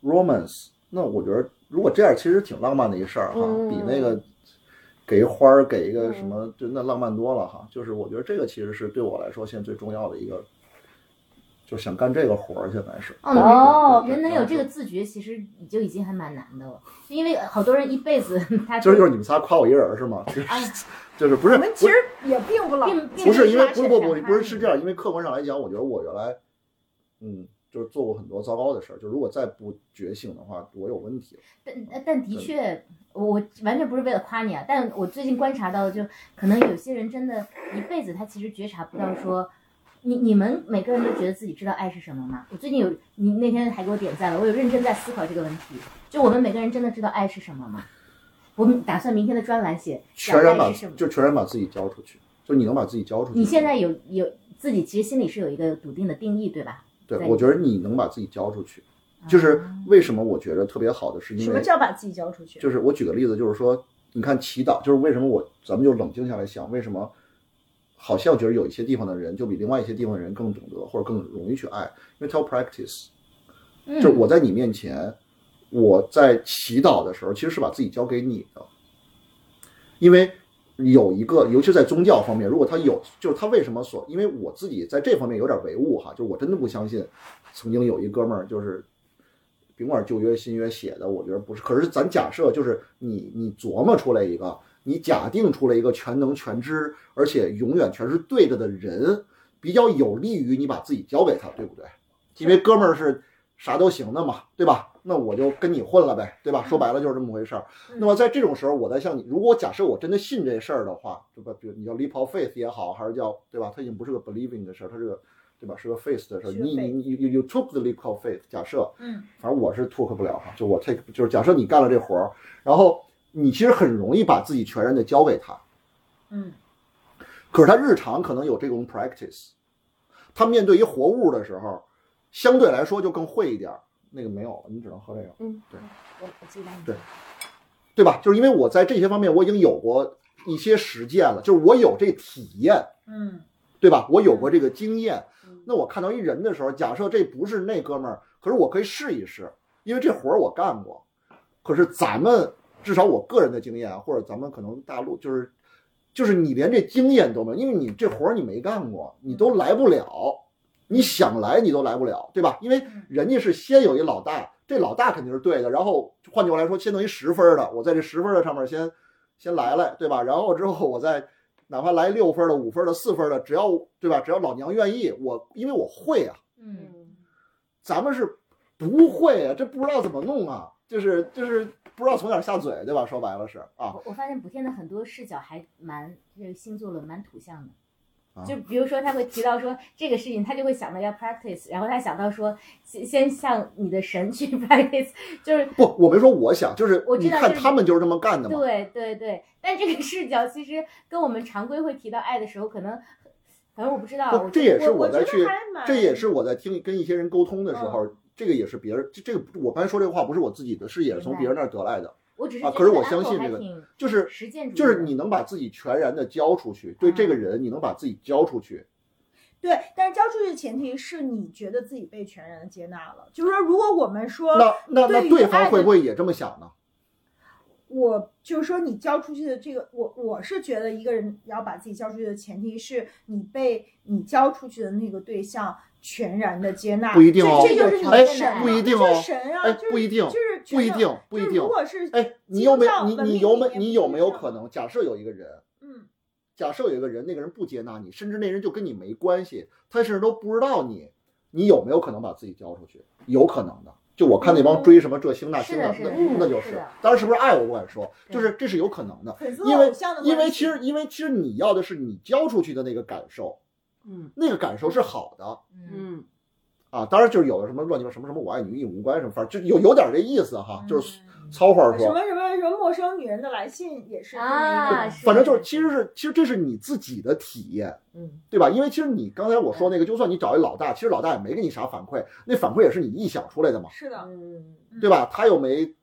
Speaker 4: romance？那我觉得如果这样其实挺浪漫的一事儿哈，比那个。给一花儿，给一个什么，就那浪漫多了哈。就是我觉得这个其实是对我来说现在最重要的一个，就想干这个活儿，现在是。
Speaker 7: 哦
Speaker 3: 哦
Speaker 7: 人能有这个自觉，其实你就已经还蛮难的了，就因为好多人一辈子 他
Speaker 4: 就是就是你们仨夸我一人儿 是吗？就是
Speaker 7: 哎
Speaker 4: 就是不是
Speaker 9: 我们其实也并不老，
Speaker 7: 并并
Speaker 4: 不是因为
Speaker 7: 发
Speaker 4: 不
Speaker 7: 现
Speaker 4: 是不不
Speaker 7: 他
Speaker 4: 不是是这样，因为客观上来讲，我觉得我原来嗯就是做过很多糟糕的事儿，就如果再不觉醒的话，我有问题了。
Speaker 7: 但呃但的确，我我完全不是为了夸你啊，但我最近观察到，就可能有些人真的，一辈子他其实觉察不到说，你你们每个人都觉得自己知道爱是什么吗？我最近有你那天还给我点赞了，我有认真在思考这个问题，就我们每个人真的知道爱是什么吗？我们打算明天的专栏写
Speaker 4: 全然
Speaker 7: 讲
Speaker 4: 把
Speaker 7: 爱是什么？
Speaker 4: 就全然把自己交出去，就你能把自己交出去。
Speaker 7: 你现在有有自己其实心里是有一个笃定的定义，对吧？
Speaker 4: 对
Speaker 7: 在哦
Speaker 4: 我觉得你能把自己交出去，就是为什么我觉得特别好的是因
Speaker 9: 什么
Speaker 4: 为
Speaker 9: 叫把自己交出去？
Speaker 4: 就是我举个例子，就是说你看祈祷，就是为什么我咱们就冷静下来想，为什么好像觉得有一些地方的人就比另外一些地方的人更懂得或者更容易去爱，因为他要 practice。
Speaker 7: 嗯
Speaker 4: 就我在你面前，我在祈祷的时候，其实是把自己交给你的，因为有一个，尤其在宗教方面，如果他有，就是他为什么所，因为我自己在这方面有点唯物哈，就我真的不相信，曾经有一哥们儿就是，甭管旧约新约写的，我觉得不是，可是咱假设就是你你琢磨出来一个，你假定出来一个全能全知，而且永远全是对着的人，比较有利于你把自己交给他，对不对？因为哥们儿是啥都行的嘛，对吧？那我就跟你混了呗，对吧？说白了就是这么回事儿。
Speaker 2: 嗯
Speaker 4: 那么在这种时候，我在向你，如果假设我真的信这事儿的话，对吧？比如你叫 leap of faith 也好，还是叫对吧？它已经不是个 believing 的事儿，它是个对吧？是个 faith 的事儿。
Speaker 2: 是个
Speaker 4: 你
Speaker 2: faith
Speaker 4: 你 you you took the leap of faith，假设，
Speaker 2: 嗯，
Speaker 4: 反正我是 took 不了哈，就我 take 就是假设你干了这活儿，然后你其实很容易把自己全然的交给他，
Speaker 2: 嗯，
Speaker 4: 可是他日常可能有这种 practice，他面对一活物的时候，相对来说就更会一点儿，那个没有，你只能喝这个。
Speaker 3: 嗯我我记得
Speaker 4: 对对吧？就是因为我在这些方面我已经有过一些实践了，就是我有这体验，
Speaker 2: 嗯，
Speaker 4: 对吧？我有过这个经验
Speaker 3: 嗯。
Speaker 4: 那我看到一人的时候，假设这不是那哥们儿，可是我可以试一试，因为这活儿我干过。可是咱们至少我个人的经验啊，或者咱们可能大陆就是，就是你连这经验都没有，因为你这活儿你没干过，你都来不了，你想来你都来不了，对吧？因为
Speaker 1: 嗯
Speaker 4: 人家是先有一老大，这老大肯定是对的，然后换句话来说，先弄一十分儿的，我在这十分儿的上面先先来来，对吧？然后之后我再哪怕来六分儿的、五分儿的、四分儿的，只要对吧？只要老娘愿意，我因为我会啊，
Speaker 1: 嗯，
Speaker 4: 咱们是不会啊，这不知道怎么弄啊，就是就是不知道从哪儿下嘴，对吧？说白了是啊，
Speaker 1: 我我发现补天的很多视角还蛮这个星座论蛮土象的
Speaker 4: 啊。
Speaker 1: 就比如说，他会提到说这个事情，他就会想到要 practice，然后他想到说先先向你的神去 practice，就是
Speaker 4: 不，我没说我想，就是
Speaker 1: 我
Speaker 4: 你
Speaker 1: 知道
Speaker 4: 看
Speaker 1: 就是
Speaker 4: 他们就是这么干的嘛，
Speaker 1: 对对对。但这个视角其实跟我们常规会提到爱的时候，可能反正我不知
Speaker 2: 啊
Speaker 1: 道，
Speaker 4: 不
Speaker 1: 我
Speaker 4: 这也是
Speaker 9: 我
Speaker 4: 在
Speaker 9: 觉得
Speaker 4: 去
Speaker 9: 还蛮
Speaker 4: 这也是我在听跟一些人沟通的时候，
Speaker 2: 嗯
Speaker 4: 这个也是别人，这这个我刚才说这个话不是我自己的，是也是从别人那儿得来的，
Speaker 1: 我只是
Speaker 4: 啊
Speaker 1: 觉
Speaker 4: 可是
Speaker 1: 得
Speaker 4: 我相
Speaker 1: Apple
Speaker 4: 信
Speaker 1: 还
Speaker 4: 这个
Speaker 1: 挺
Speaker 4: 就是
Speaker 1: 实践主义的，
Speaker 4: 就是你能把自己全然的交出去，对这个
Speaker 2: 嗯
Speaker 4: 人你能把自己交出去，
Speaker 2: 对，但是交出去的前提是你觉得自己被全然的接纳了，就是说，如果我们说
Speaker 4: 那那
Speaker 2: 呃对
Speaker 4: 那
Speaker 2: 于
Speaker 4: 对
Speaker 2: 爱
Speaker 4: 方
Speaker 2: 的
Speaker 4: 会不会也这么想呢？
Speaker 2: 我就是说，你交出去的这个，我我是觉得一个人要把自己交出去的前提是你被你交出去的那个对象全然的接纳，
Speaker 4: 不一定哦
Speaker 2: 这这就是你
Speaker 4: 哎
Speaker 2: 的神啊，
Speaker 4: 不一定哦
Speaker 2: 就是神啊，
Speaker 4: 哎
Speaker 2: 就是
Speaker 4: 不一定
Speaker 2: 就是
Speaker 4: 不一
Speaker 2: 全
Speaker 4: 定，不
Speaker 2: 就
Speaker 4: 一
Speaker 2: 是
Speaker 4: 定
Speaker 2: 如。果是
Speaker 4: 哎，你
Speaker 2: 基
Speaker 4: 有
Speaker 2: 督
Speaker 4: 没
Speaker 2: 教
Speaker 4: 你
Speaker 2: 文
Speaker 4: 你
Speaker 2: 明
Speaker 4: 有
Speaker 2: 里
Speaker 4: 没
Speaker 2: 面
Speaker 4: 你
Speaker 2: 不
Speaker 4: 有
Speaker 2: 是这
Speaker 4: 没有
Speaker 2: 样
Speaker 4: 可
Speaker 2: 的？
Speaker 4: 能？假设有一个人，
Speaker 2: 嗯，
Speaker 4: 假设有一个人，那个人不接纳你，甚至那人就跟你没关系，他甚至都不知道你，你有没有可能把自己交出去？有可能的。就我看那帮追什么这星那星
Speaker 1: 是
Speaker 4: 那
Speaker 1: 的是的
Speaker 4: 那就是是
Speaker 1: 的，
Speaker 4: 当然是不是爱我不敢说，
Speaker 1: 对
Speaker 4: 就是这是有可能的，
Speaker 2: 粉丝
Speaker 4: 因
Speaker 2: 和
Speaker 4: 为
Speaker 2: 偶像的
Speaker 4: 因为
Speaker 2: 关系
Speaker 4: 其实因为其实你要的是你交出去的那个感受，
Speaker 9: 嗯
Speaker 4: 那个感受是好的，
Speaker 9: 嗯
Speaker 4: 啊，当然就是有的什么乱七八什么什么我爱你与你无关什么，反正就有有点这意思哈，啊就是糙话
Speaker 2: 嗯什
Speaker 4: 说，
Speaker 2: 么什么什么陌生女人的来信也是这么一个
Speaker 1: 啊，
Speaker 4: 反正就是其实是其实这是你自己的体验，
Speaker 9: 嗯，
Speaker 4: 对吧？因为其实你刚才我说那个，就算你找一老大，其实老大也没给你啥反馈，那反馈也是你臆想出来的嘛，
Speaker 2: 是的，
Speaker 9: 嗯
Speaker 4: 对吧？他又没，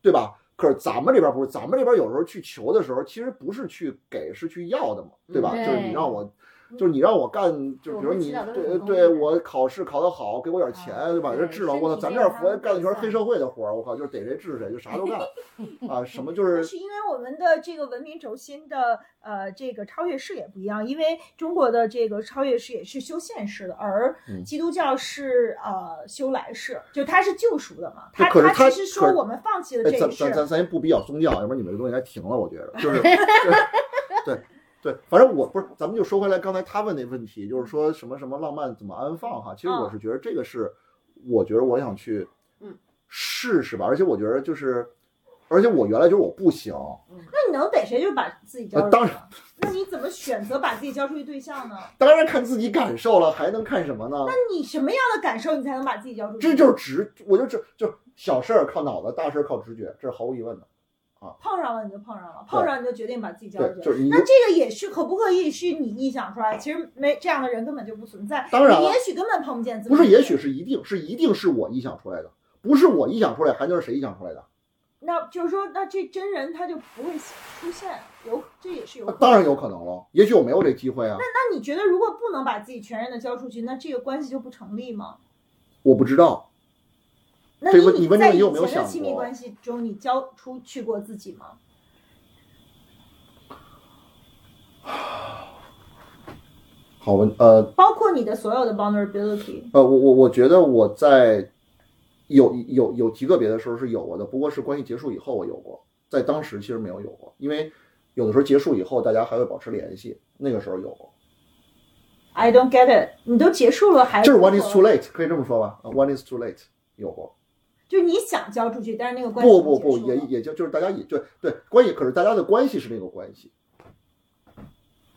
Speaker 4: 对吧？可是咱们这边不是，咱们这边有时候去求的时候，其实不是去给，是去要的嘛，对吧？
Speaker 1: 嗯
Speaker 4: 就是你让我，就是你让我干，就是比如你
Speaker 1: 我们祈祷都是
Speaker 4: 对
Speaker 1: 很公
Speaker 4: 对
Speaker 1: 平的
Speaker 4: 我考试考得好，给我点钱，对吧？
Speaker 1: 啊对
Speaker 4: 这治了
Speaker 1: 身体
Speaker 4: 我操，咱这儿
Speaker 1: 健
Speaker 4: 活
Speaker 1: 康
Speaker 4: 干的全是
Speaker 1: 就
Speaker 4: 黑社会的活儿，我靠，就是逮谁治谁，就 啥都干啊，什么就
Speaker 2: 但
Speaker 4: 是
Speaker 2: 是因为我们的这个文明轴心的呃这个超越视野不一样，因为中国的这个超越视野是修现世的，而
Speaker 4: 嗯
Speaker 2: 基督教是呃修来世，就它是救赎的嘛。
Speaker 4: 对
Speaker 2: 它
Speaker 4: 可是它
Speaker 2: 其实
Speaker 4: 可
Speaker 2: 说
Speaker 4: 是
Speaker 2: 我们放弃了
Speaker 4: 哎，
Speaker 2: 这
Speaker 4: 咱
Speaker 2: 一
Speaker 4: 咱
Speaker 2: 世，
Speaker 4: 咱咱先不比较宗教，要不然你们这东西该停了，我觉得就 是就是对。对，反正我不是，咱们就说回来刚才他问那问题，就是说什么什么浪漫怎么安放哈。其实我
Speaker 2: 嗯
Speaker 4: 是觉得这个是，我觉得我想去，
Speaker 9: 嗯，
Speaker 4: 试试吧。而且我觉得就是，而且我原来就是我不行，
Speaker 2: 那你能逮谁就把自己交出去？
Speaker 4: 呃当然，
Speaker 2: 那你怎么选择把自己交出去对象呢？
Speaker 4: 当然看自己感受了，还能看什么呢？
Speaker 2: 那你什么样的感受你才能把自己交出去？
Speaker 4: 这就是直，我就这就是小事儿靠脑子，大事儿靠直觉，这是毫无疑问的。
Speaker 2: 碰上了你就碰上了，碰上你就决定把自己交出
Speaker 4: 对，
Speaker 2: 去。
Speaker 4: 就是你
Speaker 2: 那这个也是可不可以是你臆想出来？其实没这样的人根本就不存在。
Speaker 4: 当然
Speaker 2: 你
Speaker 4: 了
Speaker 2: 也许根本碰不见自己。
Speaker 4: 不是，也许是一定是一定是我臆想出来的，不是我臆想出来，还能是谁臆想出来的？
Speaker 2: 那就是说，那这真人他就不会出现，有这也是有
Speaker 4: 那
Speaker 2: 可能。
Speaker 4: 当然有可能了，也许我没有这机会啊，
Speaker 2: 那你觉得，如果不能把自己全然的交出去，那这个关系就不成立吗？
Speaker 4: 我不知道。
Speaker 2: 那
Speaker 4: 这个
Speaker 2: 你
Speaker 4: 你问这
Speaker 2: 在
Speaker 4: 个
Speaker 2: 以
Speaker 4: 有没有
Speaker 2: 前的
Speaker 4: 想
Speaker 2: 亲密
Speaker 4: 过
Speaker 2: 关系中，你交出去过自己吗？
Speaker 4: 好问，呃
Speaker 2: 包括你的所有的 vulnerability，
Speaker 4: 呃，我我我觉得我在有有有极个别的时候是有过的，不过是关系结束以后我有过，在当时其实没有有过，因为有的时候结束以后大家还会保持联系，那个时候有过。
Speaker 2: I don't get it。你都结束了还哎
Speaker 4: 就是 one is too late，可以这么说吧呃，one is too late。有过。
Speaker 2: 就是你想交出去，但是那个关系
Speaker 4: 不不不，
Speaker 2: 已经结
Speaker 4: 也
Speaker 2: 束了
Speaker 4: 也就就是大家也就对关系，可是大家的关系是那个关系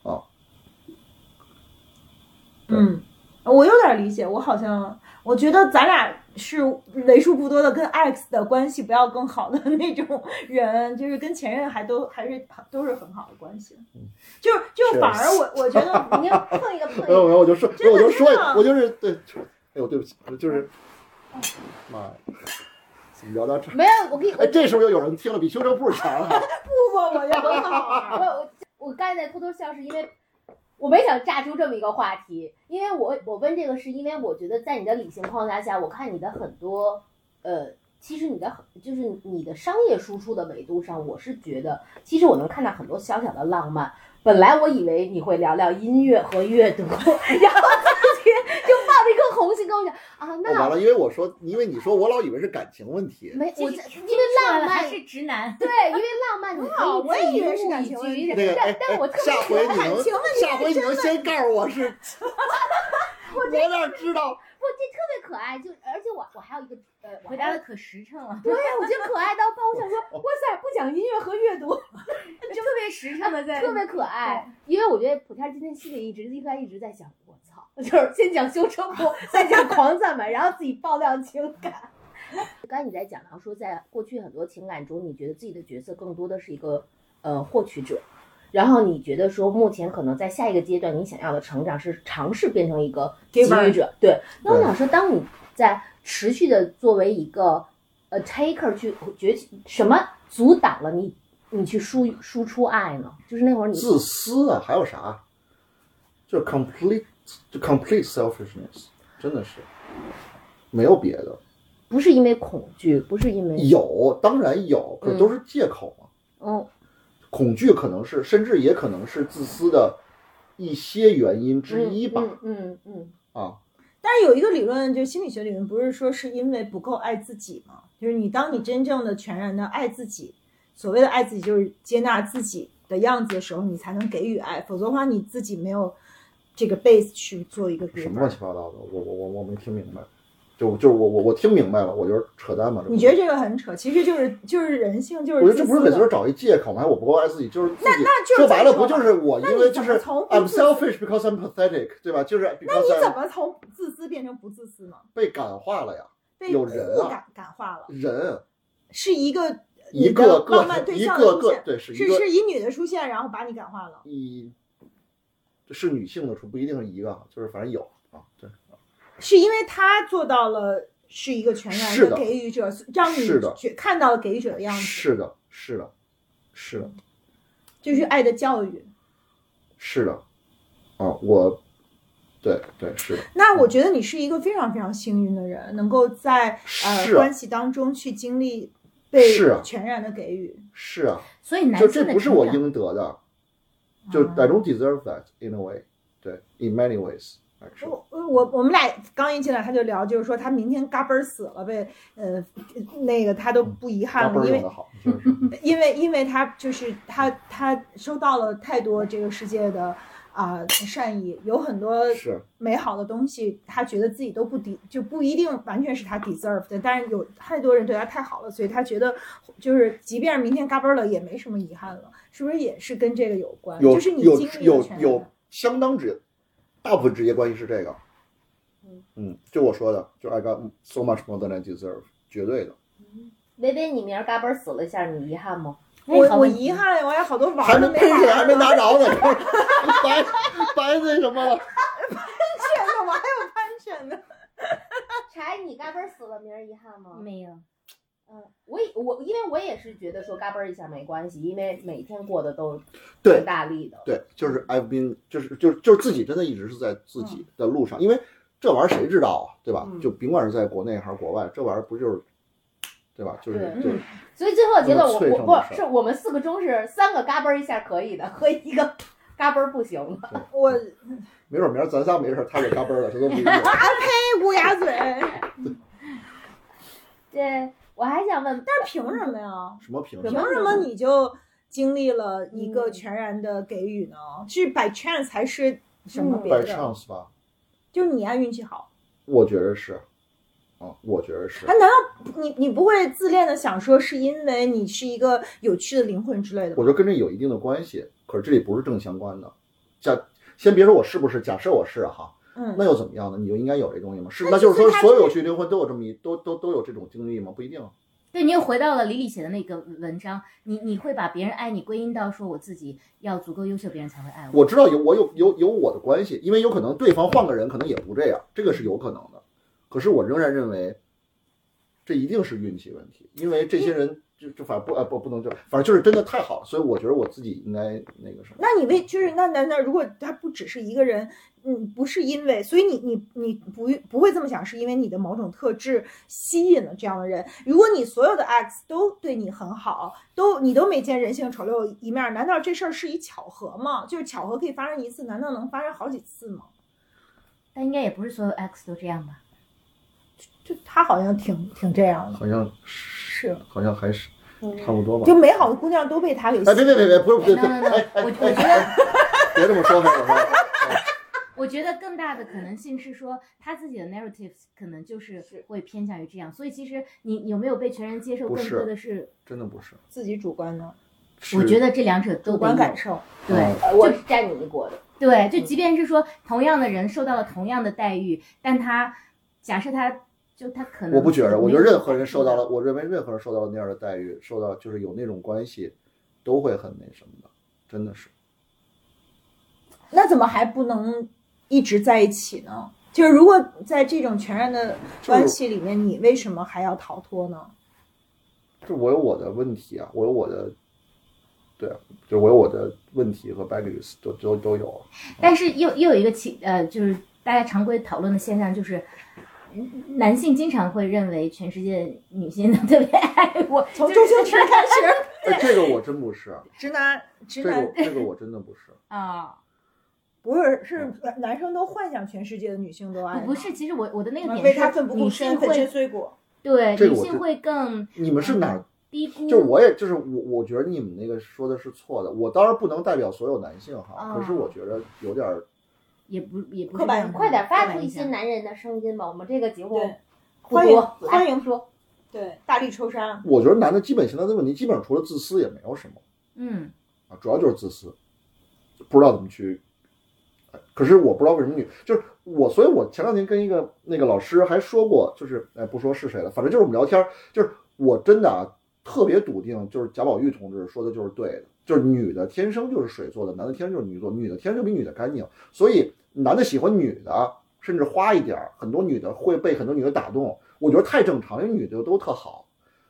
Speaker 4: 啊。对
Speaker 2: 嗯，我有点理解，我好像我觉得咱俩是为数不多的跟 X 的关系不要更好的那种人，就是跟前任还都还是都是很好的关系，
Speaker 4: 嗯
Speaker 2: 就是就反而我我觉得
Speaker 3: 嗯你要碰一个碰 一
Speaker 4: 没有
Speaker 3: 个，
Speaker 4: 没有，我就说，
Speaker 2: 真的
Speaker 4: 我就说
Speaker 2: 真的，
Speaker 4: 我就是对，哎呦对不起，就是，妈呀，怎么聊到这儿？
Speaker 3: 没有，我给你
Speaker 4: 哎，这时候又有人听了，比修正部强 啊！
Speaker 2: 不不，我觉得很好 玩
Speaker 3: 我我我刚才在偷偷笑，是因为我没想炸出这么一个话题，因为我我问这个是因为我觉得在你的理性框架下，我看你的很多呃，其实你的很就是你的商业输出的维度上，我是觉得其实我能看到很多小小的浪漫。本来我以为你会聊聊音乐和阅读，然 后今天就冒着一颗红心跟我讲啊，
Speaker 4: 哦完
Speaker 3: 那
Speaker 4: 了，因为我说，因为你说我老以为是感情问题，
Speaker 3: 没我
Speaker 7: 这
Speaker 3: 这因为浪漫
Speaker 7: 还是直男，
Speaker 3: 对，因为浪漫你
Speaker 2: 好
Speaker 3: 可
Speaker 2: 我也
Speaker 3: 以
Speaker 2: 以
Speaker 3: 自
Speaker 2: 为
Speaker 3: 己
Speaker 2: 是
Speaker 3: 一
Speaker 2: 感
Speaker 3: 举
Speaker 2: 情问
Speaker 3: 一
Speaker 2: 题
Speaker 3: 反，
Speaker 4: 那个
Speaker 3: 但
Speaker 4: 哎
Speaker 3: 但我
Speaker 4: 哎，
Speaker 3: 特别
Speaker 4: 下
Speaker 3: 喜
Speaker 4: 回
Speaker 3: 欢
Speaker 4: 你能
Speaker 2: 情问题
Speaker 4: 下回你能先告诉 我是，我哪知道？
Speaker 3: 不，这特别可爱，就而且我我还有一个呃，我
Speaker 7: 回
Speaker 3: 还
Speaker 7: 答
Speaker 3: 有
Speaker 7: 的可实诚 了，
Speaker 3: 对，我觉得可爱到爆。我想说，哇塞，不讲音乐和阅读，
Speaker 7: 特别实诚的在
Speaker 3: 特别可爱。因为我觉得普天今天心里一直一直一直在想，我操，就是先讲修车部，再讲狂赞美，然后自己爆料情感。 刚才你在讲到说，在过去很多情感中，你觉得自己的角色更多的是一个呃获取者，然后你觉得说目前可能在下一个阶段，你想要的成长是尝试变成一个给
Speaker 2: Giver
Speaker 3: 予者。对，那我
Speaker 4: 对
Speaker 3: 想说，当你在持续的作为一个呃 taker 去崛起，什么阻挡了你你去输输出爱呢？就是那会儿你
Speaker 4: 自私啊，还有啥？就是 complete，就 complete selfishness，真的是没有别的。
Speaker 3: 不是因为恐惧，不是因为
Speaker 4: 有，当然有，可
Speaker 3: 嗯
Speaker 4: 是都是借口嘛。
Speaker 2: 哦
Speaker 3: 嗯
Speaker 4: 恐惧可能是，甚至也可能是自私的一些原因之一吧。
Speaker 3: 嗯嗯嗯嗯，
Speaker 4: 啊，
Speaker 2: 但是有一个理论，就心理学理论，不是说是因为不够爱自己吗？就是你当
Speaker 4: 嗯
Speaker 2: 你真正的全然的爱自己，所谓的爱自己就是接纳自己的样子的时候，你才能给予爱，否则的话你自己没有这个 base 去做一个
Speaker 4: 什
Speaker 2: giver
Speaker 4: 么乱七八糟的，我我我我没听明白。就就是我我我听明白了，我觉得扯淡嘛。这不
Speaker 2: 你觉得这个很扯？其实就是就是人性，就
Speaker 4: 我
Speaker 2: 是
Speaker 4: 觉得
Speaker 2: 自
Speaker 4: 这
Speaker 2: 私
Speaker 4: 不是给
Speaker 2: 的
Speaker 4: 自个儿找一借口吗？还我不够爱自己，就是自己。
Speaker 2: 那就是
Speaker 4: 说白了，
Speaker 2: 自己
Speaker 4: 不就是我
Speaker 2: 那
Speaker 4: 因
Speaker 2: 你
Speaker 4: 为
Speaker 2: 怎
Speaker 4: 就
Speaker 2: 么
Speaker 4: 是
Speaker 2: 从不
Speaker 4: I'm
Speaker 2: 自私
Speaker 4: selfish because I'm pathetic，对吧？就是 because
Speaker 2: 那你
Speaker 4: I'm
Speaker 2: 怎么从自私变成不自私呢？
Speaker 4: 被感化了呀？
Speaker 2: 被
Speaker 4: 有人啊
Speaker 2: 物感感化了，
Speaker 4: 人
Speaker 2: 是一个
Speaker 4: 一
Speaker 2: 你的
Speaker 4: 个个
Speaker 2: 浪漫对
Speaker 4: 一
Speaker 2: 象的
Speaker 4: 个
Speaker 2: 出
Speaker 4: 个
Speaker 2: 现，
Speaker 4: 对是一
Speaker 2: 是
Speaker 4: 个
Speaker 2: 是以女的出现，然后把你感化了。
Speaker 4: 一是女性的出不一定是一个啊，就是反正有啊，对，
Speaker 2: 是因为他做到了是一个全然
Speaker 4: 是的
Speaker 2: 给予者，让你
Speaker 4: 是的
Speaker 2: 觉看到了给予者的样子，
Speaker 4: 是的，是的，是
Speaker 2: 嗯
Speaker 4: 的，
Speaker 2: 就是爱的教育。
Speaker 4: 是的，啊，我对对是的，
Speaker 2: 那我觉得你是一个非常非常幸运的人，能够在呃
Speaker 4: 是啊
Speaker 2: 关系当中去经历被
Speaker 4: 是啊
Speaker 2: 全然的给予。
Speaker 4: 是啊，
Speaker 7: 所以男
Speaker 4: 就
Speaker 7: 性的
Speaker 4: 这
Speaker 7: 成
Speaker 4: 不是我
Speaker 7: 长
Speaker 4: 应得的，就
Speaker 2: 啊
Speaker 4: I don't deserve that in a way，对，in many ways。actually
Speaker 2: 我嗯我我们俩刚一进来，他就聊，就是说他明天嘎嘣儿死了呗，呃，那个他都不遗
Speaker 4: 嗯嘎
Speaker 2: 憾
Speaker 4: 嘣
Speaker 2: 了，因为
Speaker 4: 儿用的好，就是
Speaker 2: 因为因为他就是他他收到了太多这个世界的啊、善意，有很多
Speaker 4: 是
Speaker 2: 美好的东西，他觉得自己都不抵，就不一定完全是他 deserve 的，但是有太多人对他太好了，所以他觉得就是即便是明天嘎嘣儿了，也没什么遗憾了，是不是也是跟这个有关？
Speaker 4: 有
Speaker 2: 呃就是你
Speaker 4: 有
Speaker 2: 经历了
Speaker 4: 有
Speaker 2: 全
Speaker 4: 有
Speaker 2: 然
Speaker 4: 相当直，大部分职业关系是这个。嗯，就我说的，就 I got so much more than I deserve，绝对的。
Speaker 3: 薇薇，你明儿嘎嘣儿死了一下，你遗憾吗？
Speaker 2: 我我遗憾，我还有好多玩
Speaker 4: 还
Speaker 2: 儿
Speaker 4: 没
Speaker 2: 的没
Speaker 4: 喷起
Speaker 2: 玩
Speaker 4: 来，还
Speaker 2: 儿
Speaker 4: 没
Speaker 2: 呢，
Speaker 4: 拿着 呢，白白那什么了。
Speaker 2: 真 的我还有安全的。
Speaker 3: 柴，你嘎嘣儿死了，明儿遗憾吗？
Speaker 7: 没有，
Speaker 3: 嗯，我也我因为我也是觉得说嘎嘣儿一下没关系，因为每天过得都
Speaker 4: 对
Speaker 3: 挺大力的。
Speaker 4: 对，就是 I've been，就是就是就是自己真的一直是在自己的路上，因为这玩意儿谁知道啊，对吧？
Speaker 3: 嗯
Speaker 4: 就甭管是在国内还是国外，这玩意儿不就是，对嗯吧？就是
Speaker 3: 对
Speaker 4: 就是
Speaker 3: 所以最后结论，
Speaker 4: 那
Speaker 3: 我
Speaker 4: 么脆上
Speaker 3: 我
Speaker 4: 的
Speaker 3: 不
Speaker 4: 事
Speaker 3: 是我们四个中是三个嘎嘣儿一下可以的，和一个 嘎嘣儿不行的。
Speaker 2: 我
Speaker 4: 没准儿明儿咱仨没事儿，他给嘎嘣儿了，这都不一 定。
Speaker 2: 呸乌鸦 嘴，
Speaker 3: 对，我还想问，
Speaker 2: 但是凭什么呀？
Speaker 4: 什么评价
Speaker 3: 什
Speaker 2: 凭？什么嗯你就经历了一个全然的给予呢？是 by chance 还是什么别
Speaker 4: 百
Speaker 2: 的？
Speaker 4: chance 吧，
Speaker 2: 就是你按运气好，
Speaker 4: 我觉得是，啊，我觉得是
Speaker 2: 哎，。难道你你不会自恋的想说是因为你是一个有趣的灵魂之类的
Speaker 4: 我
Speaker 2: 吗？
Speaker 4: 觉得跟这有一定的关系，可是这里不是正相关的。假先别说我是不是，假设我是啊哈，
Speaker 2: 嗯，
Speaker 4: 那又怎么样呢？你就应该有这东西吗？是，
Speaker 2: 那
Speaker 4: 那
Speaker 2: 就
Speaker 4: 就是是说
Speaker 2: 他
Speaker 4: 所
Speaker 2: 这
Speaker 4: 有
Speaker 2: 个
Speaker 4: 去灵魂都有这么一都都都有这种经历吗？不一定。啊
Speaker 7: 对你又回到了李李写的那个文章，你你会把别人爱你归因到说我自己要足够优秀，别人才会爱我。
Speaker 4: 我知道有我有有有我的关系，因为有可能对方换个人可能也不这样，这个是有可能的。可是我仍然认为，这一定是运气问题，因为这些人就就反正不啊不不能就反正就是真的太好了，所以我觉得我自己应该那个什么。
Speaker 2: 那你为就是那那那，如果他不只是一个人，嗯，不是因为，所以你你你不不会这么想，是因为你的某种特质吸引了这样的人。如果你所有的 X 都对你很好，都你都没见人性丑陋一面，难道这事儿是一巧合吗？就是巧合可以发生一次，难道能发生好几次吗？
Speaker 7: 但应该也不是所有 X 都这样吧？
Speaker 2: 就他好像挺挺这样的，
Speaker 4: 好像
Speaker 2: 是嗯
Speaker 4: 好像还是差不多吧
Speaker 2: 就美好的姑娘都被他给吸
Speaker 4: 哎，别
Speaker 2: 引。
Speaker 4: 别别别，不是不是，
Speaker 7: No, no, no.
Speaker 4: 哎
Speaker 7: 我
Speaker 4: 哎
Speaker 7: 我
Speaker 4: 哎
Speaker 7: 觉
Speaker 4: 哎，别这么说，别哎这么说。
Speaker 7: 我觉得更大的可能性是说他自己的 narratives 可能就是会偏向于这样，所以其实你有没有被全然接受，
Speaker 4: 不
Speaker 7: 更
Speaker 4: 是
Speaker 7: 多的是
Speaker 4: 真的不是，
Speaker 2: 自己主观的
Speaker 4: 是
Speaker 7: 我觉得这两者都得
Speaker 2: 主
Speaker 7: 有
Speaker 2: 观感受，嗯
Speaker 7: 对
Speaker 4: 嗯
Speaker 3: 呃我是站你一国的，
Speaker 7: 对，就即便是说同样的人受到了同样的待遇，但他假设他就他可能
Speaker 4: 我不觉着，我觉得
Speaker 7: 没有
Speaker 4: 任何人受到了，我认为任何人受到了那样的待遇，受到就是有那种关系，都会很那什么的，真的是。
Speaker 2: 那怎么还不能一直在一起呢？就是如果在这种全然的关系里面，你为什么还要逃脱呢？
Speaker 4: 就我有我的问题啊，我有我的，对啊，就我有我的问题和 baggage 都都都有啊。
Speaker 7: 但是又又有一个其呃，就是大家常规讨论的现象，就是嗯男性经常会认为全世界女性都特别爱我，
Speaker 2: 从
Speaker 7: 就是
Speaker 2: 周星驰开始，
Speaker 4: 哎，这个我真不是，
Speaker 2: 直男直
Speaker 4: 这个
Speaker 2: 男
Speaker 4: 我这个我真的不是。
Speaker 7: 啊、
Speaker 2: 不是是
Speaker 4: 嗯
Speaker 2: 男生都幻想全世界的女性都爱
Speaker 7: 啊
Speaker 2: 吗，
Speaker 7: 不不是，其实我我的那个
Speaker 2: 啊为
Speaker 7: 点
Speaker 2: 他
Speaker 7: 是
Speaker 2: 奋不顾
Speaker 7: 女
Speaker 2: 身，
Speaker 7: 性
Speaker 2: 粉身
Speaker 7: 会
Speaker 2: 碎骨。
Speaker 7: 对
Speaker 4: 这个
Speaker 7: 女
Speaker 4: 我
Speaker 7: 性
Speaker 4: 就
Speaker 7: 会更
Speaker 4: 你们是哪？
Speaker 7: 低估，
Speaker 4: 就是我也就是我，我觉得你们那个说的是错的。我当然不能代表所有男性哈，可是我觉得有点儿
Speaker 7: 也不也不
Speaker 2: 刻板
Speaker 7: 是这样的
Speaker 3: 快点发出一些
Speaker 7: 象
Speaker 3: 男人的声音吧，我们这个节目
Speaker 2: 对
Speaker 3: 不
Speaker 2: 嗯欢迎
Speaker 3: 多，
Speaker 2: 欢
Speaker 3: 来
Speaker 2: 迎
Speaker 3: 说，
Speaker 2: 对，大力抽伤，
Speaker 4: 我觉得男的基本现在的问题，基本上除了自私也没有什么
Speaker 7: 嗯，
Speaker 4: 啊，主要就是自私，不知道怎么去。哎可是我不知道为什么女，就是我，所以我前两天跟一个那个老师还说过，就是哎，不说是谁了，反正就是我们聊天儿，就是我真的啊，特别笃定，就是贾宝玉同志说的就是对的，就是女的天生就是水做的，男的天生就是泥做，女的天生就比女的干净，所以男的喜欢女的，甚至花一点儿，很多女的会被很多女的打动，我觉得太正常，因为女的都特好，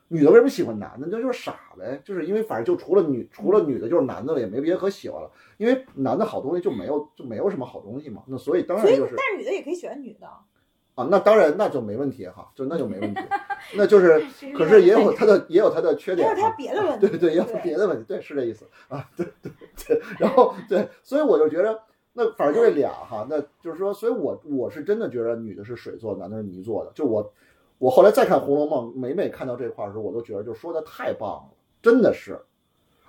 Speaker 4: 女的为什么喜欢男的？那就是傻呗，就是因为反正就除了女除了女的，就是男的了，也没别可喜欢了。因为男的好东西就没有就没有什么好东西嘛。那所以当然
Speaker 2: 所以
Speaker 4: 就是
Speaker 2: 但是女的也可以喜欢女的，
Speaker 4: 啊，那当然那就没问题哈，就那就没问题。那就是
Speaker 7: 这是，
Speaker 4: 可是也有他的也有他的缺
Speaker 2: 也
Speaker 4: 点
Speaker 2: 有
Speaker 4: 啊，
Speaker 2: 她别的问题。
Speaker 4: 对对，也有
Speaker 2: 对
Speaker 4: 别的问题，对，是这意思啊，对对对。然后对，所以我就觉得，那反正就这俩哈，那就是说，所以我我是真的觉得女的是水做的，男的是泥做的。就我我后来再看《红楼梦》，每每看到这块儿的时候，我都觉得就说的太棒了，真的是。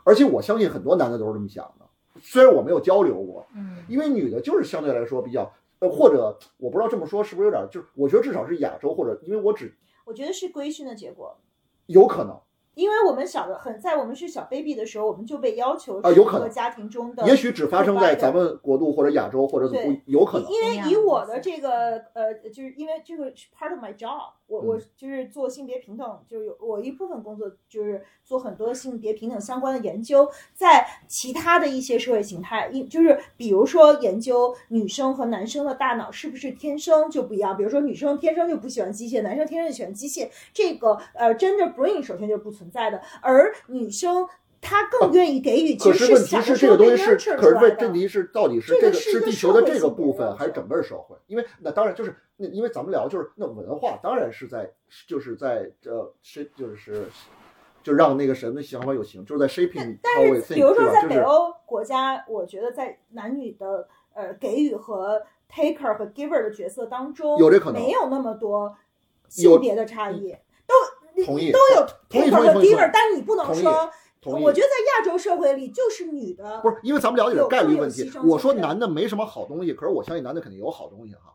Speaker 4: 而且我相信很多男的都是这么想的，虽然我没有交流过，
Speaker 7: 嗯
Speaker 4: 因为女的就是相对来说比较。呃，或者我不知道这么说是不是有点儿，就是我觉得至少是亚洲，或者因为我只
Speaker 2: 我觉得是规训的结果，
Speaker 4: 有可能，
Speaker 2: 因为我们小的很，在我们是小 baby 的时候，我们就被要求
Speaker 4: 啊
Speaker 2: 是
Speaker 4: 有
Speaker 2: 一个
Speaker 4: 可能
Speaker 2: 家庭中的，
Speaker 4: 也许只发生在
Speaker 2: 对
Speaker 4: 咱们国度或者亚洲或者怎么不
Speaker 2: 对
Speaker 4: 有可能。
Speaker 2: 因
Speaker 7: 同
Speaker 2: 为
Speaker 7: 样
Speaker 2: 以
Speaker 7: 的
Speaker 2: 我
Speaker 7: 东
Speaker 2: 的
Speaker 7: 西
Speaker 2: 这个呃，就是因为这个是 part of my job，我
Speaker 4: 嗯
Speaker 2: 我就是做性别平等，就是有我一部分工作就是做很多性别平等相关的研究，在其他的一些社会形态，一就是比如说研究女生和男生的大脑是不是天生就不一样，比如说女生天生就不喜欢机械，男生天生就喜欢机械，这个呃 gender brain 首先就是不存在的，而女生。她更愿意给予，
Speaker 4: 哦可
Speaker 2: 其实
Speaker 4: 是问题
Speaker 2: 享
Speaker 4: 是，
Speaker 2: 受
Speaker 4: 这个东
Speaker 2: 被
Speaker 4: 西是，
Speaker 2: nurture
Speaker 4: 可是
Speaker 2: 出来的
Speaker 4: 问问题是，到底是
Speaker 2: 这
Speaker 4: 这
Speaker 2: 个
Speaker 4: 个
Speaker 2: 是一
Speaker 4: 是
Speaker 2: 个
Speaker 4: 地
Speaker 2: 社
Speaker 4: 球的
Speaker 2: 会
Speaker 4: 这个
Speaker 2: 性别
Speaker 4: 部分，
Speaker 2: 要
Speaker 4: 还是
Speaker 2: 求
Speaker 4: 整个社会？因为那当然就是那，因为咱们聊就是那文化，当然是在就是在呃是就是就让那个什么想法有形，就是在 shaping
Speaker 2: 但
Speaker 4: how we
Speaker 2: 是，
Speaker 4: think，
Speaker 2: 比如说
Speaker 4: 对吧
Speaker 2: 在
Speaker 4: 就
Speaker 2: 北
Speaker 4: 是
Speaker 2: 欧国家，我觉得在男女的呃给予和 taker 和 giver 的角色当中，
Speaker 4: 有这可能
Speaker 2: 没有那么多性
Speaker 4: 有嗯
Speaker 2: 别的差异，
Speaker 4: 同意
Speaker 2: 都有
Speaker 4: 同意
Speaker 2: taker 和
Speaker 4: 同意同意
Speaker 2: giver，但你不能
Speaker 4: 同意
Speaker 2: 说，
Speaker 4: 同意
Speaker 2: 我觉得在亚洲社会里，就是女的
Speaker 4: 不是，因为咱们聊的也是概率问
Speaker 2: 有
Speaker 4: 题
Speaker 2: 会有牺。牲
Speaker 4: 我说
Speaker 2: 精神嗯
Speaker 4: 男的没什么好东西，可是我相信男的肯定有好东西哈，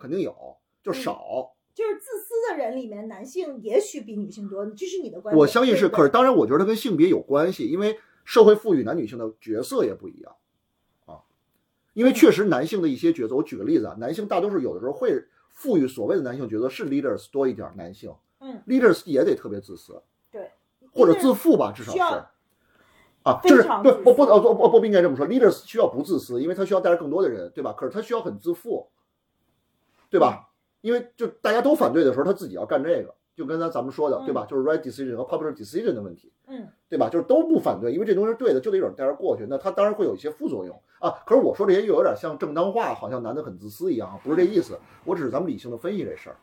Speaker 4: 肯定有，就少。
Speaker 2: 就是自私的人里面，男性也许比女性多，这是你的观点。
Speaker 4: 我相信是，
Speaker 2: 对不对
Speaker 4: 可是当然，我觉得它跟性别有关系，因为社会赋予男女性的角色也不一样啊。
Speaker 2: 嗯
Speaker 4: 因为确实男性的一些角色，我举个例子啊，男性大多数有的时候会赋予所谓的男性角色是 leaders 多一点，男性，
Speaker 2: 嗯
Speaker 4: ，leaders 也得特别自私，
Speaker 2: 对，
Speaker 4: 或者自负吧，至少
Speaker 2: 需
Speaker 4: 是
Speaker 2: 要。
Speaker 4: 啊，
Speaker 2: 非
Speaker 4: 就是
Speaker 2: 常
Speaker 4: 对
Speaker 2: 自
Speaker 4: 不不
Speaker 2: 私
Speaker 4: 哦不不不不应该这么说，leaders 需要不自私，因为他需要带着更多的人，对吧？可是他需要很自负，对
Speaker 2: 嗯
Speaker 4: 吧？因为就大家都反对的时候，他自己要干这个，就跟咱咱们说的，对吧？就是 right decision 和 popular decision 的问题，
Speaker 2: 嗯，
Speaker 4: 对吧？就是都不反对，因为这东西是对的，就得有人带着过去，那他当然会有一些副作用啊。可是我说这些又有点像正当化，好像男的很自私一样，啊不是这意思，我只是咱们理性的分析这事儿。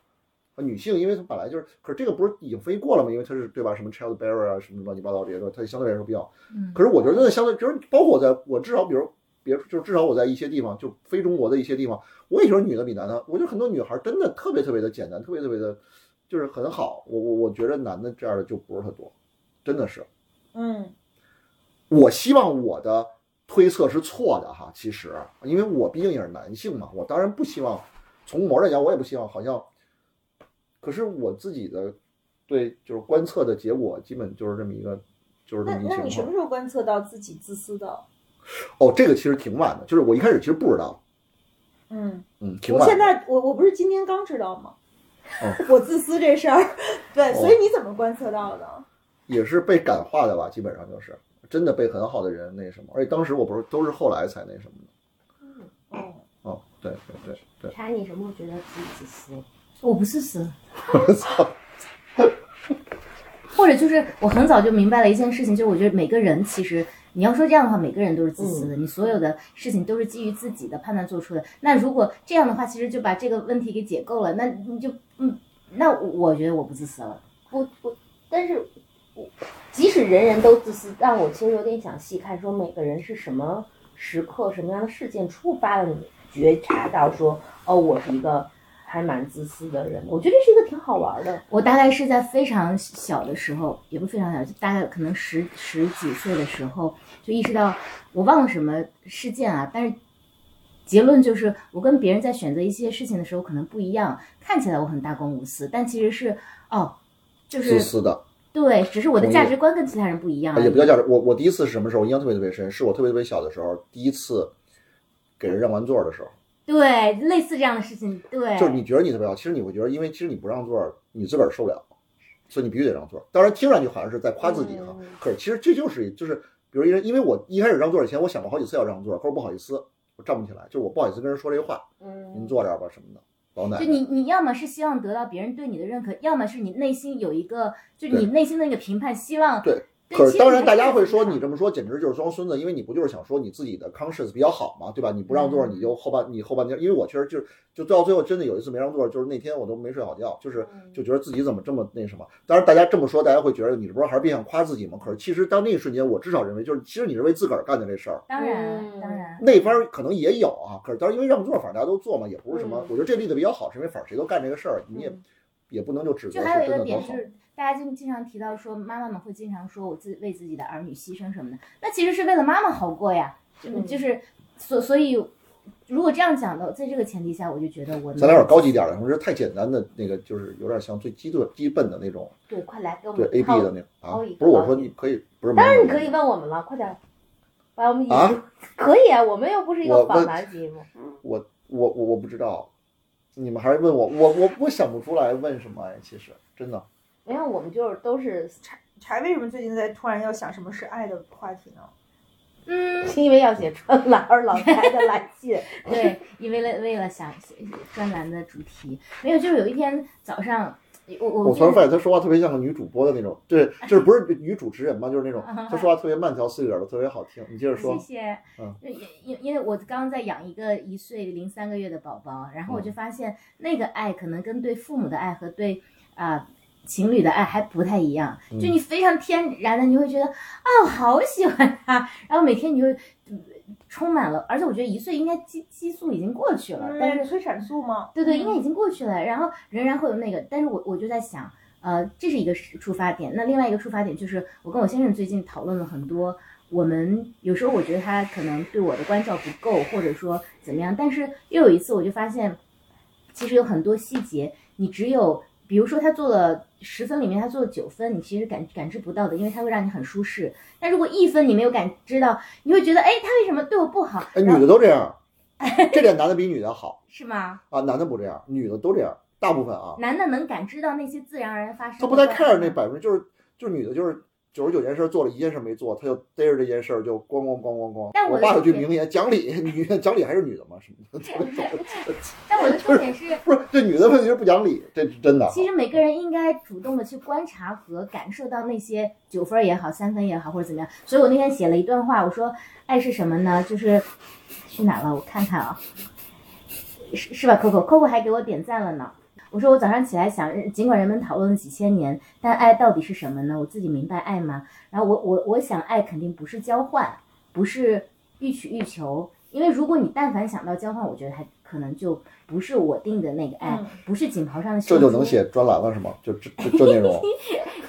Speaker 4: 啊女性，因为她本来就是，可是这个不是已经分析过了吗？因为她是对吧？什么 child bearer 啊，什么乱七八糟这些东西，它相对来说比较
Speaker 7: 嗯
Speaker 4: 可是我觉得相对，比如包括我在，我至少比如别就是至少我在一些地方，就非中国的一些地方，我也觉得女的比男的，我觉得很多女孩真的特别特别的简单，特别特别的，就是很好。我我我觉得男的这样的就不是特多，真的是。
Speaker 2: 嗯
Speaker 4: 我希望我的推测是错的哈，其实因为我毕竟也是男性嘛，我当然不希望从某来讲，我也不希望好像，可是我自己的对就是观测的结果，基本就是这么一个。就是这
Speaker 2: 那
Speaker 4: 么一情
Speaker 2: 那
Speaker 4: 况。
Speaker 2: 你什么时候观测到自己自私的？
Speaker 4: 哦，这个其实挺晚的，就是我一开始其实不知道，
Speaker 2: 嗯，
Speaker 4: 嗯，挺
Speaker 2: 我
Speaker 4: 晚的。
Speaker 2: 现在我我不是今天刚知道吗？
Speaker 4: 哦
Speaker 2: 我自私这事 儿，对，
Speaker 4: 哦
Speaker 2: 所以你怎么观测到的？
Speaker 4: 也是被感化的吧，基本上就是真的被很好的人那什么，而且当时我不是都是后来才那什么的。
Speaker 2: 哦，
Speaker 4: 哦，对对对对，
Speaker 3: 查你什么时候觉得自己自私？
Speaker 7: 我不是死，
Speaker 4: 我操，
Speaker 7: 或者就是我很早就明白了一件事情，就是我觉得每个人其实你要说这样的话，每个人都是自私的，你所有的事情都是基于自己的判断做出的。那如果这样的话，其实就把这个问题给解构了，那你就嗯，那我觉得我不自私了。
Speaker 3: 不不，但是我即使人人都自私，但我其实有点想细看，说每个人是什么时刻、什么样的事件触发了你觉察到说，哦，我是一个还蛮自私的人。我觉得这是一个挺好玩的。
Speaker 7: 我大概是在非常小的时候，也不是非常小，就大概可能十十几岁的时候，就意识到我忘了什么事件啊，但是结论就是我跟别人在选择一些事情的时候可能不一样，看起来我很大公无私，但其实是哦，就
Speaker 4: 自
Speaker 7: 是
Speaker 4: 私的，
Speaker 7: 对，只是我的
Speaker 4: 同意
Speaker 7: 价值观跟其他人不一样
Speaker 4: 啊
Speaker 7: 而
Speaker 4: 也不
Speaker 7: 已。
Speaker 4: 叫价值。我我第一次是什么时候？我印象特别特别深，是我特别特别小的时候，第一次给人让完座的时候，
Speaker 7: 对，类似这样的事情，对，
Speaker 4: 就是你觉得你特别好，其实你会觉得，因为其实你不让座，你自个儿受不了，所以你必须得让座。当然听上去好像是在夸自己
Speaker 7: 嗯
Speaker 3: 嗯
Speaker 4: 哈，可是其实这就是就是，比如因为因为我一开始让座以前，我想过好几次要让座，可是我不好意思，我站不起来，就是我不好意思跟人说这话，您
Speaker 3: 嗯，
Speaker 4: 坐这儿吧什么的，老奶
Speaker 7: 就
Speaker 4: 奶。
Speaker 7: 你，你要么是希望得到别人对你的认可，要么是你内心有一个，就
Speaker 4: 对
Speaker 7: 你内心的一个评判，希望
Speaker 4: 对，
Speaker 7: 对
Speaker 4: 可
Speaker 7: 其实
Speaker 4: 是当
Speaker 7: 你
Speaker 4: 然，
Speaker 7: 还
Speaker 4: 大
Speaker 7: 是
Speaker 4: 家会说
Speaker 7: 很
Speaker 4: 你这么说简直就是装孙子，因为你不就是想说你自己的 conscious 比较好嘛，对吧？你不让座，
Speaker 7: 嗯
Speaker 4: 你就后半你后半天，因为我确实就是就到最后真的有一次没让座，就是那天我都没睡好觉，就是
Speaker 7: 嗯
Speaker 4: 就觉得自己怎么这么那什么。当然，大家这么说，大家会觉得你这不是还是别想夸自己吗？可是其实当那一瞬间，我至少认为就是其实你是为自个儿干的这事儿。
Speaker 7: 当然啊
Speaker 3: 嗯
Speaker 7: 当然，
Speaker 4: 那边可能也有啊，可是当然因为让座，反正大家都做嘛，也不是什
Speaker 7: 嗯
Speaker 4: 么。我觉得这例子比较好，是因为反正谁都干这个事儿，你也也不能就指
Speaker 7: 就
Speaker 4: 责
Speaker 7: 是还有一
Speaker 4: 真
Speaker 7: 个
Speaker 4: 的多
Speaker 7: 点
Speaker 4: 好
Speaker 7: 就。是，大家经经常提到说，妈妈们会经常说我自为自己的儿女牺牲什么的，那其实是为了妈妈好过呀，就
Speaker 3: 嗯
Speaker 7: 就是所所以，如果这样讲的，在这个前提下，我就觉得我
Speaker 4: 咱俩有点高级点儿的，我说太简单的那个，就是有点像最基本基本的那种，
Speaker 3: 对，快来给我
Speaker 4: 对
Speaker 3: 们
Speaker 4: A B
Speaker 3: 套
Speaker 4: 的那种啊
Speaker 3: 嗯高一，
Speaker 4: 不是我
Speaker 3: 高
Speaker 4: 说
Speaker 3: 一
Speaker 4: 你可以，不是
Speaker 3: 当然
Speaker 4: 没
Speaker 3: 你
Speaker 4: 有
Speaker 3: 可以问我们了，快点儿，把我们引
Speaker 4: 啊
Speaker 3: 入可以啊，我们又不是一
Speaker 4: 我
Speaker 3: 个访
Speaker 4: 问
Speaker 3: 谈节目。
Speaker 4: 我我我我不知道，你们还是问我，我我我想不出来问什么哎，其实真的，
Speaker 3: 没有，我们就是都是，
Speaker 2: 柴为什么最近在突然要想什么是爱的话题呢？
Speaker 7: 嗯，
Speaker 3: 是因为要写春老师老太太来信，
Speaker 7: 对，因为了为了想呃专栏的主题，没有，就是有一天早上，我我
Speaker 4: 我
Speaker 7: 记
Speaker 4: 突然
Speaker 7: 得
Speaker 4: 发现他说话特别像个女主播的那种，对，就是不是女主持人嘛，就是那种
Speaker 3: 嗯
Speaker 4: 他说话特别慢条斯理的，特别好听。你接着说
Speaker 7: 谢，谢
Speaker 4: 嗯。
Speaker 7: 因因因为我刚刚在养一个一岁零三个月的宝宝，然后我
Speaker 4: 嗯
Speaker 7: 就发现那个爱可能跟对父母的爱和对啊、情侣的爱还不太一样，
Speaker 4: 嗯
Speaker 7: 就你非常天然的你会觉得啊，我好喜欢他，然后每天你会。嗯充满了，而且我觉得一岁应该激激素已经过去了，
Speaker 4: 嗯
Speaker 7: 但是
Speaker 2: 催产素吗？
Speaker 7: 对对，
Speaker 9: 嗯
Speaker 7: 应该已经过去了，然后仍然会有那个，但是我我就在想，呃，这是一个是出发点，那另外一个出发点就是我跟我先生最近讨论了很多，我们有时候我觉得他可能对我的关照不够，或者说怎么样，但是又有一次我就发现，其实有很多细节，你只有比如说他做了十分里面他做了九分，你其实感感知不到的，因为它会让你很舒适。但如果一分你没有感知到，你会觉得哎，他为什么对我不好？
Speaker 4: 哎，女的都这 样，这点男的比女的好
Speaker 7: 是吗？
Speaker 4: 啊，男的不这样，女的都这样，大部分啊，
Speaker 7: 男的能感知到那些自然而然发生的
Speaker 4: 他
Speaker 7: 关
Speaker 4: 不
Speaker 7: 系吗，
Speaker 4: 太 care 那百分之，就是就是女的，就是九十九件事儿做了一件事没做，他就逮着这件事儿就咣咣咣咣咣。
Speaker 7: 但我
Speaker 4: 我
Speaker 7: 的
Speaker 4: 爸有句
Speaker 7: 理解
Speaker 4: 名言，讲理， 女讲理还是女的嘛，什么的，
Speaker 7: 但我的重点是，
Speaker 4: 不是这女的问题是不讲理，这是真的啊。
Speaker 7: 其实每个人应该主动的去观察和感受到那些九分儿也好，三分也好，或者怎么样。所以我那天写了一段话，我说爱是什么呢？就是去哪了？我看看啊，是是吧？Coco Coco 还给我点赞了呢。我说我早上起来想，尽管人们讨论了几千年，但爱到底是什么呢？我自己明白爱吗？然后我我我想爱肯定不是交换，不是欲取欲求，因为如果你但凡想到交换，我觉得还可能就不是我定的那个爱，
Speaker 9: 嗯
Speaker 7: 不是锦袍上的绣
Speaker 4: 这
Speaker 7: 珠。
Speaker 4: 就能写专栏了是吗？就这这这内 容，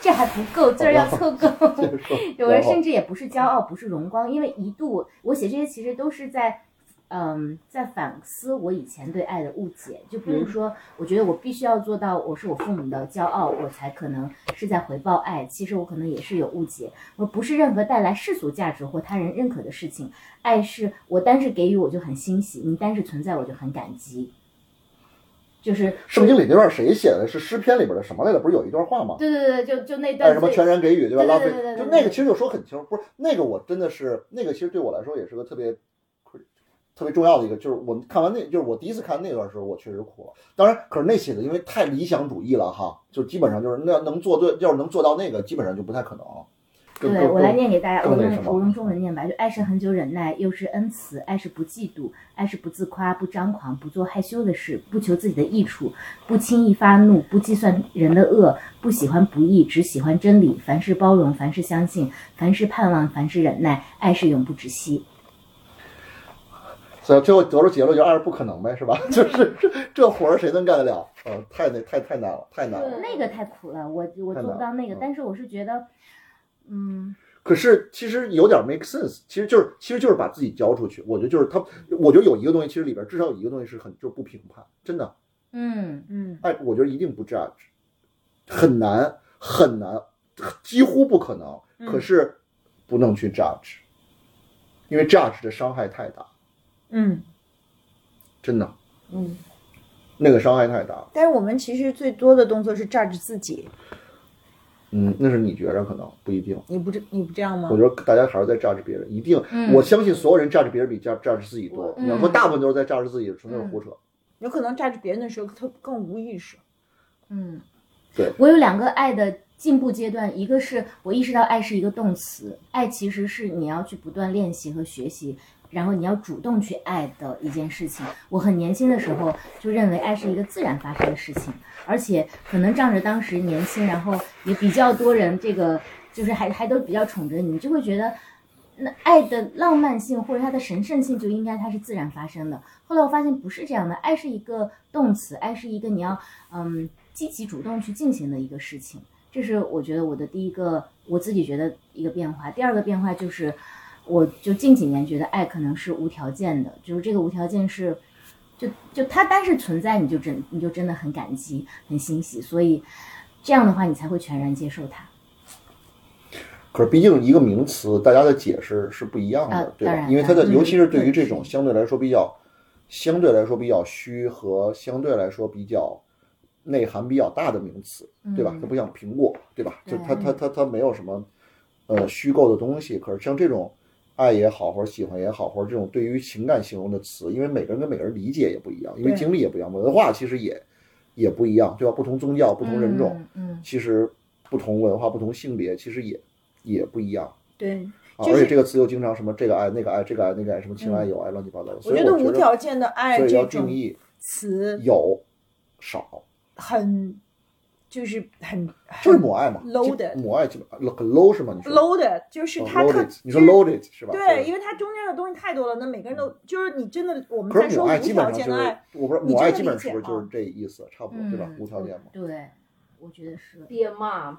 Speaker 7: 这还不够，字儿要凑 够。
Speaker 4: 接着说
Speaker 7: 有人
Speaker 4: 然后
Speaker 7: 甚至也不是骄傲，不是荣光，因为一度我写这些其实都是在，嗯，在反思我以前对爱的误解。就
Speaker 4: 嗯
Speaker 7: 比如说，我觉得我必须要做到我是我父母的骄傲，我才可能是在回报爱。其实我可能也是有误解，我不是任何带来世俗价值或他人认可的事情。爱是我单是给予我就很欣喜，你单是存在我就很感激。就是
Speaker 4: 圣经里那段谁写的？是诗篇里边的什么来着？不是有一段话吗？
Speaker 7: 对对对，就就那
Speaker 4: 爱
Speaker 7: 段
Speaker 4: 什么
Speaker 7: 最
Speaker 4: 全然给予，对吧？
Speaker 7: 对对
Speaker 4: 浪费
Speaker 7: 对对，对
Speaker 4: 就
Speaker 7: 对
Speaker 4: 那个其实就说很清楚，不是那个我真的是那个，其实对我来说也是个特别特别重要的一个，就是我看完那，就是我第一次看那段时候，我确实哭了。当然，可是那写的因为太理想主义了哈，就基本上就是那能做对，要是能做到那个，基本上就不太可能。更
Speaker 7: 对，
Speaker 4: 更
Speaker 7: 我来
Speaker 4: 更
Speaker 7: 念给大家，
Speaker 4: 更
Speaker 7: 我
Speaker 4: 那
Speaker 7: 用
Speaker 4: 什么
Speaker 7: 我用中文念吧，就爱是恒久忍耐，又是恩慈；爱是不嫉妒，爱是不自夸，不张狂，不做害羞的事，不求自己的益处，不轻易发怒，不计算人的恶，不喜欢不义，只喜欢真理。凡事包容，凡事相信，凡事盼望，凡事忍耐。爱是永不止息。
Speaker 4: 所以最后得出结论就爱是不可能呗，是吧？ 就是这这活儿谁能干得了？嗯，太那太太难了，太难了。
Speaker 7: 那个太苦了，我我
Speaker 4: 太
Speaker 7: 做不
Speaker 4: 难
Speaker 7: 到那个
Speaker 4: 嗯，
Speaker 7: 但是我是觉得，嗯，
Speaker 4: 可是其实有点 make sense，其实就是其实就是把自己交出去。我觉得就是他，我觉得有一个东西，其实里边至少有一个东西是很就是不评判，真的
Speaker 7: 嗯，
Speaker 9: 嗯，
Speaker 4: 爱，我觉得一定不 judge，很难很难，几乎不可能。
Speaker 7: 嗯
Speaker 4: 可是不能去 judge，、因为 judge 的伤害太大，
Speaker 9: 嗯，
Speaker 4: 真的
Speaker 3: 嗯，
Speaker 4: 那个伤害太大。
Speaker 9: 但是我们其实最多的动作是 judge 自己，
Speaker 4: 嗯，那是你觉着可能不一定。
Speaker 9: 你不这你不这样吗
Speaker 4: 我？觉得大家还是在 judge 别人，一定，
Speaker 7: 嗯
Speaker 4: 我相信所有人 judge 别人比 judge judge 自己多。
Speaker 7: 嗯
Speaker 4: 你要说大部分都是在 judge 自己，纯粹是胡扯。
Speaker 9: 有可能 judge 别人的时候，他更无意识。
Speaker 7: 嗯，
Speaker 4: 对
Speaker 7: 我有两个爱的进步阶段，一个是我意识到爱是一个动词，爱其实是你要去不断练习和学习，然后你要主动去爱的一件事情。我很年轻的时候就认为爱是一个自然发生的事情，而且可能仗着当时年轻，然后也比较多人这个就是还还都比较宠着你，你就会觉得。那爱的浪漫性或者它的神圣性就应该它是自然发生的。后来我发现不是这样的，爱是一个动词，爱是一个你要嗯积极主动去进行的一个事情。这是我觉得我的第一个我自己觉得一个变化。第二个变化就是，我就近几年觉得爱可能是无条件的，就是这个无条件是，就就它单是存在，你就真你就真的很感激很欣喜，所以这样的话你才会全然接受它。
Speaker 4: 可是毕竟一个名词，大家的解释是不一样的，
Speaker 7: 啊
Speaker 4: 对吧
Speaker 7: 当？然
Speaker 4: 因为它的，
Speaker 7: 嗯
Speaker 4: 尤其是对于这种
Speaker 7: 嗯
Speaker 4: 相对来说比较，相对来说比较虚和相对来说比较内涵比较大的名词，对吧？
Speaker 7: 嗯
Speaker 4: 它不像苹果，对吧？就
Speaker 7: 对
Speaker 4: 它它它它没有什么呃虚构的东西。可是像这种爱也好，或者喜欢也好，或者这种对于情感形容的词，因为每个人跟每个人理解也不一样，因为
Speaker 9: 对
Speaker 4: 经历也不一样，文化其实也也不一样，对吧？不同宗教、不同人种，
Speaker 7: 嗯，
Speaker 4: 其实不同文化、不同性别，其实也也不一样
Speaker 9: 对，
Speaker 4: 啊。
Speaker 9: 就是
Speaker 4: 而且这个词又经常什么这个爱、那个爱、这个爱、那个爱，什么情爱、友爱，乱七八糟的。
Speaker 9: 我
Speaker 4: 所以
Speaker 9: 觉
Speaker 4: 我
Speaker 9: 得无条件的爱
Speaker 4: 所以
Speaker 9: 这
Speaker 4: 要定
Speaker 9: 种
Speaker 4: 义
Speaker 9: 词
Speaker 4: 有少，
Speaker 9: 很，就是很
Speaker 4: 就
Speaker 9: 很
Speaker 4: 是母爱嘛。
Speaker 9: loaded
Speaker 4: 母爱基本很 low 是吗？你说
Speaker 9: loaded，就是
Speaker 4: 哦
Speaker 9: 他特
Speaker 4: loaded，你说 loaded 是吧？
Speaker 9: 对，
Speaker 4: 就
Speaker 9: 因为它中间的东西太多了，那每个人都就是你真的，我们
Speaker 4: 可
Speaker 9: 在
Speaker 4: 是
Speaker 9: 说
Speaker 4: 母
Speaker 9: 无
Speaker 4: 爱基本
Speaker 9: 条
Speaker 4: 上
Speaker 9: 件
Speaker 4: 就
Speaker 9: 的
Speaker 4: 是
Speaker 9: 爱，，
Speaker 4: 我不是
Speaker 9: 你
Speaker 4: 母爱
Speaker 9: 真的
Speaker 4: 基
Speaker 9: 理解啊嗯
Speaker 4: 本上是不是就
Speaker 9: 吗
Speaker 7: 嗯
Speaker 4: 是这意思，差不多对吧？无条件嘛。
Speaker 7: 对，我觉得是。
Speaker 3: 爹妈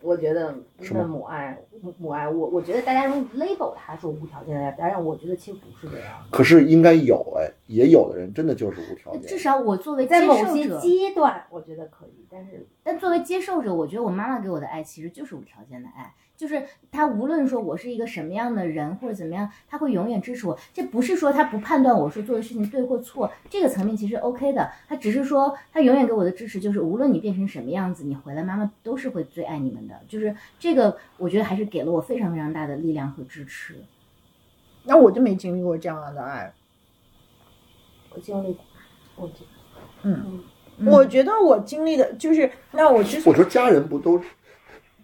Speaker 7: 我觉得
Speaker 4: 是
Speaker 7: 那
Speaker 4: 吗
Speaker 7: 母爱母母爱，我我觉得大家容易 label 它说无条件的爱，当然我觉得其实不是这
Speaker 9: 嗯
Speaker 7: 样。
Speaker 4: 可是应该有哎，也有的人真的就是无条
Speaker 7: 至
Speaker 4: 件。
Speaker 7: 少我作为接
Speaker 3: 在某
Speaker 7: 受
Speaker 3: 些
Speaker 7: 者，
Speaker 3: 阶段，我觉得可以，但是
Speaker 7: 但作为接受者，我觉得我妈妈给我的爱其实就是无条件的爱，就是她无论说我是一个什么样的人或者怎么样，她会永远支持我。这不是说她不判断我说做的事情对或错，这个层面其实 OK 的。她只是说她永远给我的支持就是，无论你变成什么样子，你回来妈妈都是会最爱你们的。就是这个，我觉得还是给了我非常非常大的力量和支持。
Speaker 2: 那我就没经历过这样的爱。
Speaker 3: 我经历过，我觉得
Speaker 9: 嗯
Speaker 2: 我觉得我经历的就是，那我之所
Speaker 4: 我
Speaker 2: 以
Speaker 4: 说家人不都是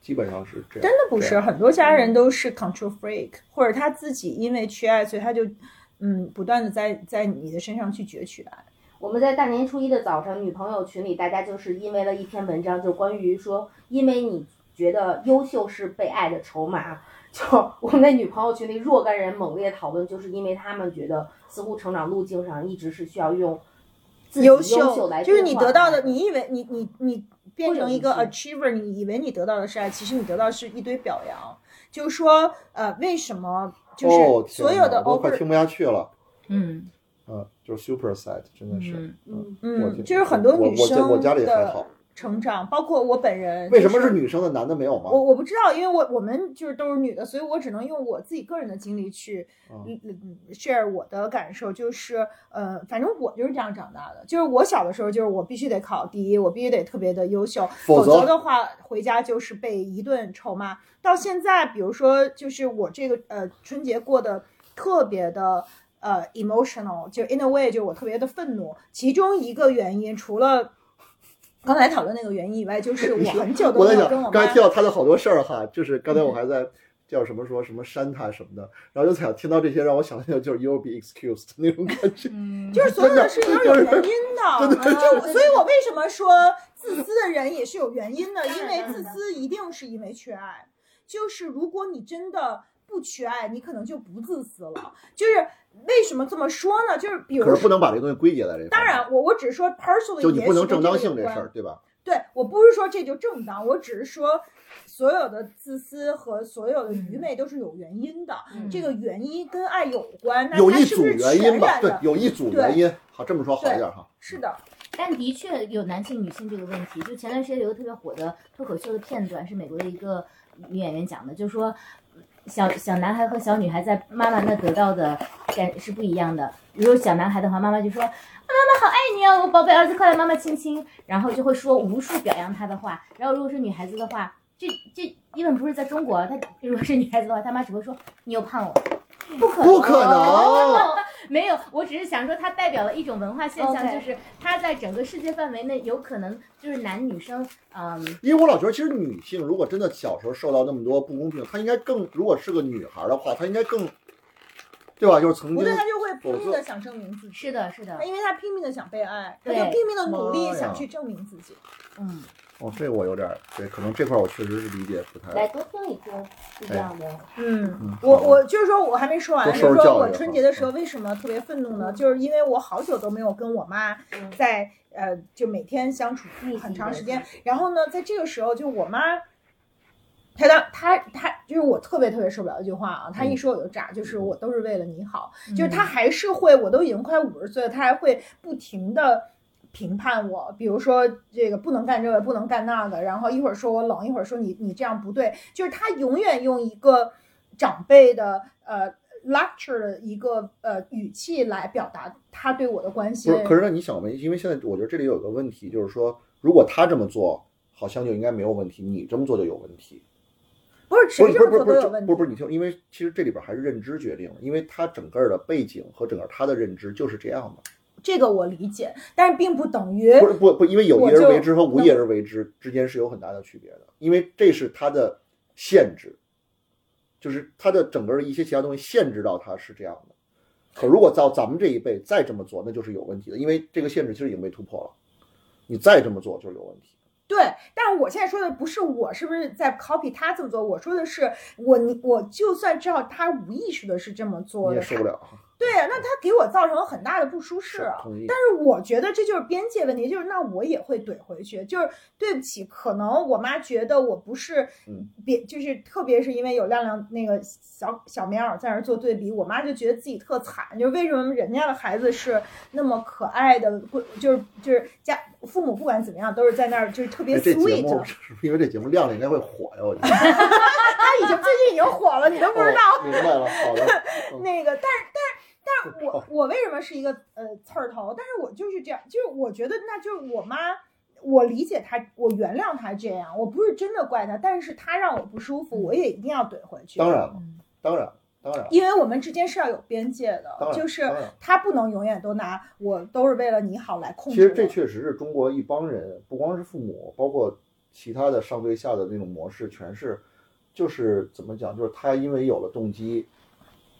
Speaker 4: 基本上是这
Speaker 2: 真？
Speaker 4: 样
Speaker 2: 的不
Speaker 4: 对啊
Speaker 2: 是很多家人都是 control freak，或者他自己因为缺爱，所以他就嗯不断的在在你的身上去攫取爱。
Speaker 3: 我们在大年初一的早上，女朋友群里，大家就是因为了一篇文章，就关于说，因为你觉得优秀是被爱的筹码，就我们在女朋友群里若干人猛烈讨论，就是因为他们觉得似乎成长路径上一直是需要用自己
Speaker 2: 优
Speaker 3: 优
Speaker 2: 秀
Speaker 3: 来
Speaker 2: 就是你
Speaker 3: 兑换
Speaker 2: 得到的，
Speaker 3: 爱
Speaker 2: 你以为你你你变成一个
Speaker 3: 或者
Speaker 2: achiever，你以为你得到的是爱，其实你得到的是一堆表扬。就是说，呃，为什么就
Speaker 4: 哦
Speaker 2: 是
Speaker 4: 天
Speaker 2: 所有
Speaker 4: 哪
Speaker 2: 的
Speaker 4: 我都快
Speaker 2: over
Speaker 4: 听不下去了。
Speaker 7: 嗯
Speaker 4: 嗯，就是 super sad，真的是。
Speaker 7: 嗯
Speaker 3: 嗯，
Speaker 4: 我
Speaker 2: 嗯，
Speaker 4: 听
Speaker 2: 就是很多
Speaker 4: 我
Speaker 2: 女
Speaker 4: 我家
Speaker 2: 生
Speaker 4: 我家里还
Speaker 2: 的
Speaker 4: 好。
Speaker 2: 成长，包括我本人。
Speaker 4: 为什么是？女生的，男的没有吗？
Speaker 2: 我我不知道，因为我我们就是都是女的，所以我只能用我自己个人的经历去
Speaker 4: 嗯
Speaker 2: 嗯嗯 share 我的感受，就是呃，反正我就是这样长大的。就是我小的时候，就是我必须得考第一，我必须得特别的优秀，
Speaker 4: 否
Speaker 2: 否
Speaker 4: 则
Speaker 2: 则的话回家就是被一顿臭骂。到现在，比如说就是我这个呃春节过得特别的。呃，emotional 就 in a way 就我特别的愤怒，其中一个原因除了刚才讨论那个原因以外，就是我很久都
Speaker 4: 我
Speaker 2: 没
Speaker 4: 在
Speaker 2: 有跟
Speaker 4: 想
Speaker 2: 我，
Speaker 4: 刚才
Speaker 2: 妈
Speaker 4: 听到他的好多事儿哈，就是刚才我还在叫什么说什么删他什么的，然后就想听到这些，让我想到就是 you'll be excused 那种感 觉。
Speaker 7: 嗯，
Speaker 2: 就是所有的事情都是有原因的，
Speaker 4: 真的
Speaker 2: 就我所以，我为什么说自私的人也是有原因的？因为自私一定是因为缺爱，就是如果你真的不缺爱，你可能就不自私了。就是为什么这么说呢？就是比如
Speaker 4: 可是不
Speaker 2: 说，
Speaker 4: 能把这东西归结在这。
Speaker 2: 当，然我我只是说 partially，
Speaker 4: 就你不
Speaker 2: 也许
Speaker 4: 能
Speaker 2: 跟
Speaker 4: 正当性
Speaker 2: 这个
Speaker 4: 这
Speaker 2: 有
Speaker 4: 事
Speaker 2: 关
Speaker 4: 儿，对吧？
Speaker 2: 对我不是说这就正当，我只是说所有的自私和所有的愚昧都是有原因的。这个原因跟爱有关，那
Speaker 4: 有
Speaker 2: 它
Speaker 4: 一
Speaker 2: 是
Speaker 4: 组
Speaker 2: 不是
Speaker 4: 原因
Speaker 2: 全
Speaker 4: 吧，
Speaker 2: 然
Speaker 4: 对
Speaker 2: 的，？
Speaker 4: 有一组
Speaker 2: 对
Speaker 4: 原因。好，这么说好一点哈。
Speaker 2: 是的，
Speaker 7: 但的确有男性、女性这个问题。就前段时间有个特别火的脱口秀的片段，是美国的一个女演员讲的，就说小小男孩和小女孩在妈妈那得到的感是不一样的。如果小男孩的话，妈妈就说：“啊妈妈好爱你哦，我宝贝儿子，快来妈妈亲亲。”然后就会说无数表扬他的话。然后如果是女孩子的话，这这因为不是在中国，啊她如果是女孩子的话，她妈只会说：“你又胖了。”不可能，
Speaker 4: 不可能，
Speaker 7: 哦没有，我只是想说，它代表了一种文化现象
Speaker 3: OK
Speaker 7: 就是它在整个世界范围内有可能就是男女生，嗯，
Speaker 4: 因为我老觉得，其实女性如果真的小时候受到那么多不公平，她应该更，如果是个女孩的话，她应该更，对吧？就是曾
Speaker 2: 不
Speaker 4: 经
Speaker 2: 对，他就会
Speaker 4: 否
Speaker 2: 拼命
Speaker 4: 则
Speaker 2: 的想证明自己，
Speaker 7: 是的，是的
Speaker 2: 他，因为他拼命的想被爱，他
Speaker 7: 对
Speaker 2: 就拼命的努力
Speaker 4: 啊妈呀
Speaker 2: 想去证明自己。
Speaker 7: 嗯，
Speaker 4: 哦，这我有点儿对，可能这块儿我确实是理解不太。
Speaker 3: 来多听一听不一样的，
Speaker 2: 嗯，
Speaker 4: 嗯，
Speaker 2: 我
Speaker 4: 好吧
Speaker 2: 我就是说我还没说完，
Speaker 4: 多
Speaker 2: 就
Speaker 4: 收
Speaker 2: 是
Speaker 4: 拾
Speaker 2: 说
Speaker 4: 教育
Speaker 2: 我
Speaker 4: 啊
Speaker 2: 春节的时候为什么特别愤怒呢？就是因为我好久都没有跟我妈
Speaker 3: 嗯
Speaker 2: 在呃就每天相处很长时间，然后呢，在这个时候就我妈。她当她她就是我特别特别受不了一句话啊，
Speaker 4: 嗯
Speaker 2: 她一说我就炸，就是我都是为了你好，就是他还是会，我都已经快五十岁了，他还会不停的评判我，比如说这个不能干这个，不能干那个，然后一会儿说我冷，一会儿说你你这样不对，就是他永远用一个长辈的呃 lecture 的一个呃语气来表达他对我的关
Speaker 4: 不
Speaker 2: 心
Speaker 4: 是，。可是那你想吧，因为现在我觉得这里有个问题，就是说，如果他这么做，好像就应该没有问题；你这么做就有问题。
Speaker 2: 不是
Speaker 4: 不
Speaker 2: 谁
Speaker 4: 是
Speaker 2: 这
Speaker 4: 不是
Speaker 2: 么
Speaker 4: 不
Speaker 2: 做都
Speaker 4: 是不是
Speaker 2: 有问
Speaker 4: 不
Speaker 2: 题
Speaker 4: 是，不是，你听，因为其实这里边还是认知决定了，因为他整个的背景和整个他的认知就是这样的。
Speaker 2: 这个我理解，但是并不等于
Speaker 4: 不是不不，因为有意
Speaker 2: 哎我
Speaker 4: 而
Speaker 2: 就
Speaker 4: 为之和无意而为之之间是有很大的区别的，因为这是他的限制，就是他的整个的一些其他东西限制到他是这样的。可如果到咱们这一辈再这么做，那就是有问题的，因为这个限制其实已经被突破了，你再这么做就是有问题。
Speaker 2: 对，但是我现在说的不是我是不是在 copy 他这么做，我说的是我你我就算知道他无意识的是这么做
Speaker 4: 你也
Speaker 2: 的，
Speaker 4: 受不了。
Speaker 2: 对，那他给我造成很大的不舒适
Speaker 4: 是
Speaker 2: 啊。
Speaker 4: 同意
Speaker 2: 但。是我觉得这就是边界问题，就是那我也会怼回去，就是对不起，可能我妈觉得我不是
Speaker 4: 嗯
Speaker 2: 别，就是特别是因为有亮亮那个小小棉袄在那儿做对比，我妈就觉得自己特惨，就是为什么人家的孩子是那么可爱的，不就是就是家父母不管怎么样都是在那儿就是特别
Speaker 4: 哎这节
Speaker 2: sweet，啊
Speaker 4: 目
Speaker 2: 的
Speaker 4: 是不是因为这节目亮了应该会火呀？我觉得
Speaker 2: 他已经最近已经火了，你 都不知道。
Speaker 4: 哦明白了，好的，
Speaker 2: 那个，但是但是但是 我我为什么是一个呃刺儿头？但是我就是这样，就是我觉得那就是我妈，我理解她，我原谅她这样，我不是真的怪她，但是她让我不舒服，我也一定要怼回去。
Speaker 4: 嗯当然，了，当然，当然，
Speaker 2: 因为我们之间是要有边界
Speaker 4: 当
Speaker 2: 的，
Speaker 4: 然
Speaker 2: 就是
Speaker 4: 当然
Speaker 2: 她不能永远都拿我都是为了你好来控
Speaker 4: 其
Speaker 2: 制我。
Speaker 4: 实这确实是中国一帮人，不光是父母，包括其他的上对下的那种模式，全是就是怎么讲，就是他因为有了动机，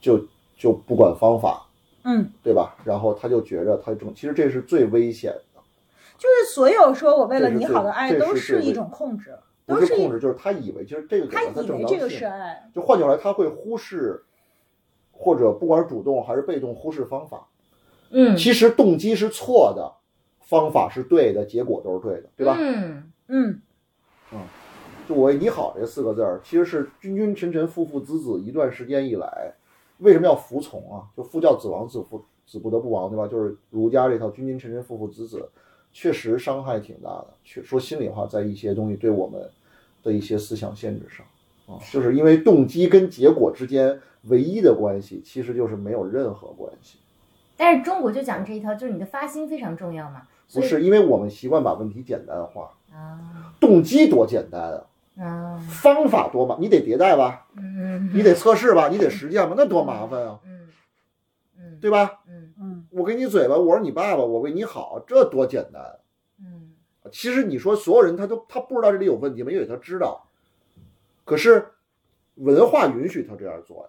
Speaker 4: 就就不管方法，
Speaker 2: 嗯，
Speaker 4: 对吧？然后他就觉着他这种，其实这是最危险的，
Speaker 2: 就是所有说我为了
Speaker 4: 这是
Speaker 2: 你
Speaker 4: 最
Speaker 2: 好的爱
Speaker 4: 这是
Speaker 2: 都
Speaker 4: 最
Speaker 2: 是
Speaker 4: 危
Speaker 2: 一种控制，
Speaker 4: 不
Speaker 2: 都
Speaker 4: 是
Speaker 2: 一
Speaker 4: 控制，就是他以为其实这个给
Speaker 2: 他
Speaker 4: 了他
Speaker 2: 以
Speaker 4: 正
Speaker 2: 为
Speaker 4: 当
Speaker 2: 这个
Speaker 4: 性
Speaker 2: 是爱，
Speaker 4: 就换句话来，他会忽视，或者不管是主动还是被动，忽视方法。
Speaker 1: 嗯
Speaker 4: 其实动机是错的，方法是对的，结果都是对的，对吧？
Speaker 1: 嗯，
Speaker 2: 嗯，
Speaker 4: 就我为你好这四个字儿，其实是君君臣臣父父子子一段时间以来，为什么要服从啊？就父教子亡，子父子不得不亡，对吧？就是儒家这套君君臣臣父父子子，确实伤害挺大的。确说心里话，在一些东西对我们的一些思想限制上。啊，就是因为动机跟结果之间唯一的关系，其实就是没有任何关系。
Speaker 7: 但是中国就讲这一套，就是你的发心非常重要嘛。
Speaker 4: 不
Speaker 7: 所以
Speaker 4: 是因为我们习惯把问题简单化，
Speaker 7: 啊
Speaker 4: 动机多简单啊，
Speaker 7: 啊
Speaker 4: 方法多麻，你得迭代吧，
Speaker 7: 嗯
Speaker 4: 你得测试吧，你得实践吧，那多麻烦啊，
Speaker 7: 嗯嗯
Speaker 4: 对吧？
Speaker 7: 嗯
Speaker 2: 嗯，
Speaker 4: 我给你嘴巴，我是你爸爸，我为你好，这多简单。
Speaker 7: 嗯
Speaker 4: 其实你说所有人他都他不知道这里有问题吗？也许他知道，可是文化允许他这样做呀，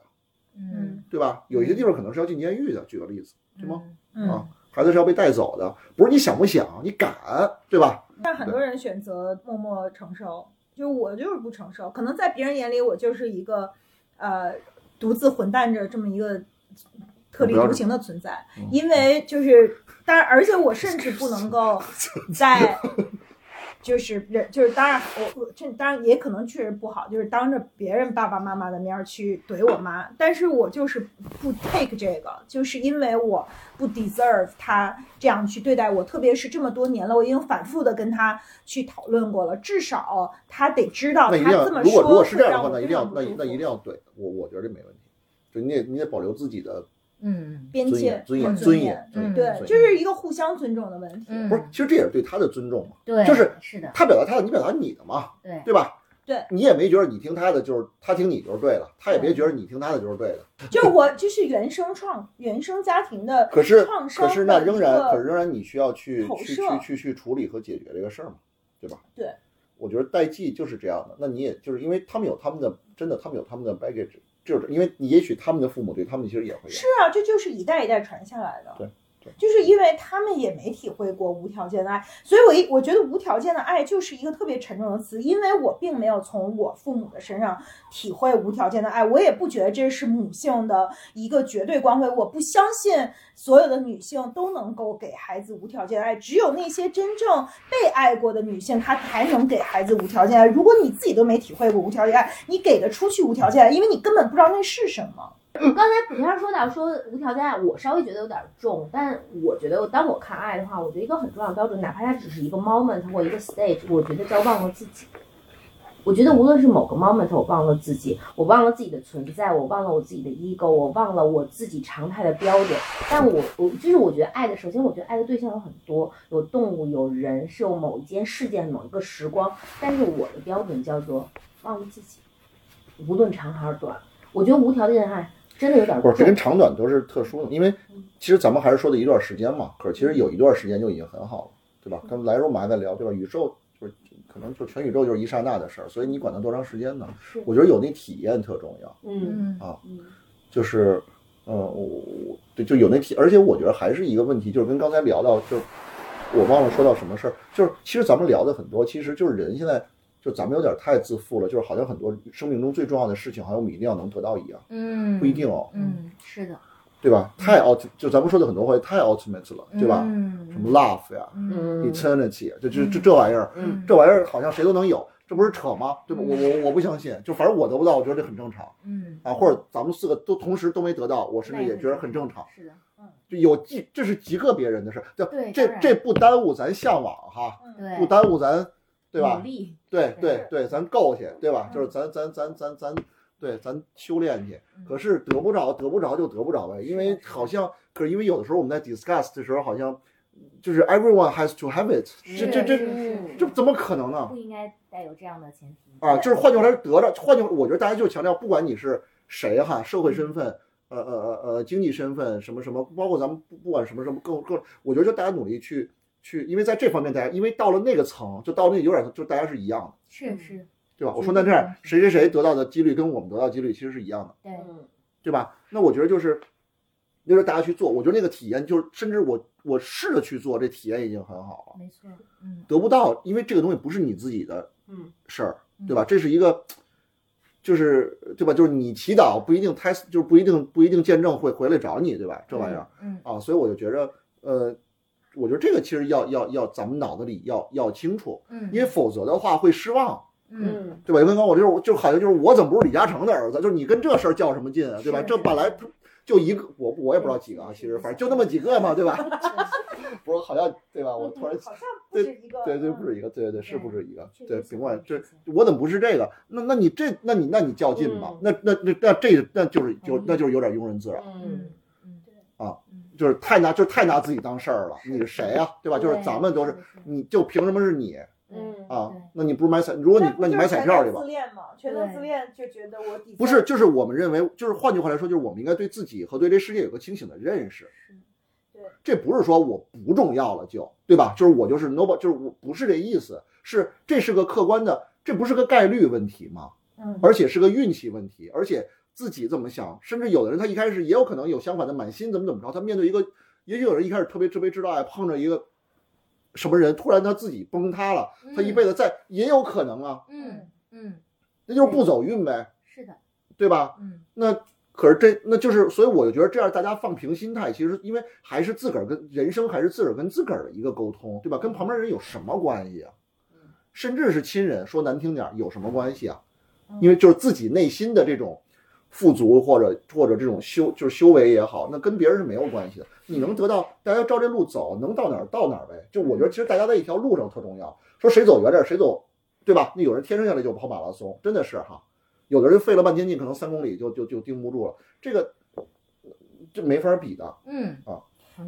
Speaker 7: 嗯
Speaker 4: 对吧？有一些地方可能是要进监狱的，举个例子，对吗？
Speaker 2: 嗯
Speaker 4: 啊，孩子是要被带走的，不是你想不想，你敢，对吧？
Speaker 2: 但很多人选择默默承受，就是我就是不承受。可能在别人眼里，我就是一个呃独自混蛋着这么一个特立独行的存在
Speaker 4: 嗯，
Speaker 2: 因为就是，当然，而且我甚至不能够在。就是人，就是当然，我我这当然也可能确实不好，就是当着别人爸爸妈妈的面儿去怼我妈，但是我就是不 take 这个，就是因为我不 deserve 他这样去对待我，特别是这么多年了，我已经反复的跟他去讨论过了，至少他得知道
Speaker 4: 那一
Speaker 2: 他
Speaker 4: 定要，
Speaker 2: 这么
Speaker 4: 如果
Speaker 2: 说
Speaker 4: 如果是
Speaker 2: 会
Speaker 4: 这样的
Speaker 2: 让
Speaker 4: 话，
Speaker 2: 我
Speaker 4: 那一
Speaker 2: 非
Speaker 4: 定要
Speaker 2: 常不
Speaker 4: 那
Speaker 2: 舒
Speaker 4: 那
Speaker 2: 服
Speaker 4: 一定要对我，我觉得这没问题，就你得你得保留自己的
Speaker 7: 嗯
Speaker 2: 边
Speaker 4: 尊
Speaker 2: 界
Speaker 4: 严、尊严、
Speaker 2: 和
Speaker 4: 尊
Speaker 2: 严
Speaker 4: 严，，
Speaker 7: 嗯
Speaker 4: 对
Speaker 2: 对，就是一个互相尊重的问题。
Speaker 7: 嗯，
Speaker 4: 不是，其实这也是对他的尊重嘛。
Speaker 7: 对，
Speaker 4: 就是
Speaker 7: 是的，
Speaker 4: 他表达他的，你表达你的嘛，
Speaker 7: 对
Speaker 4: 对吧？
Speaker 2: 对，
Speaker 4: 你也没觉得你听他的就是他听你就是对了，他也别觉得你听他的就是对的。
Speaker 2: 就我就是原生创原生家庭的
Speaker 4: 可是
Speaker 2: 创伤
Speaker 4: 可
Speaker 2: 的
Speaker 4: 是那仍
Speaker 2: 一
Speaker 4: 然
Speaker 2: 个
Speaker 4: 可是仍然你需要去
Speaker 2: 投
Speaker 4: 去去
Speaker 2: 射
Speaker 4: 去去处理和解决这个事儿嘛，对吧？
Speaker 2: 对，
Speaker 4: 我觉得代际就是这样的。那你也就是因为他们有他们的真的，他们有他们的 baggage，就是因为你也许他们的父母对他们其实也会有。
Speaker 2: 是啊，这就是一代一代传下来的。
Speaker 4: 对对
Speaker 2: 就是因为他们也没体会过无条件的爱，所以我一我觉得无条件的爱就是一个特别沉重的词，因为我并没有从我父母的身上体会无条件的爱，我也不觉得这是母性的一个绝对光辉，我不相信所有的女性都能够给孩子无条件的爱，只有那些真正被爱过的女性，她才能给孩子无条件爱。如果你自己都没体会过无条件爱，你给得出去无条件爱，因为你根本不知道那是什么。
Speaker 3: 刚才普天上说到说无条件爱，我稍微觉得有点重，但我觉得当我看爱的话，我觉得一个很重要的标准，哪怕它只是一个 moment 或一个 stage，我觉得叫忘了自己。我觉得无论是某个 moment，我忘了自己，我忘了自己的存在，我忘了我自己的 ego，我忘了我自己常态的标准。但我我就是我觉得爱的，首先我觉得爱的对象有很多，有动物，有人，是有某一件事件、某一个时光。但是我的标准叫做忘了自己，无论长还是短。我觉得无条件的爱真的有点
Speaker 4: 不是，这
Speaker 3: 重
Speaker 4: 跟。长短都是特殊的，因为其实咱们还是说的一段时间嘛。可是其实有一段时间就已经很好了，对吧？刚来时候我们还在聊，对吧？宇宙就是可能就全宇宙就是一刹那的事儿，所以你管它多长时间呢？
Speaker 3: 是
Speaker 4: 我觉得有那体验特重要，
Speaker 3: 嗯
Speaker 7: 嗯
Speaker 4: 啊
Speaker 3: 嗯
Speaker 4: 就是，嗯，我我对，就有那体，而且我觉得还是一个问题，就是跟刚才聊到，就是我忘了说到什么事儿，就是其实咱们聊的很多，其实就是人现在就咱们有点太自负了，就是好像很多生命中最重要的事情，好像我们一定要能得到一样，
Speaker 7: 嗯
Speaker 4: 不一定哦。
Speaker 7: 嗯是的，嗯
Speaker 4: 对吧？太 ulti 就咱们说的很多回太 ultimate 了，对吧？什么 love 呀、
Speaker 3: 嗯
Speaker 4: eternity，这这这这玩意儿，
Speaker 3: 嗯
Speaker 4: 这玩意儿好像谁都能有，这不是扯吗？对吧？我我我不相信，就反正我得不到，我觉得这很正常
Speaker 7: 嗯，
Speaker 4: 啊。或者咱们四个都同时都没得到，我甚至也觉得很正常。
Speaker 7: 是的，
Speaker 4: 就有极这是极个别人的事，对吧
Speaker 7: 对
Speaker 4: 这
Speaker 7: 当然
Speaker 4: 这不耽误咱向往哈，
Speaker 7: 对，
Speaker 4: 不耽误咱对吧
Speaker 7: 努？力，
Speaker 4: 对对
Speaker 2: 是
Speaker 4: 对，咱够去，对吧？就是咱咱咱咱咱，对，咱修炼去。可是得不着，得不着就得不着呗，因为好像，可是因为有的时候我们在 discuss 的时候，好像就是 everyone has to have it，这这这
Speaker 3: 嗯
Speaker 4: 这怎么可能呢
Speaker 7: 不？应该带有这样的前提。
Speaker 4: 啊，就是换句话来说，得着，换句话，我觉得大家就强调，不管你是谁哈，社会身份，呃呃呃呃，经济身份，什么什么，包括咱们不不管什么什么更更，我觉得就大家努力去去，因为在这方面大家，因为到了那个层，就到那有点，就大家是一样的。
Speaker 7: 是是，嗯
Speaker 4: 对吧？我说那这样，谁谁谁得到的几率跟我们得到的几率其实是一样的，
Speaker 7: 对，
Speaker 3: 嗯
Speaker 4: 对吧？那我觉得就是，就是大家去做，我觉得那个体验就是，甚至我我试着去做，这体验已经很好了。
Speaker 7: 没错，嗯，
Speaker 4: 得不到，因为这个东西不是你自己的
Speaker 9: 嗯
Speaker 4: 事儿，对吧？这是一个，就是对吧？就是你祈祷不一定胎，就是不一定不一定见证会回来找你，对吧？这玩意儿
Speaker 7: 嗯
Speaker 4: 啊，所以我就觉着，呃，我觉得这个其实要要要咱们脑子里要要清楚，
Speaker 7: 嗯
Speaker 4: 因为否则的话会失望。
Speaker 7: 嗯，
Speaker 4: 对吧？就跟刚我就是就好像就是我怎么不是李嘉诚的儿子？就是你跟这事儿较什么劲啊，对吧？
Speaker 7: 是
Speaker 4: 这本来不就一个，我我也不知道几个啊，其实反正就那么几个嘛，对吧？ 不是好像对吧？我突然
Speaker 2: 嗯好像不止一个，嗯
Speaker 4: 对对不止一个，对对是不止一个，
Speaker 7: 确
Speaker 4: 对，
Speaker 7: 实是
Speaker 4: 甭管
Speaker 7: 这
Speaker 4: 这
Speaker 7: 个事
Speaker 4: 我怎么不是这个？那那你这那你那你较劲吧
Speaker 9: 嗯，
Speaker 4: 那那那那这那就是就那就是有点庸人自扰，
Speaker 9: 嗯
Speaker 7: 嗯
Speaker 4: 就是太拿就是太拿自己当事儿了。你是谁啊？对吧？就是
Speaker 7: 对
Speaker 4: 咱们都是
Speaker 7: 是是，
Speaker 4: 你就凭什么是你
Speaker 9: 嗯
Speaker 4: 啊
Speaker 7: 对？
Speaker 4: 那你不是买彩？如果你那
Speaker 2: 那
Speaker 4: 你买彩票去吧
Speaker 2: 自。恋嘛，全都自
Speaker 7: 对
Speaker 2: 恋就觉得我底
Speaker 4: 不是，就是我们认为，就是换句话来说，就是我们应该对自己和对这世界有个清醒的认识。
Speaker 2: 对
Speaker 4: 这不是说我不重要了就，对吧？就是我就是 nobody，就是我不是这意思，是这是个客观的，这不是个概率问题吗？
Speaker 2: 嗯
Speaker 4: 而且是个运气问题，而且自己怎么想，甚至有的人他一开始也有可能有相反的满心怎么怎么着，他面对一个，也许有人一开始特别特别知道爱，碰着一个什么人，突然他自己崩塌了，他一辈子再也有可能啊，
Speaker 7: 嗯嗯，
Speaker 4: 那就是不走运呗，
Speaker 7: 是的，
Speaker 4: 对吧？
Speaker 7: 嗯
Speaker 4: 那可是这那就是，所以我就觉得这样大家放平心态，其实因为还是自个儿跟人生还是自个儿跟自个儿的一个沟通，对吧？跟旁边人有什么关系啊？甚至是亲人，说难听点儿有什么关系啊？因为就是自己内心的这种富足或者或者这种修就是修为也好，那跟别人是没有关系的。你能得到，大家照这路走，能到哪儿到哪儿呗。就我觉得其实大家在一条路上特重要，说谁走远点儿谁走，对吧？那有人天生下来就跑马拉松，真的是哈。有的人费了半天劲，可能三公里就就就盯不住了，这个这没法比的。
Speaker 7: 嗯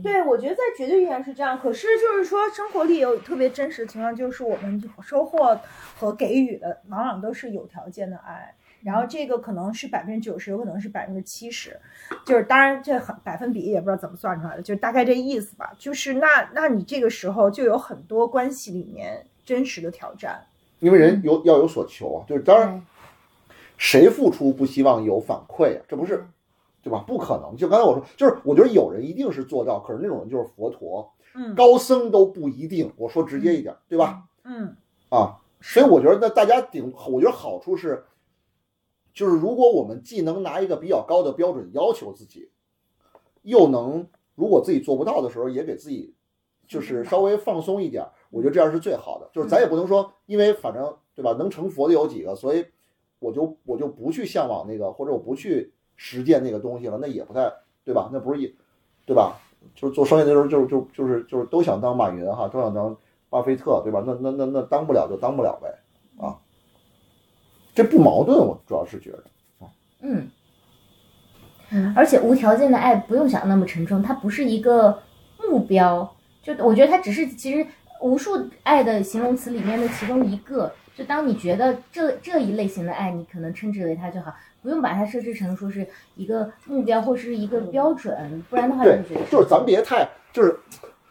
Speaker 2: 对，我觉得在绝对意义上是这样。可是就是说，生活里也有特别真实的情况，就是我们收获和给予的往往都是有条件的爱。然后这个可能是百分之九十，有可能是百分之七十，就是当然这很百分比也不知道怎么算出来的，就是大概这意思吧。就是那那你这个时候就有很多关系里面真实的挑战，
Speaker 4: 因为人有要有所求啊，就是当
Speaker 7: 嗯
Speaker 4: 然，谁付出不希望有反馈啊？这不是对吧？不可能。就刚才我说，就是我觉得有人一定是做到，可是那种人就是佛陀，
Speaker 2: 嗯
Speaker 4: 高僧都不一定。我说直接一点，对吧？
Speaker 2: 嗯
Speaker 4: 啊，所以我觉得那大家顶，我觉得好处是，就是如果我们既能拿一个比较高的标准要求自己，又能如果自己做不到的时候，也给自己就是稍微放松一点儿，我觉得这样是最好的。就是咱也不能说，因为反正对吧，能成佛的有几个，所以我就我就不去向往那个，或者我不去实践那个东西了，那也不太对吧？那不是也对吧？就是做生意的时候，就是就就是就是都想当马云哈，都想当巴菲特，对吧？那那那那当不了就当不了呗，啊，这不矛盾，我主要是觉得，
Speaker 7: 嗯。而且无条件的爱不用想那么沉重，它不是一个目标，就我觉得它只是其实无数爱的形容词里面的其中一个。就当你觉得这这一类型的爱，你可能称之为它就好，不用把它设置成说是一个目标或是一个标准，不然的话你
Speaker 4: 对
Speaker 7: 会觉得，
Speaker 4: 就是咱别太就是。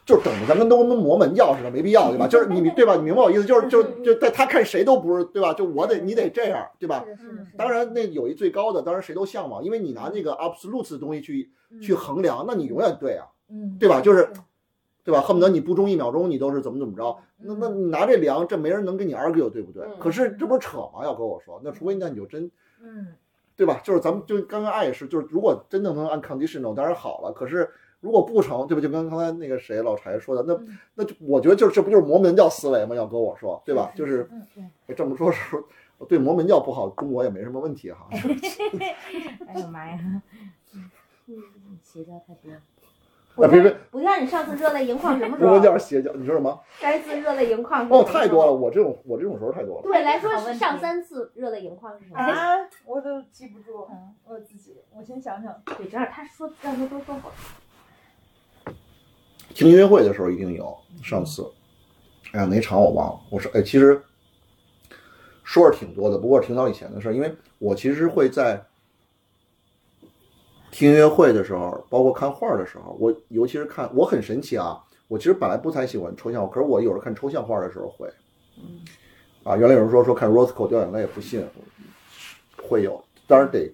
Speaker 4: 就是等着咱跟都跟磨门钥匙的没必要，对吧？就是你你对吧？你明白我意思？就是就是就在他看谁都不是对吧？就我得你得这样，对吧？
Speaker 7: 是的，是的，是的
Speaker 4: 当然，那有一最高的，当然谁都向往，因为你拿那个 absolute 的东西去
Speaker 7: 嗯
Speaker 4: 去衡量，那你永远对啊，
Speaker 7: 嗯，
Speaker 4: 对吧？就是，对吧？恨不得你不中一秒钟，你都是怎么怎么着。那
Speaker 7: 嗯
Speaker 4: 那你拿这量，这没人能跟你 argue，对不对？
Speaker 9: 嗯
Speaker 4: 可是这不是扯吗？要跟我说，那除非那你就真
Speaker 7: 嗯，
Speaker 4: 对吧？就是咱们就刚刚爱也是，就是如果真的能按 conditional，当然好了。可是如果不成，对吧？就跟刚才那个谁老柴说的，那那就我觉得就是这不就是摩门教思维吗？要跟我说，对吧？
Speaker 7: 嗯
Speaker 4: 就是哎这么说是对摩门教不好，中国也没什么问题哈。啊
Speaker 7: 哎呦 妈呀，嗯邪教太多了。
Speaker 4: 啊，别别，
Speaker 3: 不像你上次热泪盈眶什么时
Speaker 4: 摩门
Speaker 3: 候？
Speaker 4: 教是邪教，你说什么？
Speaker 3: 该次热泪盈眶是
Speaker 4: 哦，
Speaker 3: 什么时候
Speaker 4: 太多了，。我这种我这种时候太多了。
Speaker 3: 对，来说
Speaker 7: 好问
Speaker 3: 是
Speaker 7: 题
Speaker 3: 上三次热泪盈眶是什么？
Speaker 9: 啊，我都记不住，我自己，我先想想。
Speaker 7: 对，正好他说让他多说会儿。
Speaker 4: 听音乐会的时候一定有，上次，哎呀哪场我忘了。我说哎，其实说是挺多的，不过是挺早以前的事儿，因为我其实会在听音乐会的时候，包括看画儿的时候，我尤其是看，我很神奇啊，我其实本来不太喜欢抽象画，可是我有时候看抽象画的时候会，啊，原来有人说说看 Roscoe 掉眼泪不信，会有，当然得。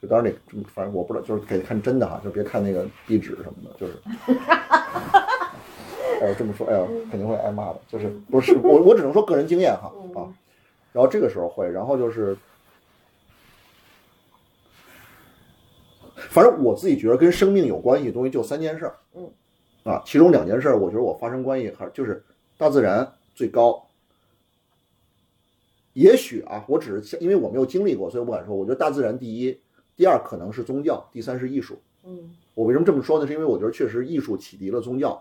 Speaker 4: 就当然得，反正我不知道，就是给看真的哈，就别看那个壁纸什么的，就是 哎，这么说，哎呀，肯定会挨骂的。就是不是我，我只能说个人经验哈啊。然后这个时候会，然后就是，反正我自己觉得跟生命有关系的东西就三件事儿。
Speaker 3: 嗯。
Speaker 4: 啊，其中两件事儿，我觉得我发生关系还是就是大自然最高。也许啊，我只是因为我没有经历过，所以我不敢说。我觉得大自然第一，第二可能是宗教，第三是艺术。
Speaker 3: 嗯，
Speaker 4: 我为什么这么说呢？是因为我觉得确实艺术启迪了宗教，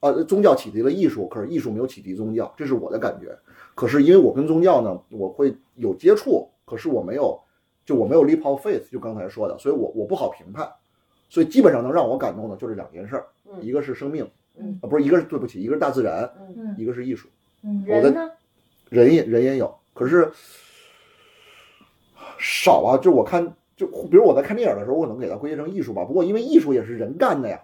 Speaker 4: 呃，宗教启迪了艺术，可是艺术没有启迪宗教，这是我的感觉。可是因为我跟宗教呢，我会有接触，可是我没有，就我没有 leap of faith，就刚才说的，所以我我不好评判。所以基本上能让我感动的就这两件事儿，
Speaker 3: 嗯
Speaker 4: 一个是生命，
Speaker 3: 嗯
Speaker 4: 啊，不是一个是对不起，一个是大自然，
Speaker 3: 嗯
Speaker 4: 一个是艺术。
Speaker 7: 嗯
Speaker 4: 我的
Speaker 3: 人呢？
Speaker 4: 人也人也有，可是少啊。就我看，就比如我在看电影的时候，我可能给它归结成艺术吧。不过因为艺术也是人干的呀，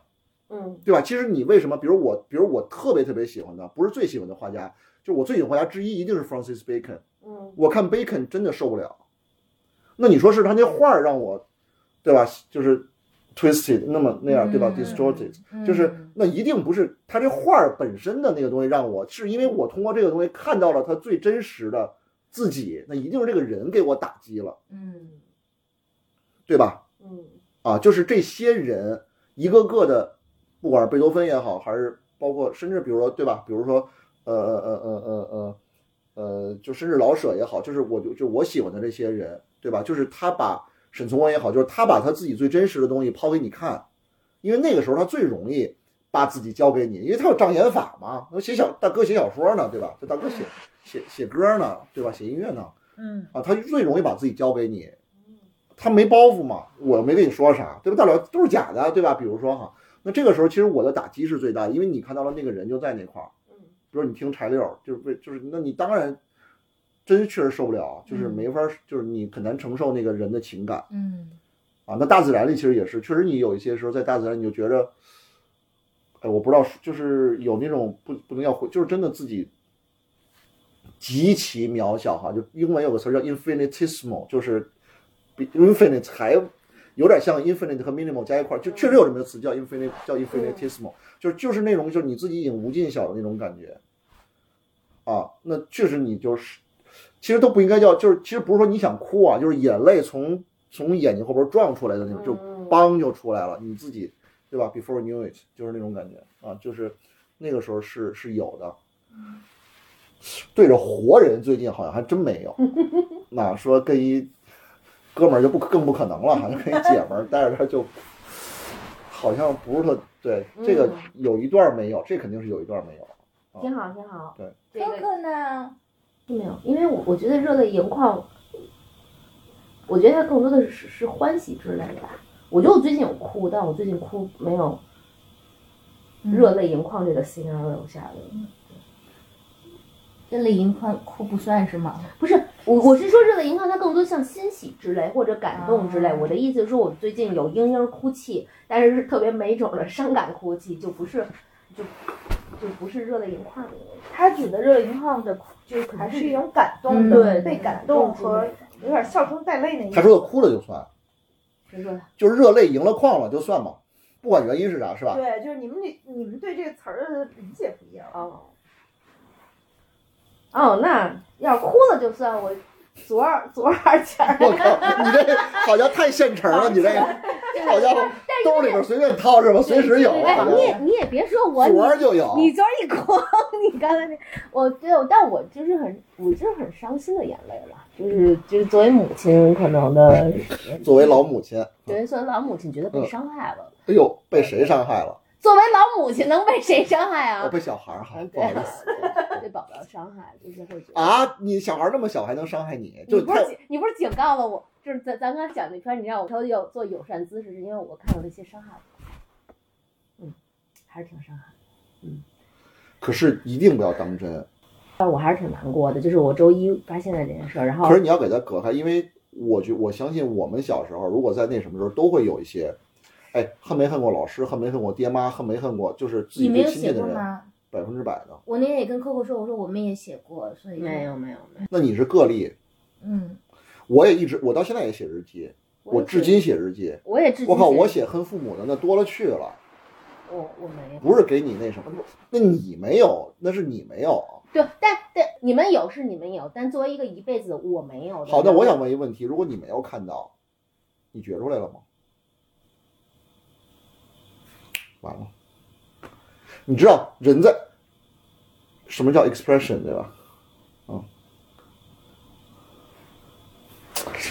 Speaker 3: 嗯
Speaker 4: 对吧？其实你为什么，比如我，比如我特别特别喜欢的，不是最喜欢的画家，就我最喜欢的画家之一一定是 Francis Bacon。
Speaker 3: 嗯
Speaker 4: 我看 Bacon 真的受不了。那你说是他那画儿让我，对吧？就是 twisted 那么那样，对吧
Speaker 7: 嗯
Speaker 4: ？distorted 就是那一定不是他这画儿本身的那个东西让我，是因为我通过这个东西看到了他最真实的自己，那一定是这个人给我打击了，
Speaker 7: 嗯
Speaker 4: 对吧？
Speaker 3: 嗯
Speaker 4: 啊，就是这些人一个个的，不管是贝多芬也好，还是包括甚至比如说对吧，比如说呃呃呃呃呃呃呃，就甚至老舍也好，就是我就就我喜欢的这些人，对吧？就是他把沈从文也好，就是他把他自己最真实的东西抛给你看，因为那个时候他最容易把自己交给你，因为他有障眼法嘛，那写小大哥写小说呢，对吧？这大哥写写写歌呢，对吧？写音乐呢，
Speaker 9: 嗯，
Speaker 4: 啊，他就最容易把自己交给你，
Speaker 7: 嗯
Speaker 4: 他没包袱嘛，我没跟你说啥，对吧？大不了都是假的，对吧？比如说哈，那这个时候其实我的打击是最大的，因为你看到了那个人就在那块儿，
Speaker 3: 嗯
Speaker 4: 比如你听柴六，就是为就是那你当然真确实受不了，啊就是没法，就是你很难承受那个人的情感
Speaker 7: 嗯
Speaker 4: 啊。那大自然里其实也是，确实你有一些时候在大自然你就觉着，哎，我不知道，就是有那种不不能叫回，就是真的自己极其渺小哈。就英文有个词儿叫 infinitesimal，就是比 infinite 还有点像 infinite 和 minimal 加一块儿，就确实有这么个词叫 infinite 叫 infinitesimal，就是就是那种就是你自己已经无尽小的那种感觉啊。那确实你就是，其实都不应该叫，就是其实不是说你想哭啊，就是眼泪从从眼睛后边撞出来的那种，就
Speaker 3: 嗯
Speaker 4: 梆就出来了，你自己对吧？Before you knew it，就是那种感觉啊，就是那个时候是是有的。对着活人，最近好像还真没有。那说跟一哥们儿就不更不可能了，好像跟一姐们儿待着他就好像不是特对。这个有一段没有，这肯定是有一段没有。
Speaker 3: 挺好挺好。
Speaker 4: 对，
Speaker 3: 这个
Speaker 7: ，Coco 呢？
Speaker 3: 没有，因为我我觉得热泪盈眶，我觉得它更多的是是欢喜之类的吧。我觉得我最近有哭，但我最近哭没有
Speaker 7: 嗯
Speaker 3: 热泪盈眶这个 scenario 下的。
Speaker 7: 热泪盈眶哭不算是吗？
Speaker 3: 不是我，我是说热泪盈眶，它更多像欣喜之类或者感动之类。
Speaker 7: 啊
Speaker 3: 我的意思是说，我最近有嘤嘤哭泣，但是是特别没种的伤感哭泣，就不是就就不是热泪盈眶的那种。
Speaker 9: 他指的热泪盈眶的哭，就还是一种感动
Speaker 7: 嗯
Speaker 9: 的，
Speaker 7: 对
Speaker 9: 被感
Speaker 3: 动
Speaker 9: 动
Speaker 3: 之
Speaker 9: 和
Speaker 3: 类
Speaker 9: 有点笑中带泪那一
Speaker 4: 他说的哭了就算，
Speaker 3: 谁说的？
Speaker 4: 就是热泪盈了眶了就算嘛，不管原因是啥，是吧？
Speaker 9: 对，就是你们对你们对这个词儿的理解不一样。
Speaker 3: 哦哦，哦，那要哭了就算我左耳左耳角 儿，
Speaker 4: 我靠，你这好像太现成了，你这 个好家伙，兜里边随便掏是吧？随时有，
Speaker 3: 哎，你 也你也别说我，你
Speaker 4: 左儿就有。
Speaker 3: 你昨儿一狂， 你刚才那，我对，但我就是很，我就是很伤心的眼泪了，就是就是作为母亲可能的，
Speaker 4: 作为老母亲，
Speaker 3: 对，作为老母亲觉得被伤害了，
Speaker 4: 哎呦，被谁伤害了？
Speaker 3: 作为老母亲能被谁伤害
Speaker 4: 我
Speaker 3: 啊？
Speaker 4: 哦被小孩儿哈
Speaker 3: 嗯，，
Speaker 4: 不
Speaker 3: 对
Speaker 4: 好意 思。
Speaker 3: 对宝宝伤害就是会觉得，
Speaker 4: 啊，你小孩儿那么小还能伤害你，
Speaker 3: 你
Speaker 4: 就
Speaker 3: 不是
Speaker 4: 太
Speaker 3: 警你不是警告了我，就是咱咱刚讲那篇，你让我说要做友善姿势，是因为我看到那些伤害我，嗯，还是挺伤害。
Speaker 4: 可是一定不要当真。
Speaker 3: 但我还是挺难过的，就是我周一发现了这件事儿，然后
Speaker 4: 可是你要给它隔开，因为我觉我相信我们小时候，如果在那什么时候，都会有一些，哎，恨没恨过老师，恨没恨过爹妈，恨没恨过就是自
Speaker 7: 你
Speaker 4: 己
Speaker 7: 没
Speaker 4: 最
Speaker 7: 有
Speaker 4: 亲
Speaker 7: 写
Speaker 4: 近的
Speaker 7: 过
Speaker 4: 人，
Speaker 7: 吗？
Speaker 4: 百分之百的。
Speaker 7: 我那天也跟 Coco 说，我说我们也写过，所以就
Speaker 1: 没有没有没有，
Speaker 4: 那你是个例，
Speaker 2: 嗯，
Speaker 4: 我也一直，我到现在也写日记，我至今写日记。
Speaker 7: 我也至今
Speaker 4: 我靠，
Speaker 7: 写
Speaker 4: 我写恨父母的那多了去了，
Speaker 7: 我我没有。
Speaker 4: 不是给你那什么，那你没有，那是你没有。
Speaker 3: 对，但但你们有是你们有，但作为一个一辈子我没有啊的。
Speaker 4: 好，那我想问一个问题：如果你没有看到，你觉出来了吗？完了，你知道人在什么叫 expression 对吧？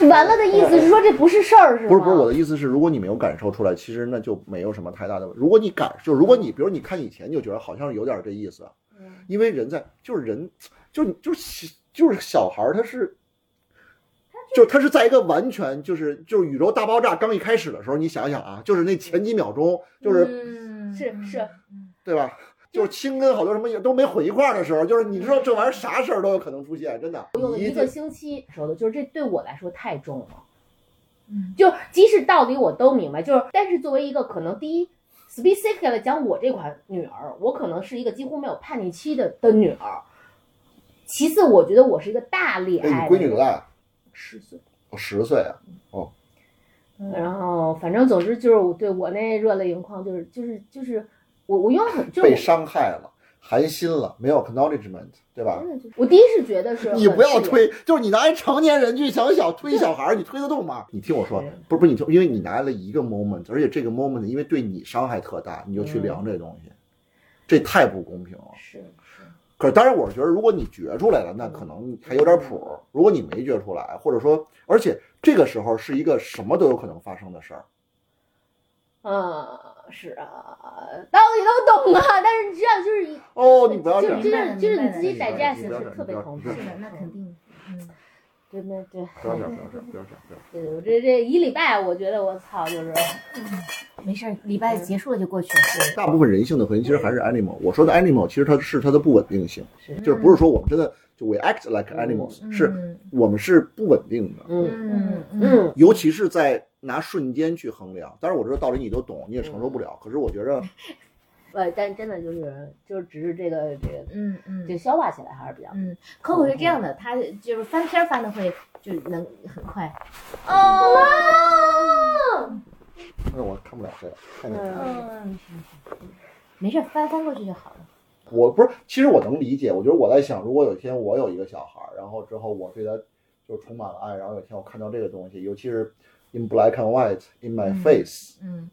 Speaker 3: 完了的意思是说这不是事儿是吗？
Speaker 4: 不是不是，我的意思是，如果你没有感受出来，其实那就没有什么太大的问。如果你感受，如果你比如你看以前，你就觉得好像有点这意思，啊
Speaker 3: 嗯
Speaker 4: 因为人在就是人，就是就是就是小孩儿，他是。就他是在一个完全就是就是宇宙大爆炸刚一开始的时候，你想想啊，就是那前几秒钟，就是
Speaker 7: 嗯
Speaker 3: 是是，
Speaker 4: 对吧？就是青跟好多什么也都没混一块儿的时候，就是你知道这玩意儿啥事儿都有可能出现，真的。
Speaker 3: 我用了一
Speaker 4: 一
Speaker 3: 个
Speaker 4: 定
Speaker 3: 星期说的，就是这对我来说太重了。
Speaker 2: 嗯，
Speaker 3: 就即使道理我都明白，就是但是作为一个可能第一 specific 来讲，我这款女儿，我可能是一个几乎没有叛逆期的的女儿。其次，我觉得我是一个大恋
Speaker 4: 哎，你
Speaker 3: 爱的人。
Speaker 4: 闺女多大呀？
Speaker 3: 十岁。
Speaker 4: 十岁啊。
Speaker 3: 然后反正总之就是我对我那热泪盈眶，就是就是就是我我用很就是
Speaker 4: 被伤害了，寒心了，没有 acknowledgement，对吧
Speaker 3: 我？真的就是我第一是觉得是
Speaker 4: 你
Speaker 3: 很
Speaker 4: 不要
Speaker 3: 是啊
Speaker 4: 推，就是你拿一成年人去想小推小孩儿，你推得动吗？你听我说
Speaker 3: 是，
Speaker 4: 不是不是你听，因为你拿了一个 moment，而且这个 moment 因为对你伤害特大，你就
Speaker 3: 嗯
Speaker 4: 去量这东西，这太不公平了。
Speaker 3: 是是
Speaker 4: 可是，当然，我是觉得，如果你觉出来了，那可能还有点谱
Speaker 3: 嗯
Speaker 4: 儿；如果你没觉出来，或者说，而且这个时候是一个什么都有可能发生的事儿，
Speaker 3: 嗯是啊，道理都懂啊，但是你知道就是
Speaker 4: 哦，你不要这
Speaker 3: 就
Speaker 4: 样
Speaker 3: 是，就是就是你自己
Speaker 4: 明白了
Speaker 3: digest
Speaker 4: 明白了
Speaker 3: 是特别恐惧
Speaker 4: 明白了
Speaker 3: 的
Speaker 4: 是，
Speaker 7: 那肯定，嗯，
Speaker 3: 对对对
Speaker 4: 不要这样，不要这样，不要这样，不要这样。
Speaker 3: 对，我这这一礼拜，我觉得我操，就是
Speaker 7: 没事儿，礼拜结束了就过去了。
Speaker 4: 大部分人性的回应其实还是 animal。我说的 animal 其实它是它的不稳定性，
Speaker 7: 嗯
Speaker 3: 是
Speaker 4: 就是不是说我们真的就 we act like animals，、是我们是不稳定的，
Speaker 3: 嗯
Speaker 7: 嗯嗯，
Speaker 3: 嗯，
Speaker 4: 尤其是在拿瞬间去衡量。当然，我知道道理你都懂，你也承受不
Speaker 7: 嗯
Speaker 4: 了。可是我觉着
Speaker 3: 呃，但真的就是就是只是这个这个
Speaker 7: 嗯嗯
Speaker 3: 这个消化起来还是比较
Speaker 7: ，Coco 嗯是这样的，他就是翻篇儿翻的会就能很快。
Speaker 4: 那哎我看不了这个，太那个。
Speaker 7: 嗯，没事儿，翻翻过去就好了。
Speaker 4: 我不是，其实我能理解。我觉得我在想，如果有一天我有一个小孩儿，然后之后我对他就充满了爱，然后有一天我看到这个东西，尤其是 in black and white in my face，
Speaker 7: 嗯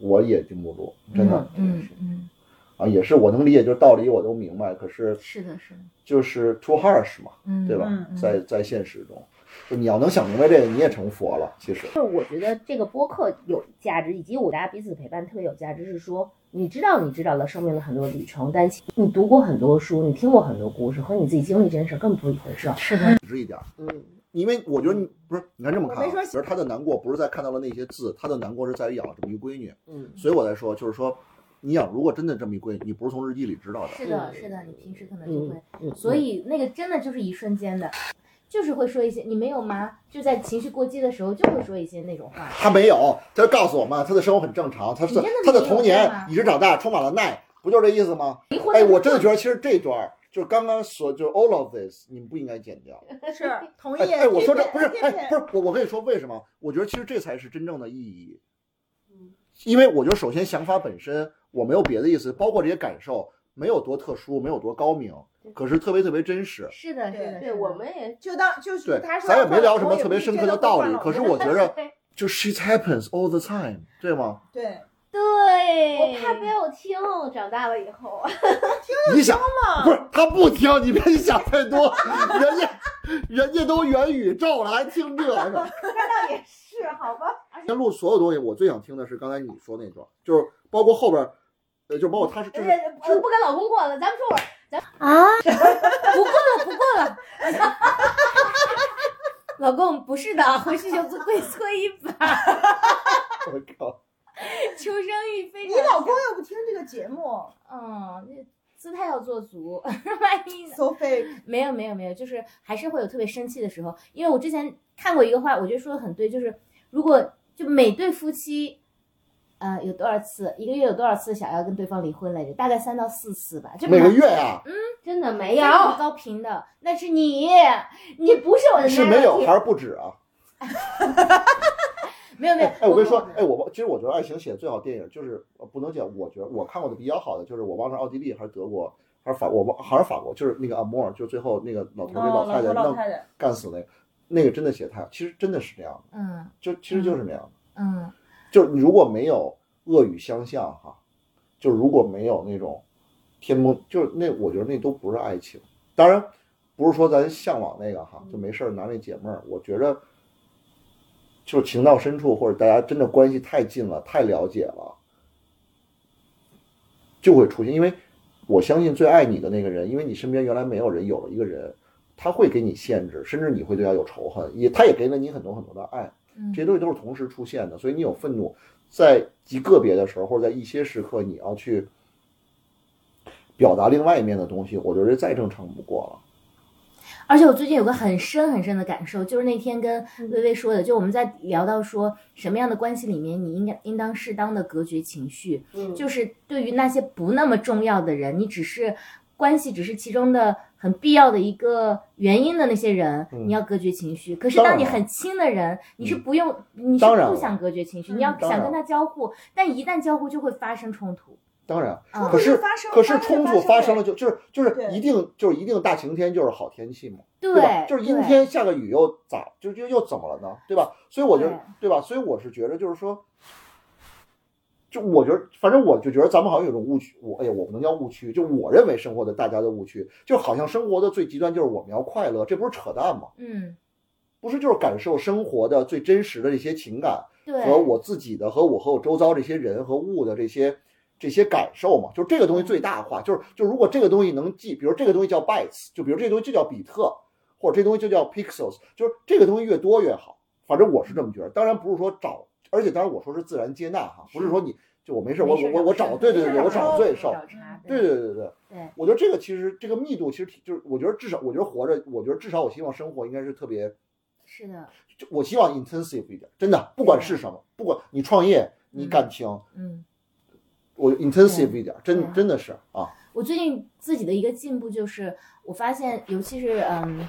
Speaker 4: 我也禁不住，真的，
Speaker 7: 嗯嗯，
Speaker 4: 啊，也是我能理解，就是道理我都明白，可是
Speaker 7: 是的，是的，
Speaker 4: 就是 too harsh 嘛，
Speaker 7: 嗯，
Speaker 4: 对吧？
Speaker 7: 嗯
Speaker 4: 在在现实中，就你要能想明白这个，你也成佛了。其实
Speaker 3: 就是我觉得这个播客有价值，以及我大家彼此陪伴特别有价值，是说你知道你知道了生命的很多旅程，但其你读过很多书，你听过很多故事，和你自己经历这件事儿根本不是一回事儿。
Speaker 7: 是的，
Speaker 4: 理智一点儿，
Speaker 3: 嗯，
Speaker 4: 因为我觉得你不是，你看这么看、啊，
Speaker 2: 我没说
Speaker 4: 其实他的难过不是在看到了那些字，他的难过是在于养了这么一闺女。
Speaker 3: 嗯，
Speaker 4: 所以我在说，就是说，你想如果真的这么一闺女，你不是从日记里知道的，
Speaker 7: 是的，是的，你平时可能就
Speaker 3: 嗯
Speaker 7: 会，
Speaker 3: 嗯
Speaker 7: 所以那个真的就是一瞬间的，就是会说一些你没有吗？就在情绪过激的时候就会说一些那种话。
Speaker 4: 她没有，她就告诉我们，她的生活很正常，她是
Speaker 7: 你真的没
Speaker 4: 她的
Speaker 7: 有
Speaker 4: 童年
Speaker 7: 对吧
Speaker 4: 一直长大，充满了耐，不就是这意思吗？哎，我真的觉得其实这段儿就是刚刚所就是 all of this，你们不应该剪掉。
Speaker 2: 是同意。
Speaker 4: 哎哎，我说这不是
Speaker 2: 谢谢
Speaker 4: 哎不是我我跟你说为什么？我觉得其实这才是真正的意义，
Speaker 2: 嗯
Speaker 4: 因为我觉得首先想法本身我没有别的意思，包括这些感受。没有多特殊，没有多高明，可是特别特别真实。
Speaker 7: 是的，是的，
Speaker 9: 对，我们也
Speaker 2: 就当就是
Speaker 4: 对
Speaker 2: 他，说
Speaker 4: 咱也没聊
Speaker 2: 我
Speaker 4: 什么
Speaker 2: 也
Speaker 4: 特
Speaker 2: 不
Speaker 4: 别
Speaker 2: 是
Speaker 4: 深
Speaker 2: 觉
Speaker 4: 刻
Speaker 2: 得
Speaker 4: 的道
Speaker 2: 犯
Speaker 4: 理
Speaker 2: 了，
Speaker 4: 可是
Speaker 2: 我
Speaker 4: 我觉得就 shit happens all the time，对吗？
Speaker 2: 对
Speaker 7: 对，
Speaker 3: 我怕被我听，长大了以后，
Speaker 2: 啊
Speaker 4: 你想不是他不听，你别想太多， 人家人家都元宇宙了，还听这个。
Speaker 9: 那也是好吧？
Speaker 4: 今天录所有东西，我最想听的是刚才你说那段，就是包括后边儿，呃，就包括他是，就是
Speaker 3: 我哎不跟老公过了，咱们说我
Speaker 7: 啊， 不过了，不过了。老公，不是的，回去就做跪搓衣板，
Speaker 4: 我靠，
Speaker 7: 求生欲非
Speaker 9: 你
Speaker 7: 常。
Speaker 9: 老公又不听这个节目
Speaker 7: 嗯，那姿态要做足， 万一呢？
Speaker 9: ，so fake，
Speaker 7: 没有没有没有，就是还是会有特别生气的时候，因为我之前看过一个话，我觉得说的很对，就是如果就每对夫妻，呃，有多少次一个月有多少次想要跟对方离婚来着？大概三到四次吧，就
Speaker 4: 每个月啊呀、
Speaker 9: 嗯
Speaker 3: 真的没
Speaker 7: 没
Speaker 3: 有
Speaker 7: 有，高频的，那是你，你不是
Speaker 9: 嗯
Speaker 7: 我的
Speaker 4: 是
Speaker 7: 男
Speaker 4: 没
Speaker 7: 人
Speaker 4: 有还是不止啊？
Speaker 7: 没有没有，
Speaker 4: 哎，我跟
Speaker 9: 嗯
Speaker 4: 你说，哎，我其实我觉得爱情写的最好的电影就是呃不能讲，我觉得我看过的比较好的就是我忘了奥地利还是德国还是法，我忘还是法国，就是那个阿莫尔，就是最后那个老头给
Speaker 9: 哦，
Speaker 4: 太
Speaker 9: 头
Speaker 4: 太
Speaker 9: 老
Speaker 4: 弄
Speaker 9: 太太，
Speaker 4: 干死那个，那个真的写得太好，其实真的是这样的，
Speaker 7: 嗯
Speaker 4: 就其实就是那样的，
Speaker 7: 嗯，
Speaker 4: 就是你如果没有恶语相向哈，就如果没有那种天崩，就是那我觉得那都不是爱情，当然不是说咱向往那个哈，就没事儿拿那解闷儿，我觉着。就是情到深处，或者大家真的关系太近了、太了解了，就会出现。因为我相信最爱你的那个人，因为你身边原来没有人，有了一个人，他会给你限制，甚至你会对他有仇恨，也他也给了你很多很多的爱
Speaker 7: 嗯。
Speaker 4: 这些东西都是同时出现的，所以你有愤怒，在极个别的时候，或者在一些时刻，你要去表达另外一面的东西，我觉得再正常不过了。
Speaker 7: 而且我最近有个很深很深的感受，就是那天跟微微说的，就我们在聊到说什么样的关系里面，你应该应当适当的隔绝情绪，
Speaker 3: 嗯
Speaker 7: 就是对于那些不那么重要的人，你只是关系只是其中的很必要的一个原因的那些人，
Speaker 4: 嗯
Speaker 7: 你要隔绝情绪。可是
Speaker 4: 当然嗯
Speaker 7: 当你很亲的人，你是不用，你是
Speaker 4: 当然
Speaker 7: 不
Speaker 4: 了
Speaker 7: 想隔绝情绪，
Speaker 9: 嗯
Speaker 7: 你要
Speaker 4: 当
Speaker 7: 想
Speaker 4: 然
Speaker 7: 跟他交互，但一旦交互就会发生冲突。
Speaker 4: 当然，
Speaker 7: 啊
Speaker 4: 可是
Speaker 9: 发生
Speaker 4: 可是
Speaker 9: 发生
Speaker 4: 冲突发生
Speaker 9: 了，
Speaker 4: 了就就是就是
Speaker 9: 对
Speaker 4: 一定就是一定大晴天就是好天气嘛。
Speaker 7: 对
Speaker 4: 对吧？就是阴
Speaker 7: 对
Speaker 4: 天下个雨又咋，就就又怎么了呢？对吧？所以我就
Speaker 7: 对
Speaker 4: 对吧？所以我是觉得就是说，就我觉得，反正我就觉得咱们好像有种误区，我哎呀，我不能叫误区，就我认为生活的大家的误区，就好像生活的最极端就是我们要快乐，这不是扯淡吗？
Speaker 7: 嗯，
Speaker 4: 不是就是感受生活的最真实的这些情感
Speaker 7: 对，
Speaker 4: 和我自己的和我和我周遭这些人和物的这些。这些感受嘛，就这个东西最大化，就是就如果这个东西能记，比如这个东西叫 bytes，就比如这个东西就叫比特，或者这东西就叫 pixels，就是这个东西越多越好。反正我是这么觉得，当然不是说找，而且当然我说是自然接纳哈，不是说你就我没事我
Speaker 7: 没事
Speaker 4: 我我我
Speaker 7: 找
Speaker 4: 找，
Speaker 7: 事
Speaker 4: 对对对对，
Speaker 9: 没
Speaker 4: 我
Speaker 9: 事找
Speaker 4: 找罪受，
Speaker 7: 找茬
Speaker 4: 对对对对
Speaker 7: 对
Speaker 4: 我觉得这个其实这个密度其实挺就是我觉得至少我觉得活着，我觉得至少我希望生活应该是特别
Speaker 7: 是的，
Speaker 4: 就我希望 intensive 一点，真的，不管是什么，不管你创业、你
Speaker 7: 嗯
Speaker 4: 感情，
Speaker 7: 嗯。
Speaker 4: 我 intensive 一点，真
Speaker 7: 对
Speaker 4: 真的是啊，
Speaker 7: 我最近自己的一个进步就是，我发现，尤其是嗯，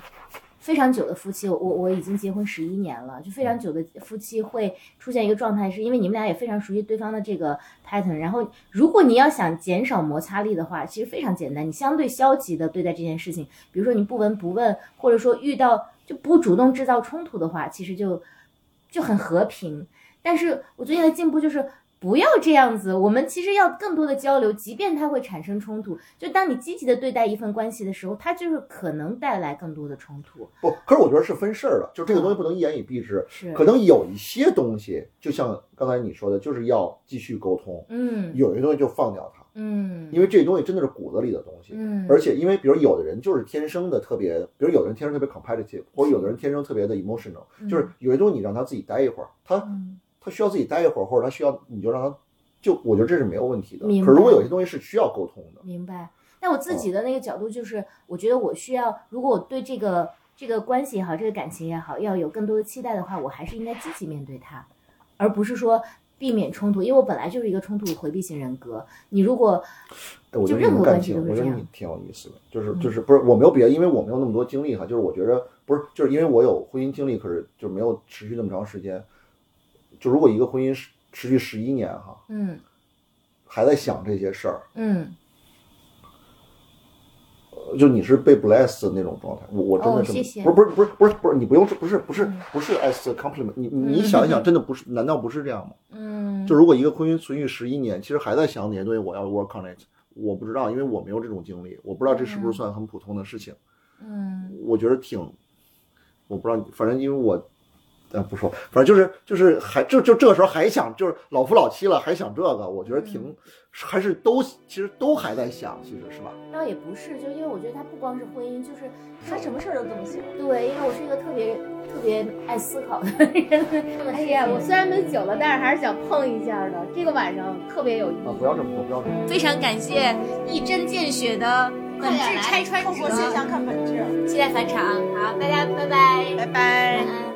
Speaker 7: 非常久的夫妻，我我我已经结婚十一年了，就非常久的夫妻会出现一个状态，是因为你们俩也非常熟悉对方的这个 pattern，然后如果你要想减少摩擦力的话，其实非常简单，你相对消极的对待这件事情，比如说你不闻不问，或者说遇到就不主动制造冲突的话，其实就就很和平。但是我最近的进步就是。不要这样子，我们其实要更多的交流，即便它会产生冲突，就当你积极的对待一份关系的时候，它就是可能带来更多的冲突。
Speaker 4: 不，可是我觉得是分事儿的，就这个东西不能一言以蔽之，
Speaker 7: 嗯是，
Speaker 4: 可能有一些东西，就像刚才你说的，就是要继续沟通，
Speaker 7: 嗯
Speaker 4: 有些东西就放掉它，
Speaker 7: 嗯
Speaker 4: 因为这东西真的是骨子里的东西。
Speaker 7: 嗯，
Speaker 4: 而且，因为比如有的人就是天生的特别，比如有的人天生特别 competitive，或者有的人天生特别的 emotional，就是有些东西你让他自己待一会儿，他
Speaker 7: 嗯
Speaker 4: 他需要自己待一会儿，或者他需要你就让他，就我觉得这是没有问题的。
Speaker 7: 明白
Speaker 4: 可是如果有些东西是需要沟通的，
Speaker 7: 明白。那我
Speaker 4: 哦
Speaker 7: 自己的那个角度就是，我觉得我需要，如果我对这个这个关系也好，这个感情也好，要有更多的期待的话，我还是应该积极面对它，而不是说避免冲突。因为我本来就是一个冲突回避型人格，你如果
Speaker 4: 哎，我觉
Speaker 7: 就
Speaker 4: 得
Speaker 7: 任
Speaker 4: 你们
Speaker 7: 何
Speaker 4: 感
Speaker 7: 关系
Speaker 4: 情，
Speaker 7: 都是
Speaker 4: 我觉
Speaker 7: 这
Speaker 4: 得
Speaker 7: 样嗯
Speaker 4: 你挺有意思的，就是就是不是我没有别的，因为我没有那么多经历哈，就是我觉着不是，就是因为我有婚姻经历，可是就没有持续那么长时间。就如果一个婚姻持持续十一年哈，
Speaker 7: 嗯
Speaker 4: 还在想这些事儿，
Speaker 7: 嗯
Speaker 4: 就你是被 blessed 的那种状态，我我真的
Speaker 1: 哦
Speaker 4: 是、
Speaker 1: 谢谢
Speaker 4: 不是不是不是不是不是你不用不是不
Speaker 7: 嗯
Speaker 4: 是不是 as a compliment，你你你想一想，真的不是，难道不是这样吗？
Speaker 1: 嗯，
Speaker 4: 就如果一个婚姻存续十一年，其实还在想哪些东西我要 work on it，我不知道，因为我没有这种经历，我不知道这是不是算很普通的事情。
Speaker 1: 嗯
Speaker 4: 我觉得挺，我不知道，反正因为我，呃，不说，反正就是就是还就就这个时候还想就是老夫老妻了还想这个，我觉得挺、还是都其实都还在想，其实是吧？
Speaker 7: 倒也不是，就因为我觉得他不光是婚姻，就是
Speaker 9: 他什么事儿都这么想。
Speaker 7: 对，因为我是一个特别特别爱思考的 人。
Speaker 1: 哎呀，我虽然没酒了，但是还是想碰一下的。这个晚上特别有意
Speaker 4: 啊，
Speaker 1: 义。
Speaker 4: 不要这么说，不要这么说。
Speaker 7: 非常感谢一针见血的本质拆穿
Speaker 2: 透
Speaker 7: 者
Speaker 2: 过，现象看本质。
Speaker 7: 期待返场。好，大家拜拜，
Speaker 9: 拜拜
Speaker 7: 晚安。